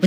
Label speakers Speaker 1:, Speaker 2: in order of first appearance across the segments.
Speaker 1: Vous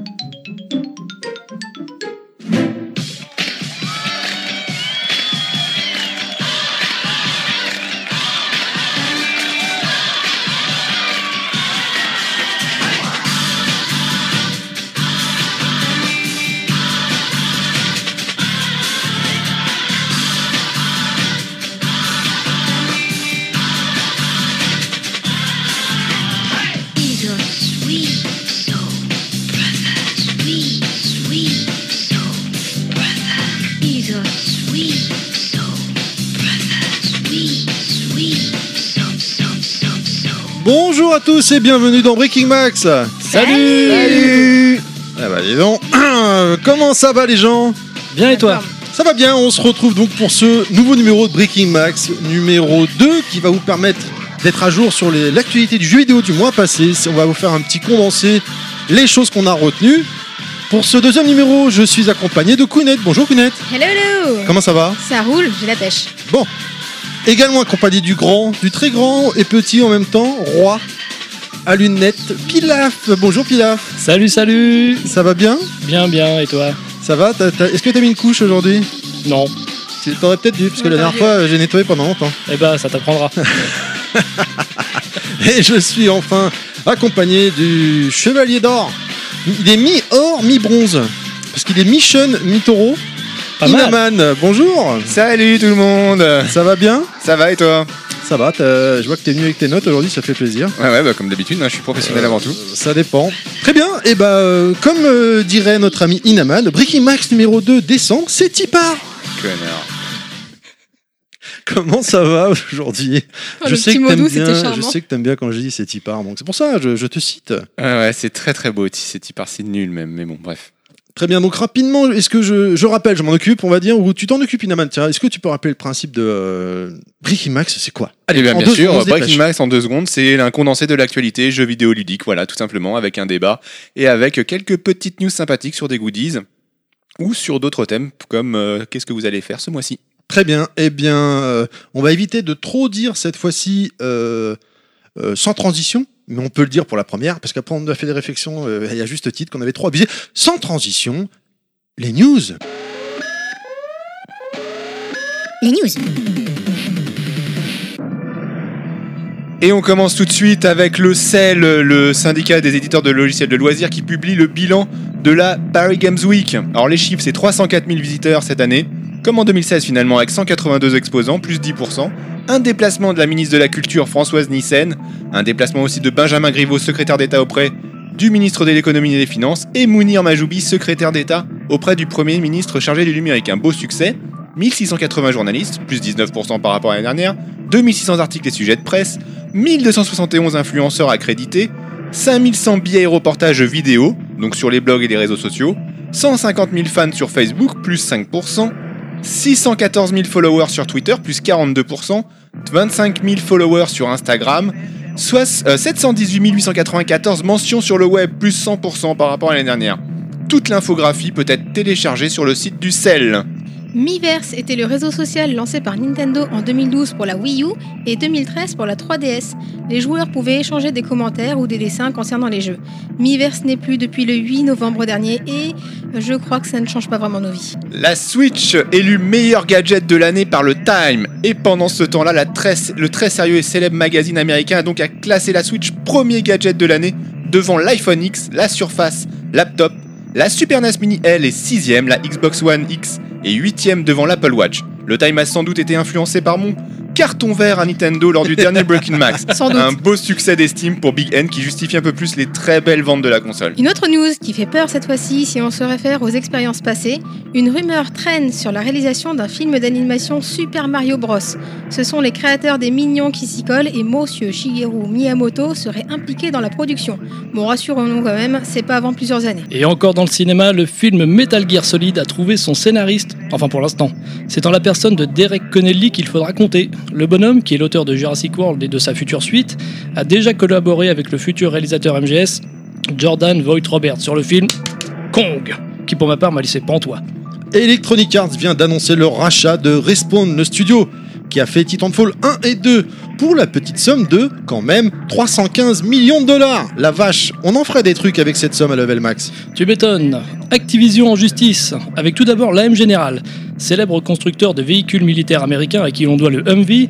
Speaker 2: He's a sweet soul, brother. Sweet, sweet soul, brother. He's a sweet soul, brother. Sweet, sweet soul, soul, soul, soul.
Speaker 3: Bonjour à tous et bienvenue dans Breaking Max Salut Salut Ah bah dis donc, comment ça va les gens
Speaker 4: Bien et toi
Speaker 3: Ça va bien, on se retrouve donc pour ce nouveau numéro de Breaking Max, numéro 2, qui va vous permettre d'être à jour sur les- l'actualité du jeu vidéo du mois passé. On va vous faire un petit condensé, les choses qu'on a retenues. Pour ce deuxième numéro, je suis accompagné de Kounet. Bonjour Kounet,
Speaker 5: Hello, hello
Speaker 3: comment ça va
Speaker 5: Ça roule, j'ai la pêche.
Speaker 3: Bon, également accompagné du grand, du très grand et petit en même temps, roi à lunettes, Pilaf. Bonjour Pilaf,
Speaker 4: Salut, salut
Speaker 3: ça va bien
Speaker 4: Bien, bien, et toi
Speaker 3: Ça va T'as- t'as- Est-ce que t'as mis une couche aujourd'hui
Speaker 4: Non.
Speaker 3: Tu- T'aurais peut-être dû, parce que la dernière fois euh, j'ai nettoyé pendant longtemps.
Speaker 4: Eh ben, ça t'apprendra.
Speaker 3: Et je suis enfin accompagné du chevalier d'or. Il est mi-or, mi-bronze. Parce qu'il est mi-shun, mi-taureau.
Speaker 4: Pas mal.
Speaker 3: Inaman, bonjour
Speaker 6: Salut tout le monde
Speaker 3: Ça va bien
Speaker 6: Ça va et toi
Speaker 3: Ça va, t'as- je vois que t'es venu avec tes notes aujourd'hui, ça fait plaisir.
Speaker 6: Ouais ouais bah, comme d'habitude, hein, je suis professionnel avant tout.
Speaker 3: Euh, Ça dépend. Très bien, et bah euh, comme euh, dirait notre ami Inaman, Breaking Max numéro 2 descend, c'est Tipar
Speaker 6: Connard.
Speaker 3: Comment ça va aujourd'hui
Speaker 5: Oh, le petit mot
Speaker 3: t'aimes
Speaker 5: doux, c'était
Speaker 3: bien, je
Speaker 5: charmant.
Speaker 3: sais que t'aimes bien quand je dis c'est Tipar, donc c'est pour ça, je, je te cite.
Speaker 6: Ah ouais, c'est très très beau, c'est par c'est nul même, mais bon bref.
Speaker 3: Très bien, donc rapidement, est-ce que je, je rappelle, je m'en occupe, on va dire, ou tu t'en occupes Inaman, tiens, est-ce que tu peux rappeler le principe de euh, Breaking Max, c'est quoi
Speaker 6: Allez Eh bien,
Speaker 3: En
Speaker 6: bien
Speaker 3: deux
Speaker 6: sûr,
Speaker 3: secondes, on se
Speaker 6: Breaking
Speaker 3: dépêche.
Speaker 6: Max en deux secondes, c'est un condensé de l'actualité, jeux vidéo ludique, voilà, tout simplement, avec un débat et avec quelques petites news sympathiques sur des goodies ou sur d'autres thèmes comme euh, qu'est-ce que vous allez faire ce mois-ci.
Speaker 3: Très bien. Eh bien, euh, on va éviter de trop dire cette fois-ci euh, euh, sans transition, mais on peut le dire pour la première, parce qu'après on a fait des réflexions, euh, il y a juste titre qu'on avait trop abusé. Sans transition, les news.
Speaker 1: Les news.
Speaker 6: Et on commence tout de suite avec le CEL, le syndicat des éditeurs de logiciels de loisirs, qui publie le bilan de la Paris Games Week. Alors les chiffres, c'est 304 000 visiteurs cette année, comme en 2016 finalement, avec 182 exposants, plus 10%, un déplacement de la ministre de la Culture Françoise Nyssen, un déplacement aussi de Benjamin Griveaux, secrétaire d'État auprès du ministre de l'économie et des finances, et Mounir Majoubi, secrétaire d'État auprès du Premier ministre chargé du numérique. Un beau succès, 1680 journalistes, plus 19% par rapport à l'année dernière, 2600 articles et sujets de presse, 1271 influenceurs accrédités, 5100 billets et reportages vidéo, donc sur les blogs et les réseaux sociaux, 150 000 fans sur Facebook, plus 5%, 614 000 followers sur Twitter, plus 42%, 25 000 followers sur Instagram, soit, euh, 718 894 mentions sur le web, plus 100% par rapport à l'année dernière. Toute l'infographie peut être téléchargée sur le site du CEL.
Speaker 5: Miiverse était le réseau social lancé par Nintendo en 2012 pour la Wii U et 2013 pour la 3DS. Les joueurs pouvaient échanger des commentaires ou des dessins concernant les jeux. Miiverse n'est plus depuis le 8 novembre dernier et je crois que ça ne change pas vraiment nos vies.
Speaker 6: La Switch, élue meilleur gadget de l'année par le Time. Et pendant ce temps-là, la très- le très sérieux et célèbre magazine américain a donc à classer la Switch premier gadget de l'année devant l'iPhone X, la Surface, laptop, la Super NES Mini L est 6ème, la Xbox One X est 8ème devant l'Apple Watch. Le Time a sans doute été influencé par mon carton vert à Nintendo lors du dernier Breaking Max.
Speaker 5: Sans doute.
Speaker 6: Un beau succès d'estime pour Big N qui justifie un peu plus les très belles ventes de la console.
Speaker 5: Une autre news qui fait peur cette fois-ci si on se réfère aux expériences passées, une rumeur traîne sur la réalisation d'un film d'animation Super Mario Bros. Ce sont les créateurs des Mignons qui s'y collent et monsieur Shigeru Miyamoto serait impliqué dans la production. Bon, rassurons-nous quand même, c'est pas avant plusieurs années.
Speaker 4: Et encore dans le cinéma, le film Metal Gear Solid a trouvé son scénariste, enfin pour l'instant. C'est en la personne de Derek Connelly qu'il faudra compter. Le bonhomme, qui est l'auteur de Jurassic World et de sa future suite, a déjà collaboré avec le futur réalisateur MGS, Jordan Voight Roberts, sur le film Kong, qui pour ma part m'a laissé pantois.
Speaker 3: Electronic Arts vient d'annoncer le rachat de Respawn, le studio qui a fait Titanfall 1 et 2 pour la petite somme de quand même 315 millions de dollars. La vache, on en ferait des trucs avec cette somme à level max.
Speaker 4: Tu m'étonnes. Activision en justice, avec tout d'abord l'AM General, célèbre constructeur de véhicules militaires américains à qui l'on doit le Humvee,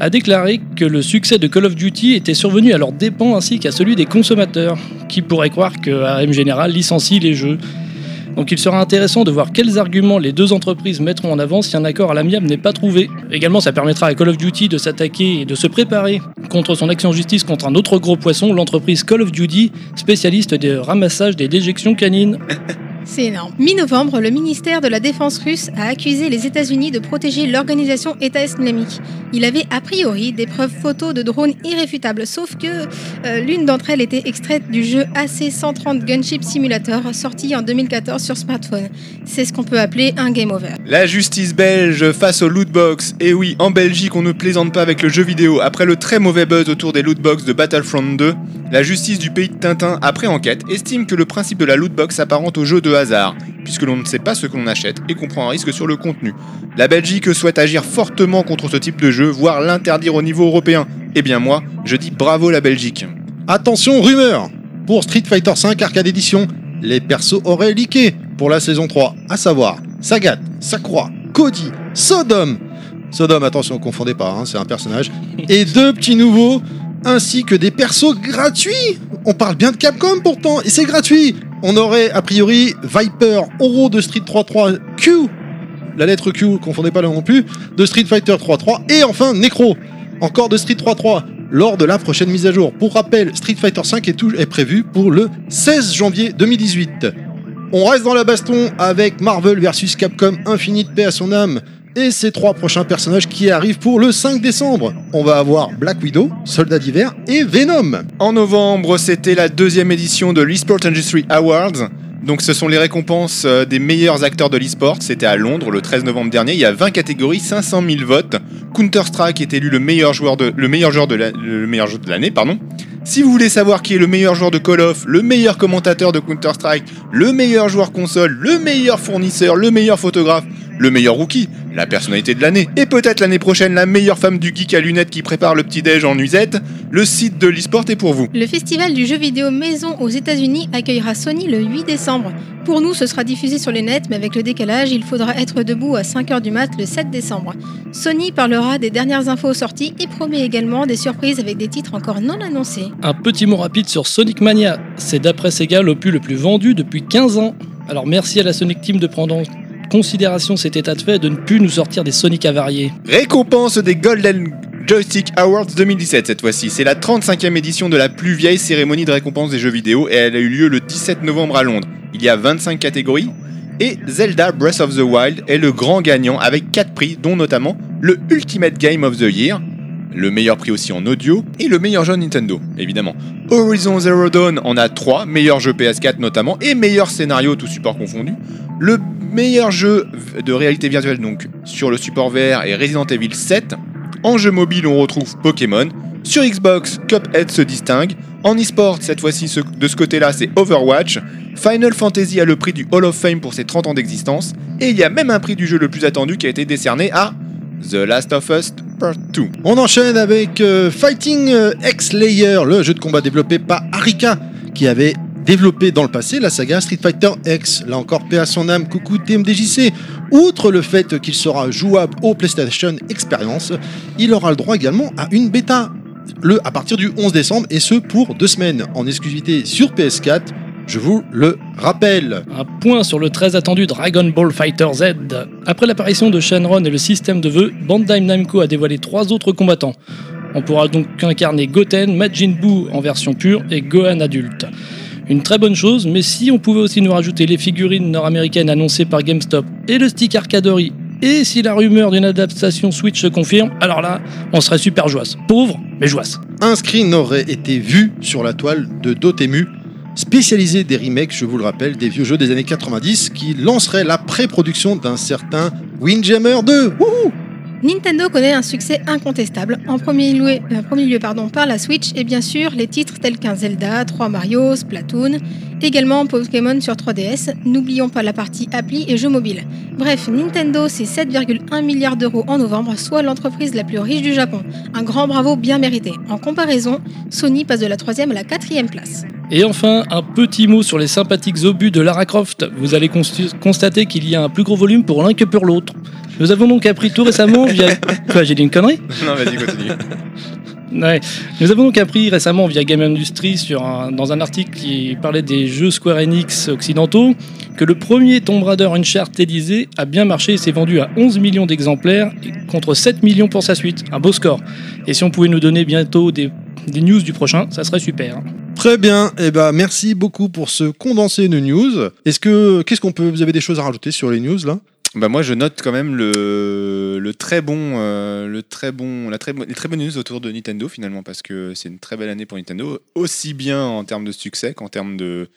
Speaker 4: a déclaré que le succès de Call of Duty était survenu à leurs dépens ainsi qu'à celui des consommateurs, qui pourraient croire que AM General licencie les jeux. Donc il sera intéressant de voir quels arguments les deux entreprises mettront en avant si un accord à l'amiable n'est pas trouvé. Également, ça permettra à Call of Duty de s'attaquer et de se préparer contre son action en justice contre un autre gros poisson, l'entreprise Call of Duty, spécialiste des ramassages des déjections canines.
Speaker 5: C'est énorme. Mi-novembre, le ministère de la Défense russe a accusé les États-Unis de protéger l'organisation État islamique. Il avait a priori des preuves photos de drones irréfutables, sauf que euh, l'une d'entre elles était extraite du jeu AC-130 Gunship Simulator sorti en 2014 sur smartphone. C'est ce qu'on peut appeler un game over.
Speaker 6: La justice belge face aux lootbox. Et oui, en Belgique, on ne plaisante pas avec le jeu vidéo. Après le très mauvais buzz autour des lootbox de Battlefront 2, la justice du pays de Tintin, après enquête, estime que le principe de la lootbox s'apparente au jeu de hasard, puisque l'on ne sait pas ce que l'on achète et qu'on prend un risque sur le contenu. La Belgique souhaite agir fortement contre ce type de jeu, voire l'interdire au niveau européen. Eh bien moi, je dis bravo la Belgique.
Speaker 3: Attention, rumeur Pour Street Fighter V Arcade Edition, les persos auraient leaké pour la saison 3, à savoir Sagat, Sakura, Cody, Sodom. Sodom, attention, confondez pas, hein, c'est un personnage. Et deux petits nouveaux, ainsi que des persos gratuits On parle bien de Capcom pourtant, et c'est gratuit On aurait a priori Viper, Oro de Street 3-3, Q, la lettre Q, confondez pas là non plus, de Street Fighter 3-3, et enfin Necro, encore de Street 3-3 lors de la prochaine mise à jour. Pour rappel, Street Fighter 5 est, tou- est prévu pour le 16 janvier 2018. On reste dans la baston avec Marvel vs Capcom Infinite paix à son âme et ses trois prochains personnages qui arrivent pour le 5 décembre. On va avoir Black Widow, Soldat d'hiver et Venom.
Speaker 6: En novembre, c'était la deuxième édition de l'eSport Industry Awards. Donc ce sont les récompenses euh, des meilleurs acteurs de l'esport. C'était à Londres le 13 novembre dernier. Il y a 20 catégories, 500 000 votes. Counter-Strike est élu le meilleur joueur de, le meilleur joueur de la- le meilleur jeu de l'année. Pardon. Si vous voulez savoir qui est le meilleur joueur de Call of, le meilleur commentateur de Counter-Strike, le meilleur joueur console, le meilleur fournisseur, le meilleur photographe, le meilleur rookie, la personnalité de l'année, et peut-être l'année prochaine la meilleure femme du geek à lunettes qui prépare le petit-déj en nuisette, le site de l'esport est pour vous.
Speaker 5: Le festival du jeu vidéo Maison aux États-Unis accueillera Sony le 8 décembre. Pour nous, ce sera diffusé sur les nets, mais avec le décalage, il faudra être debout à 5h du mat le 7 décembre. Sony parlera des dernières infos sorties et promet également des surprises avec des titres encore non annoncés.
Speaker 4: Un petit mot rapide sur Sonic Mania. C'est d'après Sega l'opus le plus vendu depuis 15 ans. Alors merci à la Sonic Team de prendre en considération cet état de fait et de ne plus nous sortir des Sonic avariés.
Speaker 6: Récompense des Golden Joystick Awards 2017 cette fois-ci. C'est la 35e édition de la plus vieille cérémonie de récompense des jeux vidéo et elle a eu lieu le 17 novembre à Londres. Il y a 25 catégories et Zelda Breath of the Wild est le grand gagnant avec 4 prix dont notamment le Ultimate Game of the Year, le meilleur prix aussi en audio et le meilleur jeu Nintendo évidemment. Horizon Zero Dawn en a 3, meilleur jeu PS4 notamment et meilleur scénario tout support confondu. Le meilleur jeu v- de réalité virtuelle donc sur le support VR est Resident Evil 7. En jeu mobile, on retrouve Pokémon. Sur Xbox, Cuphead se distingue. En e-sport, cette fois-ci, ce- de ce côté-là, c'est Overwatch. Final Fantasy a le prix du Hall of Fame pour ses 30 ans d'existence. Et il y a même un prix du jeu le plus attendu qui a été décerné à The Last of Us Part 2.
Speaker 3: On enchaîne avec euh, Fighting euh, X Layer, le jeu de combat développé par Arika, qui avait développé dans le passé la saga Street Fighter X. Là encore, paix à son âme, coucou TMDJC. Outre le fait qu'il sera jouable au PlayStation Experience, il aura le droit également à une bêta le, à partir du 11 décembre, et ce pour deux semaines, en exclusivité sur PS4. Je vous le rappelle.
Speaker 4: Un point sur le très attendu Dragon Ball Fighter Z. Après l'apparition de Shenron et le système de vœux, Bandai Namco a dévoilé trois autres combattants. On pourra donc incarner Goten, Majin Buu en version pure et Gohan adulte. Une très bonne chose, mais si on pouvait aussi nous rajouter les figurines nord-américaines annoncées par GameStop et le stick Arcadory, et si la rumeur d'une adaptation Switch se confirme, alors là, on serait super joisse. Pauvre, mais joisse.
Speaker 3: un screen aurait été vu sur la toile de Dotemu, spécialisé des remakes, je vous le rappelle, des vieux jeux des années 90, qui lancerait la pré-production d'un certain Windjammer 2. Wouhou
Speaker 5: Nintendo connaît un succès incontestable, en premier lieu, euh, premier lieu, pardon, par la Switch et bien sûr les titres tels qu'un Zelda, 3 Mario, Splatoon, également Pokémon sur 3DS, n'oublions pas la partie appli et jeux mobiles. Bref, Nintendo c'est 7,1 milliards d'euros en novembre, soit l'entreprise la plus riche du Japon. Un grand bravo bien mérité. En comparaison, Sony passe de la troisième à la quatrième place.
Speaker 4: Et enfin, un petit mot sur les sympathiques obus de Lara Croft. Vous allez constu- constater qu'il y a un plus gros volume pour l'un que pour l'autre. Nous avons donc appris tout récemment via... Quoi, j'ai dit une connerie
Speaker 6: Non, vas-y, continue.
Speaker 4: Ouais. Nous avons donc appris récemment via Game Industry sur un- dans un article qui parlait des jeux Square Enix occidentaux que le premier Tomb Raider Unchartedisé a bien marché et s'est vendu à 11 millions d'exemplaires et contre 7 millions pour sa suite. Un beau score. Et si on pouvait nous donner bientôt des, des news du prochain, ça serait super. hein.
Speaker 3: Très bien. Eh ben, merci beaucoup pour ce condensé de news. Est-ce que, qu'est-ce qu'on peut, vous avez des choses à rajouter sur les news, là?
Speaker 6: Bah moi je note quand même le, le très bon euh, le très bon la très bonne les très bonnes news autour de Nintendo finalement parce que c'est une très belle année pour Nintendo aussi bien en termes de succès qu'en termes de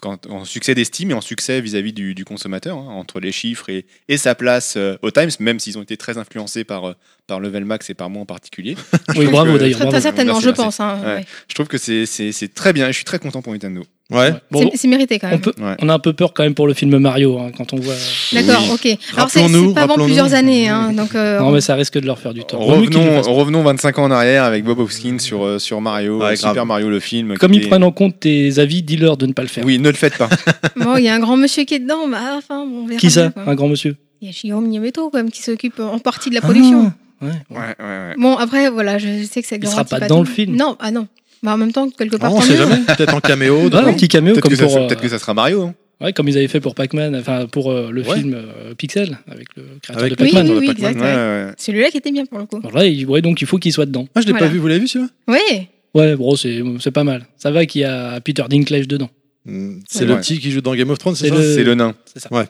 Speaker 6: qu'en- en succès d'estime et en succès vis-à-vis du, du consommateur hein, entre les chiffres et, et sa place euh, au Times même s'ils ont été très influencés par euh, par Level Max et par moi en particulier
Speaker 4: Oui,
Speaker 6: que-
Speaker 4: bravo d'ailleurs.
Speaker 5: Très,
Speaker 4: bravo.
Speaker 5: très certainement,
Speaker 6: Merci,
Speaker 5: je
Speaker 6: merci.
Speaker 5: pense. hein,
Speaker 6: Ouais.
Speaker 5: ouais.
Speaker 6: je trouve que c'est c'est c'est très bien et je suis très content pour Nintendo
Speaker 3: Ouais.
Speaker 4: Bon,
Speaker 5: C'est- C'est mérité quand
Speaker 4: on,
Speaker 5: même.
Speaker 4: peut,
Speaker 6: Ouais.
Speaker 4: on a un peu peur quand même pour le film Mario hein, quand on voit.
Speaker 5: D'accord,
Speaker 6: Oui.
Speaker 5: ok. Alors c'est
Speaker 3: Rappelons-nous,
Speaker 5: c'est pas avant
Speaker 3: rappelons-nous.
Speaker 5: plusieurs années, hein, donc euh,
Speaker 4: Non, mais ça risque de leur faire du tort. Vaut mieux qu'ils le
Speaker 6: revenons
Speaker 4: fassent.
Speaker 6: revenons 25 ans en arrière avec Bob Hoskins sur euh, sur Mario
Speaker 3: Ouais,
Speaker 6: euh, Super
Speaker 3: grave.
Speaker 6: Mario le film
Speaker 4: Comme
Speaker 6: qui
Speaker 4: ils
Speaker 6: est-
Speaker 4: prennent en compte tes avis, dis-leur de ne pas le faire.
Speaker 6: oui ne le faites pas
Speaker 5: bon, il y a un grand monsieur qui est dedans. Bah, enfin, bon, on verra
Speaker 4: Qui
Speaker 5: bien,
Speaker 4: ça
Speaker 5: quoi.
Speaker 4: Un grand monsieur
Speaker 5: Il y a Shigeru Miyamoto quand même qui s'occupe euh, en partie de la production.
Speaker 4: Ah, ouais.
Speaker 6: ouais ouais ouais
Speaker 5: Bon, après, voilà, je sais que ça
Speaker 4: Il sera
Speaker 5: garantit
Speaker 4: pas dans
Speaker 5: tout.
Speaker 4: le film.
Speaker 5: Non, ah non. Bah, en même temps, quelque part,
Speaker 3: Non, on
Speaker 5: tant
Speaker 3: sait
Speaker 5: mieux.
Speaker 3: jamais. Peut-être en caméo.
Speaker 4: Ah, Ouais,
Speaker 3: dedans.
Speaker 4: un petit cameo
Speaker 6: Peut-être
Speaker 4: comme
Speaker 6: que, ça
Speaker 4: pour,
Speaker 6: sera-
Speaker 4: euh,
Speaker 6: peut-être que ça sera Mario. hein.
Speaker 4: ouais, comme ils avaient fait pour Pac-Man, enfin pour euh, le
Speaker 3: Ouais.
Speaker 4: film euh, Pixel avec le créateur
Speaker 3: Avec
Speaker 4: de
Speaker 5: Oui,
Speaker 4: Pac-Man.
Speaker 5: oui, oui,
Speaker 3: Pac-Man,
Speaker 5: exact.
Speaker 6: Ouais,
Speaker 5: ouais.
Speaker 6: ouais, ouais.
Speaker 5: hein. Celui-là qui était bien pour le coup.
Speaker 4: Alors là, il- ouais, donc il faut qu'il soit dedans.
Speaker 3: Ah, je l'ai
Speaker 5: Voilà.
Speaker 3: pas vu. Vous l'avez vu, celui-là?
Speaker 5: Oui,
Speaker 4: Ouais, bro, c'est c'est pas mal. Ça va qu'il y a Peter Dinklage dedans.
Speaker 3: Hmm, C'est
Speaker 6: Ouais.
Speaker 3: le petit qui joue dans Game of Thrones, c'est
Speaker 4: C'est
Speaker 3: ça
Speaker 4: Euh,
Speaker 6: C'est le nain.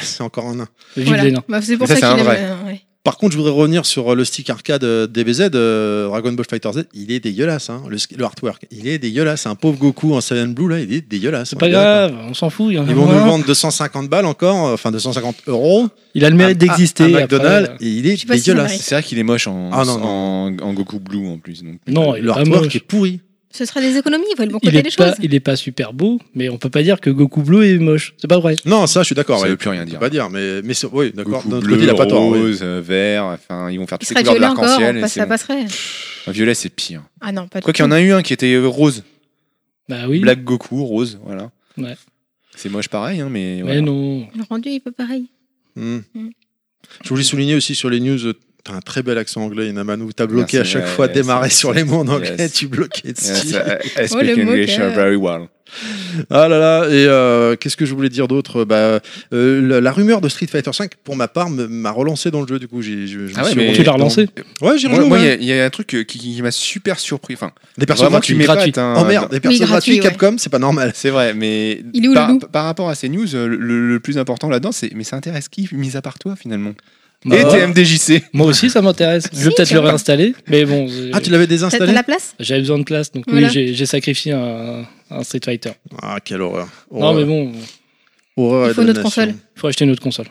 Speaker 3: C'est encore un nain.
Speaker 4: Vive
Speaker 5: voilà.
Speaker 4: les nains.
Speaker 5: Bah, c'est pour
Speaker 6: Ça,
Speaker 5: ça,
Speaker 6: c'est un
Speaker 5: qu'il
Speaker 6: vrai.
Speaker 5: aime. euh, ouais.
Speaker 3: Par contre, je voudrais revenir sur le stick arcade euh, DBZ, euh, Dragon Ball Fighter Z. Il est dégueulasse, hein, le, sk- le artwork. Il est dégueulasse. Un pauvre Goku en Saiyan Blue, là, il est dégueulasse.
Speaker 4: C'est pas
Speaker 3: On est d'accord.
Speaker 4: grave, on s'en fout. Il, y en a
Speaker 3: Ils vont
Speaker 4: moins.
Speaker 3: nous vendre 250 balles encore, euh, enfin 250 euros.
Speaker 4: il a
Speaker 3: à-
Speaker 4: le
Speaker 3: à-
Speaker 4: mérite d'exister.
Speaker 3: À,
Speaker 4: après,
Speaker 3: McDonald's,
Speaker 4: euh,
Speaker 3: et il
Speaker 5: Je
Speaker 3: est
Speaker 5: sais pas si ça
Speaker 3: dégueulasse.
Speaker 5: mérite.
Speaker 6: C'est vrai qu'il est moche en,
Speaker 3: Ah, non, non.
Speaker 6: en- en Goku Blue en plus. donc.
Speaker 4: Non, il
Speaker 3: le
Speaker 4: est pas moche.
Speaker 3: artwork est pourri.
Speaker 5: Ce sera des économies, ils veulent le bon
Speaker 4: Il
Speaker 5: côté des
Speaker 4: est, pas,
Speaker 5: choses.
Speaker 4: il est pas super beau, mais on peut pas dire que Goku Bleu est moche. C'est pas vrai.
Speaker 3: Non, ça, je suis d'accord.
Speaker 6: Ça
Speaker 3: ouais,
Speaker 6: veut plus rien
Speaker 3: je peux
Speaker 6: dire.
Speaker 3: Pas dire, mais, mais c'est- oui, d'accord.
Speaker 6: Goku
Speaker 3: D'un autre
Speaker 6: bleu,
Speaker 3: côté, il a pas tort. oui.
Speaker 6: rose, euh, vert, enfin ils vont faire
Speaker 5: Il
Speaker 6: toutes les
Speaker 5: sera
Speaker 6: couleurs de
Speaker 5: violet encore,
Speaker 6: l'arc-en-ciel.
Speaker 5: on
Speaker 6: et
Speaker 5: passe-
Speaker 6: c'est
Speaker 5: ça
Speaker 6: bon.
Speaker 5: passerait.
Speaker 6: Un Violet c'est pire.
Speaker 5: Ah non, pas du
Speaker 6: Quoi qu'il y en a eu un qui était euh, rose.
Speaker 4: Bah oui.
Speaker 6: Black Goku, rose, voilà.
Speaker 4: Ouais.
Speaker 6: C'est moche pareil, hein, mais.
Speaker 4: Mais
Speaker 6: voilà.
Speaker 4: non.
Speaker 5: tout. Le rendu, il est pas pareil.
Speaker 3: Hmm.
Speaker 5: Mm.
Speaker 3: Je voulais souligner aussi sur les news, euh, t'as un très bel accent anglais, Inamanu. T'as bloqué
Speaker 6: Merci,
Speaker 3: à chaque
Speaker 6: ouais,
Speaker 3: fois,
Speaker 6: yes,
Speaker 3: démarré
Speaker 6: yes,
Speaker 3: sur les mots en anglais,
Speaker 6: yes.
Speaker 3: tu bloquais dessus.
Speaker 6: Yes, I- I
Speaker 5: Oh, le
Speaker 6: speak English
Speaker 5: moqueur.
Speaker 6: very well.
Speaker 3: Ah là là, et euh, qu'est-ce que je voulais dire d'autre bah, euh, la, la rumeur de Street Fighter 5, pour ma part, me- m'a relancé dans le jeu, du coup. J'ai, je, je me
Speaker 6: Ah ouais,
Speaker 3: suis
Speaker 6: mais-
Speaker 3: remonté
Speaker 4: Tu l'as
Speaker 3: dedans.
Speaker 4: relancé
Speaker 3: Ouais, j'ai
Speaker 6: Moi,
Speaker 3: relu.
Speaker 6: moi, il y
Speaker 3: ouais.
Speaker 6: a- il y, a un truc euh, qui, qui m'a super surpris. Enfin,
Speaker 3: Des personnes
Speaker 6: vraiment, tu
Speaker 3: gratuites.
Speaker 4: gratuit.
Speaker 6: m'épates, hein.
Speaker 3: Oh merde, des personnes
Speaker 5: gratuit,
Speaker 3: gratuites, Capcom, c'est pas normal.
Speaker 6: C'est vrai, mais
Speaker 5: Il est où, le
Speaker 6: par,
Speaker 5: loup
Speaker 6: par rapport à ces news, euh, le, le plus important là-dedans, c'est mais ça intéresse qui, mis à part toi finalement
Speaker 4: Bah,
Speaker 6: Et TMDJC.
Speaker 4: Moi aussi, ça m'intéresse. Je vais
Speaker 5: Si,
Speaker 4: peut-être le
Speaker 5: tiens.
Speaker 4: réinstaller, mais bon. c'est-
Speaker 3: Ah, tu l'avais
Speaker 5: T'as t'as
Speaker 3: désinstallé
Speaker 5: la place
Speaker 4: J'avais besoin de place, donc
Speaker 5: Voilà.
Speaker 4: oui, j'ai- j'ai sacrifié un, un Street Fighter.
Speaker 3: Ah, quelle horreur.
Speaker 4: Non, mais
Speaker 3: Horreur.
Speaker 4: bon,
Speaker 3: Horreur
Speaker 5: Il
Speaker 3: et
Speaker 5: faut notre
Speaker 3: damnation.
Speaker 5: console.
Speaker 4: faut acheter une autre console.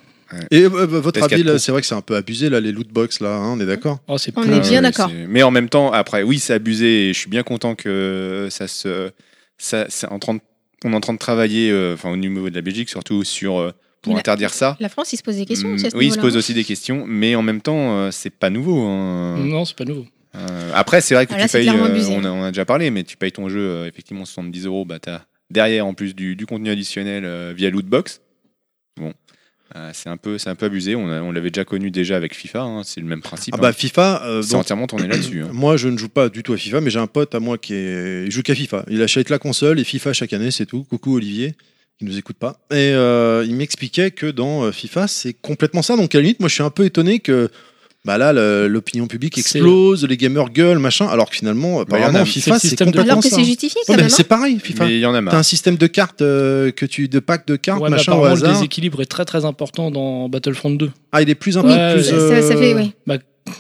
Speaker 3: Et euh, euh, votre
Speaker 6: PS4
Speaker 3: avis, là,
Speaker 6: Pro.
Speaker 3: c'est vrai que c'est un peu abusé, là, les loot box, là, hein, on est d'accord
Speaker 4: Oh, c'est
Speaker 5: On
Speaker 4: plein.
Speaker 5: est bien
Speaker 6: Ah Ouais,
Speaker 5: d'accord.
Speaker 6: c'est- Mais en même temps, après, oui, c'est abusé et je suis bien content que ça se. Ça, ça- en train de- on est en train de travailler, euh, enfin, au niveau de la Belgique, surtout sur, euh, pour
Speaker 5: Mais la-
Speaker 6: interdire ça.
Speaker 5: La France, il se pose des questions
Speaker 6: Mm,
Speaker 5: aussi à ce
Speaker 6: oui, il se
Speaker 5: niveau-là. hein.
Speaker 6: pose aussi des questions, mais en même temps, euh, c'est pas nouveau. hein.
Speaker 4: Non, c'est pas nouveau.
Speaker 6: Euh, après, c'est vrai que
Speaker 5: Ah,
Speaker 6: tu
Speaker 5: là, c'est
Speaker 6: payes.
Speaker 5: clairement
Speaker 6: euh,
Speaker 5: abusé.
Speaker 6: on, a, on a déjà parlé, mais tu payes ton jeu, euh, effectivement, 70 euros. Bah, t'as derrière, en plus du, du contenu additionnel euh, via Lootbox. Bon. Euh, c'est un, peu- c'est un peu abusé. On, a- on l'avait déjà connu déjà avec FIFA. hein, c'est le même principe.
Speaker 3: Ah bah,
Speaker 6: hein.
Speaker 3: FIFA, euh,
Speaker 6: C'est
Speaker 3: donc,
Speaker 6: entièrement tourné là-dessus. hein.
Speaker 3: Moi, je ne joue pas du tout à FIFA, mais j'ai un pote à moi qui est... il joue qu'à FIFA. Il achète la console et FIFA chaque année, c'est tout. Coucou Olivier, il nous écoute pas. Et euh, il m'expliquait que dans euh, FIFA, c'est complètement ça. Donc à la limite, moi, je suis un peu étonné que bah là, le- l'opinion publique
Speaker 4: C'est-
Speaker 3: explose, les gamers gueulent, machin. Alors que finalement,
Speaker 6: il y en a,
Speaker 3: apparemment,
Speaker 6: mais
Speaker 3: FIFA,
Speaker 4: c'est le
Speaker 3: c'est
Speaker 4: système de-
Speaker 3: complètement
Speaker 5: Alors que
Speaker 3: ça.
Speaker 5: c'est justifié
Speaker 3: Ouais,
Speaker 5: quand
Speaker 3: mais
Speaker 5: même.
Speaker 3: c'est
Speaker 5: hein.
Speaker 3: pareil, FIFA.
Speaker 6: Mais il y en a
Speaker 3: T'as
Speaker 6: marre.
Speaker 3: un système de cartes euh, que tu de pack de cartes
Speaker 4: bah. Ouais, mais
Speaker 3: machin au
Speaker 4: apparemment, le
Speaker 3: hasard.
Speaker 4: déséquilibre est très très important dans Battlefront 2.
Speaker 3: Ah, il est plus
Speaker 4: Oui,
Speaker 3: important.
Speaker 4: Ouais, Bah,
Speaker 3: plus,
Speaker 5: Ça,
Speaker 3: euh,
Speaker 5: ça fait, oui.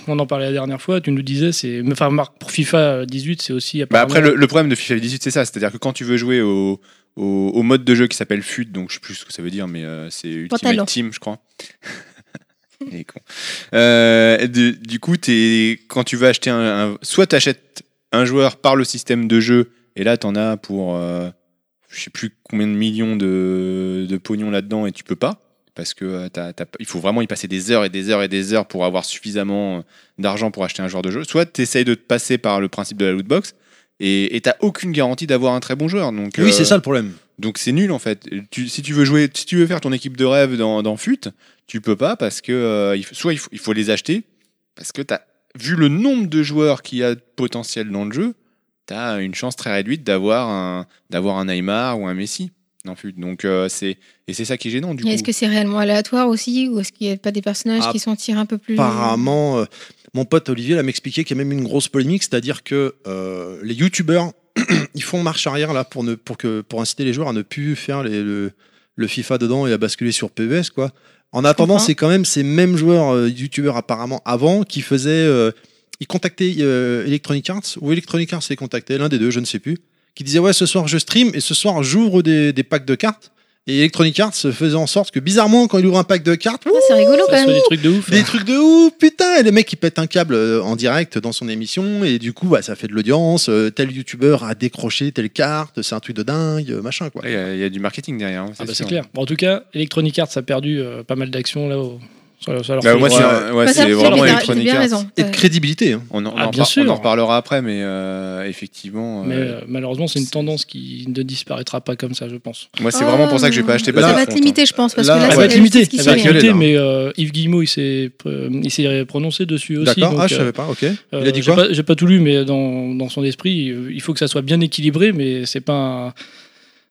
Speaker 4: On en parlait la dernière fois, tu nous disais, c'est. Enfin, Marc, pour FIFA 18, c'est aussi.
Speaker 6: Bah
Speaker 4: apparemment-
Speaker 6: après, le, le problème de FIFA 18, c'est ça. C'est-à-dire que quand tu veux jouer au, au- au mode de jeu qui s'appelle FUT, donc je sais plus ce que ça veut dire, mais euh, c'est Ultimate
Speaker 5: Pantalon.
Speaker 6: Team, je crois. Il est con. Euh, du, du coup, t'es- quand tu vas acheter un, un- soit t'achètes un joueur par le système de jeu, et là t'en as pour euh, je sais plus combien de millions de, de pognon là-dedans, et tu peux pas parce que euh, t'as- t'as pas- il faut vraiment y passer des heures et des heures et des heures pour avoir suffisamment euh, d'argent pour acheter un joueur de jeu. Soit t'essayes de te passer par le principe de la loot box. Et et t'as aucune garantie d'avoir un très bon joueur. Donc,
Speaker 3: Oui, c'est
Speaker 6: euh,
Speaker 3: ça le problème.
Speaker 6: donc c'est nul en fait. Tu- si tu veux jouer, si tu veux faire ton équipe de rêve dans, dans FUT, tu peux pas parce que euh, il faut- soit il faut, il faut les acheter parce que t'as vu le nombre de joueurs qu'il y a de potentiel dans le jeu, t'as une chance très réduite d'avoir un d'avoir un Neymar ou un Messi dans FUT. Donc euh, c'est et c'est ça qui est gênant
Speaker 5: Et
Speaker 6: du coup.
Speaker 5: hein. Est-ce que c'est réellement aléatoire aussi Ou est-ce qu'il n'y a pas des personnages
Speaker 3: Ah,
Speaker 5: qui s'en tirent un peu plus
Speaker 3: Apparemment, euh, mon pote Olivier l'a m'expliqué qu'il y a même une grosse polémique, c'est-à-dire que euh, les youtubeurs, ils font marche arrière là pour, ne, pour, que, pour inciter les joueurs à ne plus faire les- le, le FIFA dedans et à basculer sur PES. Quoi. En attendant,
Speaker 5: comprends.
Speaker 3: c'est quand même ces mêmes joueurs euh, youtubeurs apparemment avant qui faisaient. euh, ils contactaient euh, Electronic Arts, ou Electronic Arts les contactait, l'un des deux, je ne sais plus, qui disait Ouais, ce soir je stream et ce soir j'ouvre des, des packs de cartes. Et Electronic Arts faisait en sorte que bizarrement, quand il ouvre un pack de cartes,
Speaker 5: Ah, C'est rigolo
Speaker 4: Ça
Speaker 5: quand
Speaker 4: se fait
Speaker 5: même.
Speaker 4: des trucs de ouf. hein.
Speaker 3: des trucs de ouf, putain Et le mec, il pète un câble euh, en direct dans son émission, et du coup, bah, ça fait de l'audience, euh, tel youtubeur a décroché telle carte, c'est un truc de dingue, euh, machin, quoi.
Speaker 6: Ouais, Il y, a- il y a du marketing derrière. hein,
Speaker 4: Ah bah, c'est
Speaker 6: sûr.
Speaker 4: clair. Bon, en tout cas, Electronic Arts a perdu euh, pas mal d'actions là. Au... sur- sur leur
Speaker 6: Bah,
Speaker 4: feuille.
Speaker 6: moi, c'est
Speaker 3: Ouais.
Speaker 6: un- ouais,
Speaker 5: Bah,
Speaker 6: c'est
Speaker 5: ça, vous avez
Speaker 6: vraiment hein.
Speaker 5: bien-
Speaker 6: Electronic
Speaker 5: bien
Speaker 6: Arts.
Speaker 5: raison.
Speaker 3: Et de
Speaker 5: Ouais.
Speaker 3: crédibilité. hein.
Speaker 6: On, en- on
Speaker 4: Ah,
Speaker 6: en
Speaker 4: bien
Speaker 6: repar-
Speaker 4: sûr.
Speaker 6: on en reparlera après, mais euh, effectivement,
Speaker 4: Mais
Speaker 6: euh,
Speaker 4: euh, malheureusement, c'est une
Speaker 6: c'est-
Speaker 4: tendance qui ne disparaîtra pas comme ça, je pense.
Speaker 6: moi c'est vraiment pour ça que j'ai pas acheté.
Speaker 5: Oh. Ça
Speaker 3: Là,
Speaker 6: Battlefront,
Speaker 5: va être limité, je pense, parce
Speaker 3: là,
Speaker 5: que là,
Speaker 3: elle
Speaker 5: Ah,
Speaker 4: Elle
Speaker 5: c'est
Speaker 4: va
Speaker 5: la
Speaker 4: être
Speaker 5: justice
Speaker 4: limitée,
Speaker 5: qui
Speaker 4: elle
Speaker 5: se
Speaker 4: va
Speaker 5: fait.
Speaker 4: être limitée, mais euh, Yves Guillemot, il s'est euh, il s'est prononcé dessus aussi.
Speaker 3: D'accord,
Speaker 4: donc,
Speaker 3: ah, je
Speaker 4: euh,
Speaker 3: savais pas, ok.
Speaker 4: euh,
Speaker 3: il a dit
Speaker 4: j'ai
Speaker 3: quoi
Speaker 4: pas- J'ai pas tout lu, mais dans, dans son esprit, euh, il faut que ça soit bien équilibré, mais c'est pas un-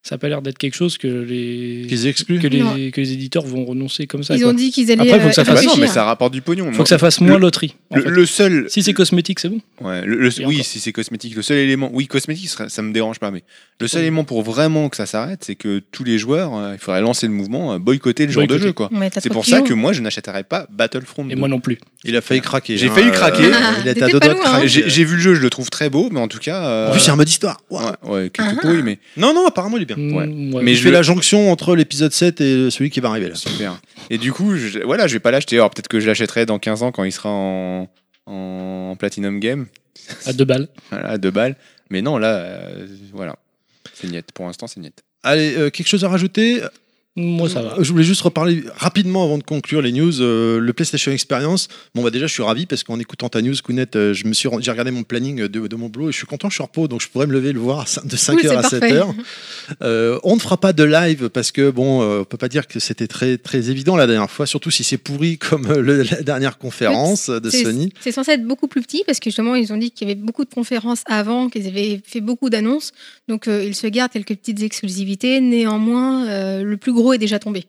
Speaker 4: ça a pas l'air d'être quelque chose que les
Speaker 3: Qu'ils excluent
Speaker 4: que les,
Speaker 5: Non.
Speaker 4: que les éditeurs vont renoncer comme ça.
Speaker 5: Ils
Speaker 4: quoi.
Speaker 5: ont dit qu'ils allaient.
Speaker 4: Après, faut que ça
Speaker 5: euh,
Speaker 6: Ah bah
Speaker 4: fasse-
Speaker 6: non, mais
Speaker 5: réfléchir.
Speaker 6: ça rapporte du pognon.
Speaker 4: faut que ça fasse moins loterie. en
Speaker 6: Le,
Speaker 4: fait.
Speaker 6: le seul.
Speaker 4: Si c'est cosmétique, c'est bon.
Speaker 6: Ouais, le- le-
Speaker 4: Et
Speaker 6: oui,
Speaker 4: encore.
Speaker 6: si c'est cosmétique, le seul élément, oui, cosmétique, ça, ça me dérange pas, mais le seul
Speaker 4: Oui.
Speaker 6: élément pour vraiment que ça s'arrête, c'est que tous les joueurs, euh, il faudrait lancer le mouvement, euh, boycotter le genre de
Speaker 4: Boycotter.
Speaker 6: jeu, quoi.
Speaker 5: Ouais, t'as
Speaker 6: C'est
Speaker 5: trop
Speaker 6: pour
Speaker 5: de
Speaker 6: ça
Speaker 5: kilos.
Speaker 6: que moi, je n'achèterais pas Battlefront.
Speaker 4: Et
Speaker 6: 2.
Speaker 4: moi non plus.
Speaker 3: Il a failli craquer.
Speaker 6: J'ai
Speaker 3: hein,
Speaker 6: failli
Speaker 3: euh,
Speaker 6: craquer.
Speaker 3: il était à
Speaker 5: T'étais
Speaker 3: deux
Speaker 5: pas
Speaker 3: doigts de
Speaker 5: loin, hein.
Speaker 3: craquer.
Speaker 6: J'ai j'ai vu le jeu, je le trouve très beau, mais en tout cas. euh,
Speaker 3: En plus, c'est un mode histoire. Waouh.
Speaker 6: ouais, ouais, quelques
Speaker 5: Ah.
Speaker 6: couilles, mais
Speaker 3: Non, non, apparemment, il est bien.
Speaker 6: Ouais.
Speaker 4: Mm, ouais.
Speaker 6: Mais
Speaker 3: Mais
Speaker 6: je
Speaker 3: je fais
Speaker 6: le-
Speaker 3: la jonction entre l'épisode 7 et celui qui va arriver
Speaker 4: ah.
Speaker 3: là.
Speaker 6: super. Et du coup, je, voilà, je vais pas l'acheter. Alors peut-être que je l'achèterai dans 15 ans quand il sera en, en Platinum Game,
Speaker 4: à deux balles.
Speaker 6: voilà, à deux balles. Mais non, là, euh, voilà. C'est niette. Pour l'instant, c'est niette.
Speaker 3: Allez, euh, quelque chose à rajouter
Speaker 4: Moi ça va.
Speaker 3: Je voulais juste reparler rapidement avant de conclure les news. euh, le PlayStation Experience. Bon, bah déjà, je suis ravi parce qu'en écoutant ta news, Kounet, euh, je me suis, ren- j'ai regardé mon planning de, de mon boulot et je suis content, je suis en repos, donc je pourrais me lever le voir à cin- de 5h
Speaker 5: Cool, c'est
Speaker 3: à
Speaker 5: parfait.
Speaker 3: 7h. Euh, on ne fera pas de live parce que bon, euh, on peut pas dire que c'était très très évident la dernière fois, surtout si c'est pourri comme euh, le- la dernière conférence euh, de
Speaker 5: C'est-
Speaker 3: Sony.
Speaker 5: C'est censé être beaucoup plus petit parce que justement, ils ont dit qu'il y avait beaucoup de conférences avant, qu'ils avaient fait beaucoup d'annonces. Donc, euh, ils se gardent quelques petites exclusivités. Néanmoins, euh, le plus gros est déjà tombé.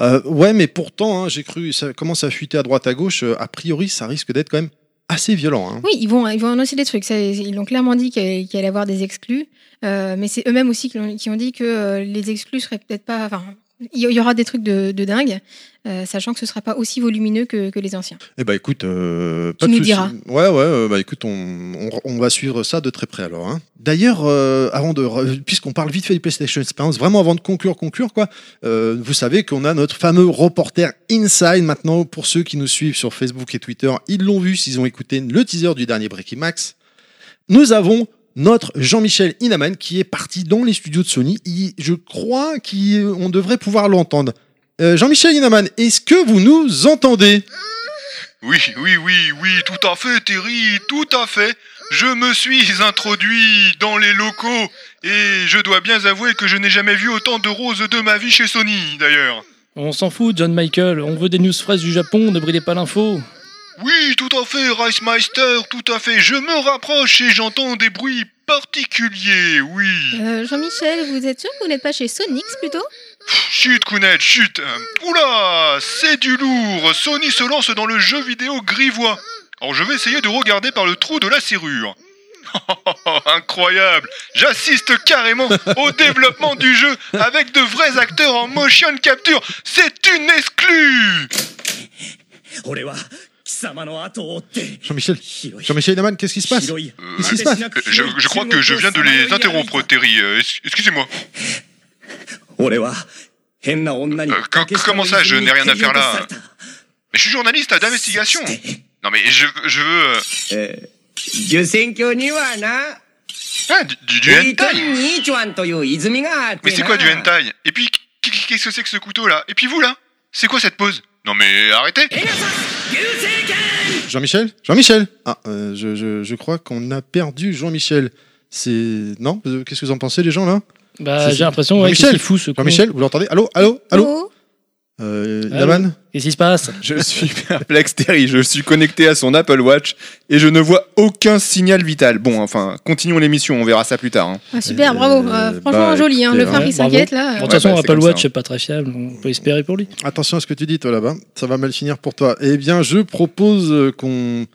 Speaker 3: Euh, ouais, mais pourtant, hein, j'ai cru, ça commence à fuiter à droite à gauche. euh, a priori, ça risque d'être quand même assez violent. hein.
Speaker 5: Oui, ils vont, ils vont annoncer des trucs. Ça, ils l'ont clairement dit qu'il allait- qu'il allait y avoir des exclus. Euh, mais c'est eux-mêmes aussi qui, l'ont- qui ont dit que euh, les exclus seraient peut-être pas. Enfin, il y- il y aura des trucs de, de dingue, euh, sachant que ce sera pas aussi volumineux que, que les anciens.
Speaker 3: Eh bah écoute, euh, pas de
Speaker 5: nous
Speaker 3: soucis.
Speaker 5: diras.
Speaker 3: Ouais, ouais, euh, bah écoute, on, on- on va suivre ça de très près alors. hein. D'ailleurs, euh, avant de, re- puisqu'on parle vite fait du PlayStation Experience, vraiment avant de conclure, conclure quoi, euh, vous savez qu'on a notre fameux reporter Inside maintenant pour ceux qui nous suivent sur Facebook et Twitter, ils l'ont vu s'ils ont écouté le teaser du dernier Breaking Max. Nous avons notre Jean-Michel Inaman qui est parti dans les studios de Sony. Il- je crois qu'on devrait pouvoir l'entendre. Euh, Jean-Michel Inaman, est-ce que vous nous entendez
Speaker 7: Oui, oui, oui, oui, tout à fait, Terry, tout à fait. Je me suis introduit dans les locaux et je dois bien avouer que je n'ai jamais vu autant de roses de ma vie chez Sony, d'ailleurs.
Speaker 4: On s'en fout, John Michael. On veut des news fraises du Japon. Ne bridez pas l'info.
Speaker 7: Oui, tout à fait, Ricemeister, tout à fait. Je me rapproche et j'entends des bruits particuliers, oui.
Speaker 5: Euh, Jean-Michel, vous êtes sûr que vous n'êtes pas chez Sonix plutôt
Speaker 7: Chut, Kounet, chut. Euh, Oula, c'est du lourd. Sony se lance dans le jeu vidéo grivois. Alors je vais essayer de regarder par le trou de la serrure. Incroyable J'assiste carrément au développement du jeu avec de vrais acteurs en motion capture. C'est une exclue
Speaker 3: Jean-Michel, Jean-Michel Inaman, qu'est-ce qui se passe Qu'est-ce qui se passe
Speaker 7: Euh, je, je crois que je viens de les interrompre, Terry. Euh, es- Excusez-moi. Euh, co- comment ça, je n'ai rien à faire là Mais je suis journaliste d'investigation. Non mais je, je veux... euh,
Speaker 8: 受選挙にはな、
Speaker 7: Ah, du, du, du
Speaker 8: 一
Speaker 7: hentai
Speaker 8: ンにちょんという泉があって
Speaker 7: Mais
Speaker 8: な
Speaker 7: c'est quoi du hentai Et puis, qu- qu- qu'est-ce que c'est que ce couteau là Et puis vous là C'est quoi cette pose Non mais arrêtez
Speaker 3: Jean-Michel Jean-Michel Ah, euh, je, je- je crois qu'on a perdu Jean-Michel. C'est. Non Euh, Qu'est-ce que vous en pensez, les gens, là
Speaker 4: Bah,
Speaker 3: C'est-
Speaker 4: j'ai l'impression, ouais,
Speaker 3: Jean-Michel,
Speaker 4: qu'est-ce qu'il fout ce con
Speaker 3: Jean-Mical, vous l'entendez Allô Allô Allô
Speaker 5: Oh,
Speaker 3: euh,
Speaker 4: Allô
Speaker 3: Yaman
Speaker 4: Qu'est-ce qui se
Speaker 5: Ah
Speaker 4: passe
Speaker 6: Je suis perplexe, Terry. Je suis connecté à son Apple Watch et je ne vois aucun signal vital. Bon, enfin, continuons l'émission, on verra ça plus tard. hein.
Speaker 5: ah, super, bravo.
Speaker 3: Euh,
Speaker 5: Euh, franchement,
Speaker 6: bah,
Speaker 5: joli. Hein, le
Speaker 3: écoutez,
Speaker 5: frère
Speaker 4: ouais,
Speaker 5: qui s'inquiète là.
Speaker 4: Bon, De
Speaker 5: euh,
Speaker 4: toute façon,
Speaker 6: bah, c'est
Speaker 4: Apple
Speaker 6: comme
Speaker 4: Watch,
Speaker 6: ça, hein.
Speaker 4: c'est pas très fiable, on peut espérer pour lui.
Speaker 3: Attention à ce que tu dis, toi, là-bas. Ça va mal finir pour toi. Eh bien, je propose euh, qu'on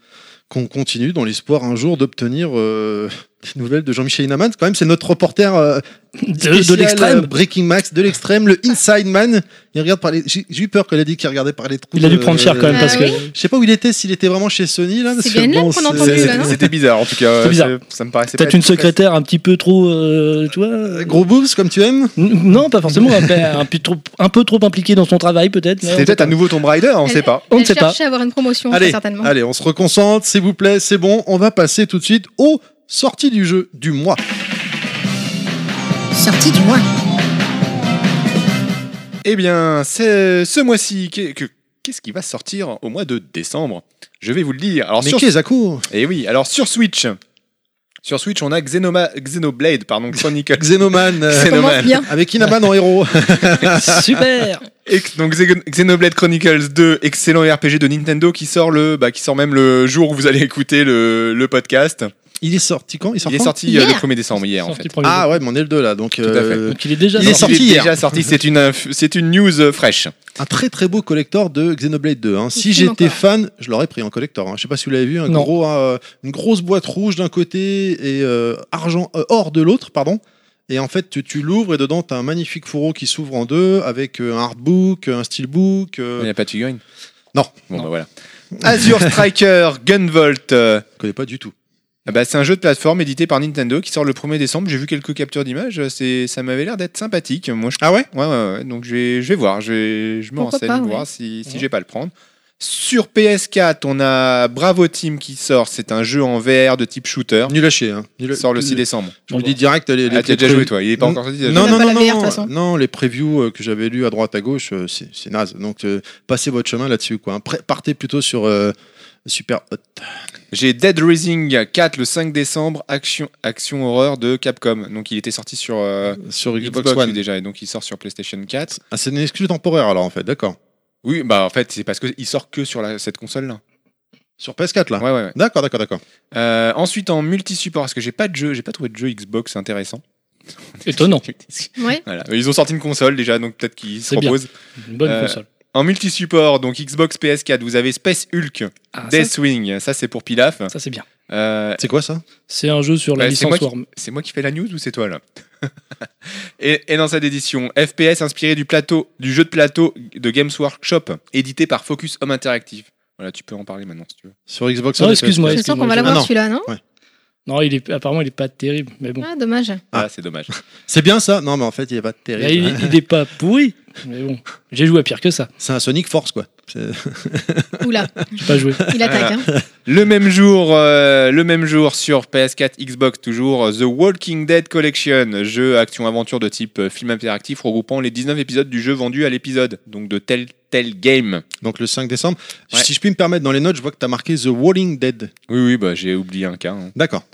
Speaker 3: qu'on continue dans l'espoir un jour d'obtenir euh, des nouvelles de Jean-Michel Inaman. Quand même, c'est notre reporter euh,
Speaker 4: De, de
Speaker 3: spécial, euh,
Speaker 4: l'extrême
Speaker 3: Breaking Max, de l'extrême, le Inside Man. Il regarde par les... J'ai j'ai eu peur qu'elle a dit qu'il regardait par les trous.
Speaker 4: Il a dû
Speaker 3: euh,
Speaker 4: prendre cher quand même,
Speaker 5: euh,
Speaker 6: Ah
Speaker 4: parce que.
Speaker 5: oui.
Speaker 3: Je sais pas où il était, s'il était vraiment chez Sony là.
Speaker 5: C'est
Speaker 3: parce que
Speaker 5: Gaënlap qu'on
Speaker 3: c'est-
Speaker 5: entend plus, là, non
Speaker 6: C'était bizarre en tout cas.
Speaker 4: C'est bizarre.
Speaker 6: c'est- Ça me paraissait.
Speaker 4: Peut-être
Speaker 6: pas
Speaker 4: une
Speaker 6: être très-
Speaker 4: secrétaire un petit peu trop. euh, tu vois euh,
Speaker 3: Euh, Gros boobs comme tu aimes.
Speaker 4: n- Non, pas forcément. un, peu- un peu trop, un peu trop impliqué dans son travail, peut-être. mais on
Speaker 6: C'était
Speaker 4: sait
Speaker 6: peut-être
Speaker 4: pas.
Speaker 6: un nouveau Tomb Raider, on
Speaker 5: euh, Elle-
Speaker 6: sait pas.
Speaker 4: on ne
Speaker 5: elle
Speaker 4: sait pas.
Speaker 5: cherchait à avoir une promotion, très
Speaker 3: Allez,
Speaker 5: certainement.
Speaker 3: allez, on se reconcentre, s'il vous plaît, c'est bon. On va passer tout de suite aux sorties du jeu du mois.
Speaker 1: Sortie du mois.
Speaker 6: Eh bien, c'est ce mois-ci. qu'est- que- Qu'est-ce qui va sortir au mois de décembre Je vais vous le dire. Alors,
Speaker 3: Mais
Speaker 6: Oh, sur
Speaker 3: qu'est-ce à court
Speaker 6: Et oui, alors sur Switch. Sur Switch, on a Xenoma, Xenoblade, pardon, Chronicle.
Speaker 3: Xenoman euh,
Speaker 5: Ça commence
Speaker 6: Xenoman.
Speaker 5: bien.
Speaker 3: avec Inaman en héros.
Speaker 4: Super
Speaker 6: Ex- donc Xen- Xenoblade Chronicles 2, excellent RPG de Nintendo qui sort le, bah, qui sort même le jour où vous allez écouter le, le podcast.
Speaker 3: Il est sorti quand Il, sort
Speaker 6: Il est
Speaker 3: quand
Speaker 6: sorti
Speaker 5: Hier.
Speaker 6: euh, le 1er décembre hier en
Speaker 4: Sorti
Speaker 6: fait.
Speaker 4: premier
Speaker 3: Ah ouais, mais on est le 2 là, donc
Speaker 6: à fait.
Speaker 3: euh,
Speaker 4: Donc il est déjà
Speaker 3: il est
Speaker 4: sorti.
Speaker 3: sorti hier.
Speaker 6: déjà sorti. C'est une, inf- c'est une news euh, fraîche.
Speaker 3: un très très beau collector de Xenoblade 2. hein. Si
Speaker 5: Il fume
Speaker 3: j'étais
Speaker 5: encore.
Speaker 3: fan, je l'aurais pris en collector. hein. Je sais pas si vous l'avez vu, un
Speaker 4: Non.
Speaker 3: gros, euh, une grosse boîte rouge d'un côté et euh, argent euh, or de l'autre, pardon. Et en fait, tu, tu l'ouvres et dedans, tu as un magnifique fourreau qui s'ouvre en deux avec euh, un artbook, un steelbook. euh,
Speaker 6: Il n'y a pas de figurine
Speaker 3: Non.
Speaker 6: Bon, bah voilà. Azure Striker Gunvolt. euh,
Speaker 3: Je connais pas du tout.
Speaker 6: ah bah, c'est un jeu de plateforme édité par Nintendo qui sort le 1er décembre. J'ai vu quelques captures d'images. euh, c'est- Ça m'avait l'air d'être sympathique. Moi, je...
Speaker 3: Ah ouais
Speaker 6: Ouais, ouais, ouais. Donc, je vais, je vais voir. Je, vais- je me
Speaker 5: Pourquoi
Speaker 6: renseigne,
Speaker 5: pas,
Speaker 6: voir
Speaker 5: ouais.
Speaker 6: si, si
Speaker 4: Ouais.
Speaker 6: je vais pas le prendre. Sur PS4, on a Bravo Team qui sort. C'est un jeu en VR de type shooter.
Speaker 3: Nul à chier. Hein. Nul à-
Speaker 6: Il sort le 6 décembre.
Speaker 3: Je vous dis direct. Les, les-
Speaker 6: Ah, t'y as
Speaker 3: les
Speaker 6: déjà
Speaker 3: pré-
Speaker 6: joué, toi. Il est pas encore sorti. déjà
Speaker 3: Non,
Speaker 5: On
Speaker 3: non,
Speaker 5: n'a
Speaker 3: non,
Speaker 5: pas la VR, de toute
Speaker 3: non,
Speaker 5: façon.
Speaker 3: non, les previews euh, que j'avais lues à droite à gauche, euh, c'est c'est naze. Donc, euh, passez votre chemin là-dessus. quoi. hein. Pré- Partez plutôt sur euh, Super Hot.
Speaker 6: J'ai Dead Rising 4 le 5 décembre, action, action horreur de Capcom. Donc, il était sorti sur euh,
Speaker 3: Sur
Speaker 6: Xbox,
Speaker 3: Xbox One.
Speaker 6: lui, déjà. Et donc, il sort sur PlayStation 4.
Speaker 3: Ah, c'est une excuse temporaire alors en fait, d'accord.
Speaker 6: Oui, bah en fait, c'est parce qu'il sort que sur la- cette console-là.
Speaker 3: Sur PS4 là.
Speaker 6: Ouais, ouais, ouais.
Speaker 3: D'accord, d'accord, d'accord.
Speaker 6: Euh, ensuite, en multi-support, parce que j'ai pas de jeu, j'ai pas trouvé de jeu Xbox intéressant.
Speaker 4: Étonnant.
Speaker 5: Ouais.
Speaker 6: Voilà. Euh, Ils ont sorti une console déjà, donc peut-être qu'ils se
Speaker 4: C'est bien.
Speaker 6: proposent.
Speaker 4: Une bonne
Speaker 6: Euh,
Speaker 4: console.
Speaker 6: En multi-support, donc Xbox PS4, vous avez Space Hulk,
Speaker 4: Ah, ça,
Speaker 6: Deathwing, ça c'est pour Pilaf.
Speaker 4: ça, c'est bien.
Speaker 6: Euh,
Speaker 3: C'est quoi ça
Speaker 4: C'est un jeu sur la
Speaker 6: Bah, c'est moi
Speaker 4: licence
Speaker 6: qui-
Speaker 4: Worm.
Speaker 6: c'est moi qui fais la news ou c'est toi là et, et dans cette édition, FPS inspiré du, plateau, du jeu de plateau de Games Workshop, édité par Focus Home Interactive. Voilà, tu peux en parler maintenant si tu veux.
Speaker 3: Sur Xbox
Speaker 4: Non,
Speaker 3: One et
Speaker 4: excuse-moi.
Speaker 5: Je
Speaker 4: excuse-moi,
Speaker 5: sens qu'on va
Speaker 4: je-
Speaker 3: Ah,
Speaker 5: l'avoir
Speaker 3: non.
Speaker 5: celui-là, non
Speaker 4: Non, il est, apparemment, il est pas terrible, mais bon.
Speaker 5: Ah, dommage.
Speaker 3: Ah.
Speaker 6: Ah, c'est dommage.
Speaker 3: PS4. C'est bien ça Non, mais en fait, il est pas
Speaker 4: Bah,
Speaker 3: terrible. hein.
Speaker 4: il, il est pas pourri, mais bon. J'ai joué à pire que ça.
Speaker 3: C'est un Sonic Force quoi. C'est-
Speaker 5: Oula,
Speaker 4: J'ai pas joué.
Speaker 5: il attaque. hein.
Speaker 6: Le même jour, euh, le même jour sur PS4, Xbox toujours, euh, The Walking Dead Collection, jeu action-aventure de type euh, film interactif regroupant les 19 épisodes du jeu vendu à l'épisode, donc de tel tel game.
Speaker 3: Donc le 5 décembre.
Speaker 6: Ouais.
Speaker 3: Si je puis me permettre, dans les notes, je vois que t'as marqué The Walling Dead.
Speaker 6: Oui, oui, bah, j'ai oublié un cas. hein.
Speaker 3: D'accord.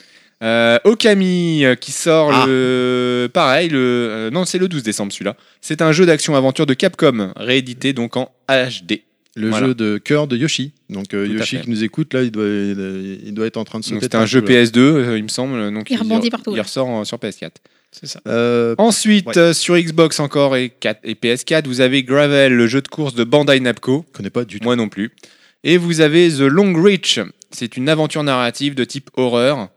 Speaker 6: Euh, Okami euh, qui sort
Speaker 3: Ah.
Speaker 6: le pareil le euh, non c'est le 12 décembre celui-là. C'est un jeu d'action-aventure de Capcom réédité donc en HD.
Speaker 3: Le
Speaker 6: Voilà.
Speaker 3: jeu de cœur de Yoshi. Donc euh,
Speaker 6: Tout à
Speaker 3: Yoshi
Speaker 6: fait.
Speaker 3: qui nous écoute là, il doit, il, il doit être en train de se.
Speaker 6: Donc,
Speaker 3: péter
Speaker 6: C'est un jeu
Speaker 3: peu, là.
Speaker 6: PS2 euh, il me semble donc
Speaker 5: Il rebondit partout,
Speaker 6: Il
Speaker 5: ouais.
Speaker 6: ressort en- sur PS4.
Speaker 4: C'est ça.
Speaker 3: Euh,
Speaker 6: Ensuite,
Speaker 3: Ouais.
Speaker 6: euh, sur Xbox encore et, 4 et PS4, vous avez Gravel, le jeu de course de Bandai Namco.
Speaker 3: je connais pas du tout.
Speaker 6: Moi non plus. Et vous avez The Long Reach. C'est une aventure narrative de type horreur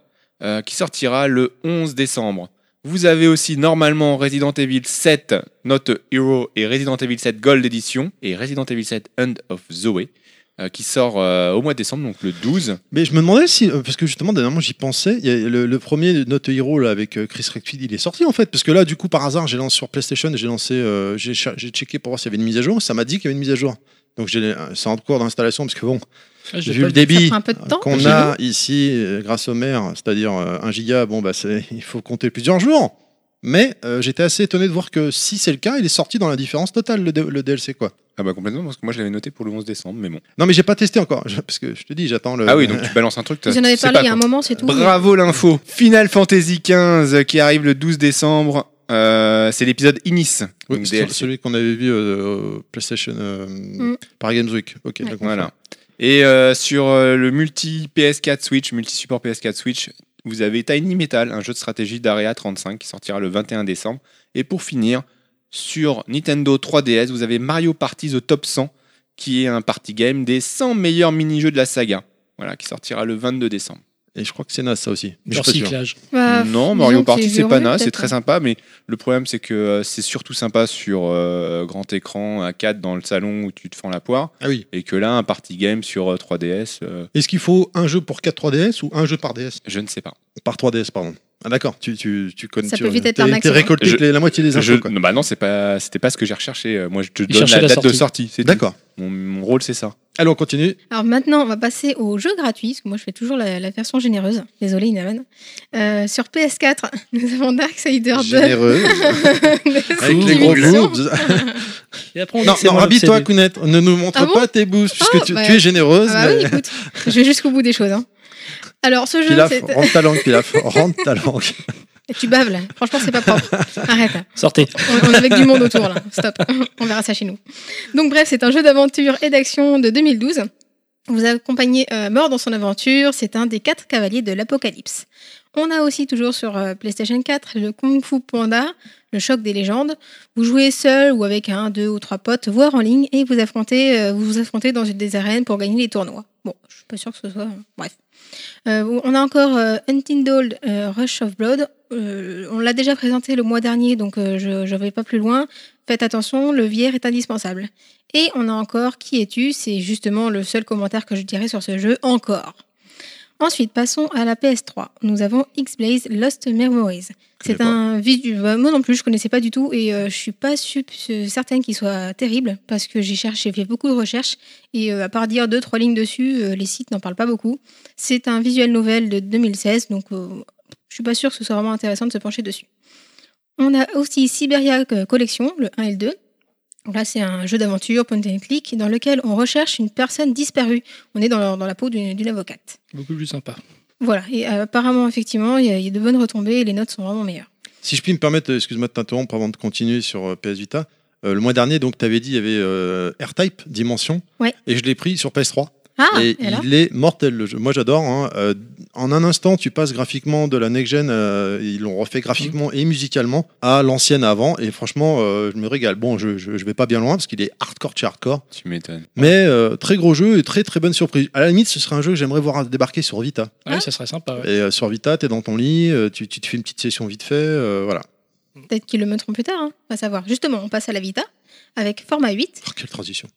Speaker 6: euh, qui sortira le 11 décembre. Vous avez aussi normalement Resident Evil 7, Not a Hero et Resident Evil 7 Gold Edition et Resident Evil 7 End of Zoe euh, qui sort euh, au mois de décembre, donc le 12.
Speaker 3: Mais je me demandais si, euh, parce que justement dernièrement j'y pensais, il y a le, le premier Note Hero là avec euh, Chris Redfield, il est sorti en fait, parce que là du coup par hasard j'ai lancé sur PlayStation, j'ai lancé, euh, j'ai cha- j'ai checké pour voir s'il y avait une mise à jour, ça m'a dit qu'il y avait une mise à jour. Donc j'ai- euh, c'est en cours d'installation parce que bon,
Speaker 4: Ah, j'ai
Speaker 3: vu
Speaker 4: pas
Speaker 3: le
Speaker 4: vu.
Speaker 3: débit
Speaker 5: prend un peu de temps,
Speaker 3: qu'on
Speaker 5: chez
Speaker 3: a ici euh, grâce au maire, c'est-à-dire euh, 1 giga, bon bah c'est- il faut compter plusieurs jours. Mais euh, j'étais assez étonné de voir que si c'est le cas, il est sorti dans l'indifférence totale le, D- le DLC quoi.
Speaker 6: Ah bah complètement, parce que moi je l'avais noté pour le 11 décembre, mais bon.
Speaker 3: Non mais j'ai pas testé encore je- parce que je te dis j'attends le.
Speaker 6: Ah oui, donc tu balances un truc. t'as-
Speaker 5: Vous en avez
Speaker 6: tu sais
Speaker 5: parlé
Speaker 6: pas,
Speaker 5: il y a un
Speaker 6: quoi.
Speaker 5: moment, c'est tout.
Speaker 6: Bravo l'info. Final Fantasy XV qui arrive le 12 décembre. euh, c'est l'épisode Inis.
Speaker 3: Oui,
Speaker 6: donc
Speaker 3: c'est
Speaker 6: DLC.
Speaker 3: celui qu'on avait vu euh, au PlayStation euh, par Games Week. Ok.
Speaker 5: Mm. Ouais.
Speaker 3: d'accord.
Speaker 6: Voilà. Et euh, sur euh, le multi PS4 Switch, multi support PS4 Switch, vous avez Tiny Metal, un jeu de stratégie d'Area 35 qui sortira le 21 décembre. Et pour finir, sur Nintendo 3DS, vous avez Mario Party The Top 100, qui est un party game des 100 meilleurs mini-jeux de la saga. Voilà, qui sortira le 22 décembre.
Speaker 3: Et je crois que c'est NAS ça aussi. Mais je
Speaker 4: Genre
Speaker 3: suis pas sûr.
Speaker 4: cyclage.
Speaker 5: Bah,
Speaker 6: non,
Speaker 5: disons
Speaker 6: Mario
Speaker 5: que
Speaker 6: Party, c'est pas
Speaker 5: verrouillé,
Speaker 6: naze, c'est
Speaker 5: peut-être,
Speaker 6: très
Speaker 5: hein.
Speaker 6: sympa, mais le problème, c'est que euh, c'est surtout sympa sur euh, grand écran à 4 dans le salon où tu te fends la poire,
Speaker 3: Ah oui.
Speaker 6: et que là, un party game sur euh, 3DS, euh,
Speaker 3: Est-ce qu'il faut un jeu pour 4 3DS ou un jeu par DS
Speaker 6: je ne sais pas.
Speaker 3: Par 3DS, pardon. Ah d'accord, tu, tu, tu connais.
Speaker 5: Ça
Speaker 3: tu-
Speaker 5: peut vite être
Speaker 3: t'es-
Speaker 5: l'arnaque,
Speaker 3: t'es
Speaker 5: ça.
Speaker 3: récolté
Speaker 6: Je-
Speaker 3: les- la moitié des
Speaker 6: Je-
Speaker 3: infos. quoi.
Speaker 6: non, bah non, c'est pas, c'était pas ce que j'ai recherché. Euh, Moi, je te
Speaker 4: Il
Speaker 6: donne
Speaker 4: cherchait
Speaker 6: la
Speaker 4: la
Speaker 6: date de
Speaker 4: sortie.
Speaker 6: sortie. c'est tout.
Speaker 3: D'accord.
Speaker 6: Mon, mon rôle, c'est ça.
Speaker 3: Allez, on continue.
Speaker 5: Alors maintenant, on va passer aux jeux gratuits, parce que moi je fais toujours la, la version généreuse. Désolé, Inaman. Euh, sur PS4, nous avons Darksider 2.
Speaker 3: Généreux. Avec les gros
Speaker 5: Ah
Speaker 3: boobs.
Speaker 4: Et après, on
Speaker 3: non,
Speaker 4: dit, c'est
Speaker 3: non
Speaker 4: moi
Speaker 3: rabis-toi,
Speaker 4: l'obsédé.
Speaker 3: Kounet. Ne nous montre
Speaker 5: Ah bon
Speaker 3: pas tes boobs puisque
Speaker 5: Oh,
Speaker 3: tu,
Speaker 5: bah-
Speaker 3: tu es généreuse.
Speaker 5: Ah bah oui,
Speaker 3: mais-
Speaker 5: écoute, je vais jusqu'au bout des choses. hein. Alors ce jeu,
Speaker 3: Pilaf,
Speaker 5: c'est-
Speaker 3: rentre ta langue, Pilaf. Rentre ta langue.
Speaker 5: tu baves là. Franchement, c'est pas propre. Arrête.
Speaker 4: Sortez.
Speaker 5: On, on est avec du monde autour là. Stop. On verra ça chez nous. Donc bref, c'est un jeu d'aventure et d'action de 2012. Vous accompagnez euh, Mort dans son aventure. C'est un des quatre cavaliers de l'Apocalypse. On a aussi toujours sur euh, PlayStation 4 le Kung Fu Panda, le choc des légendes. Vous jouez seul ou avec un, deux ou trois potes, voire en ligne, et vous affrontez, euh, vous vous affrontez dans une des arènes pour gagner les tournois. Bon, je suis pas sûre que ce soit. hein. Bref. Euh, on a encore euh, Hunting Doll euh, Rush of Blood. Euh, on l'a déjà présenté le mois dernier, donc euh, je ne vais pas plus loin. Faites attention, le VR est indispensable. Et on a encore Qui es-tu C'est justement le seul commentaire que je dirais sur ce jeu encore. Ensuite, passons à la PS3. Nous avons X-Blaze Lost Memories. C'est
Speaker 6: pas.
Speaker 5: un visuel. moi non plus, je connaissais pas du tout et euh, je suis pas su- su- certaine qu'il soit terrible parce que j'ai cherché, j'ai fait beaucoup de recherches et euh, à part dire deux trois lignes dessus, euh, les sites n'en parlent pas beaucoup. C'est un visuel novel de 2016, donc euh, je suis pas sûre que ce soit vraiment intéressant de se pencher dessus. On a aussi Siberia euh, Collection, le 1 et le 2. Donc là, c'est un jeu d'aventure, point and click, dans lequel on recherche une personne disparue. On est dans, la- dans la peau d'une d'une avocate.
Speaker 4: Beaucoup plus sympa.
Speaker 5: Voilà, et euh, apparemment, effectivement, il y, a- il y a de bonnes retombées et les notes sont vraiment meilleures.
Speaker 3: Si je puis me permettre, euh, excuse-moi de t'interrompre avant de continuer sur euh, PS Vita. euh, le mois dernier, donc, tu avais dit il y avait euh, R-Type Dimension.
Speaker 5: Ouais.
Speaker 3: Et je l'ai pris sur PS3.
Speaker 5: Ah,
Speaker 3: et
Speaker 5: et alors
Speaker 3: il est mortel le jeu. Moi j'adore. hein. Euh, en un instant, tu passes graphiquement de la next gen, euh, ils l'ont refait graphiquement et musicalement à l'ancienne avant. Et franchement, euh, je me régale. Bon, je, je, je vais pas bien loin parce qu'il est hardcore de chez hardcore,
Speaker 6: Tu m'étonnes.
Speaker 3: mais euh, très gros jeu et très très bonne surprise. À la limite, ce serait un jeu que j'aimerais voir débarquer sur Vita.
Speaker 4: Ah oui, ça serait sympa. ouais.
Speaker 3: Et euh, sur Vita, t'es dans ton lit, euh, tu, tu te fais une petite session vite fait, euh, voilà.
Speaker 5: Peut-être qu'ils le mettront plus tard, hein, à savoir. Justement, on passe à la Vita avec format 8,
Speaker 3: Oh, quelle transition.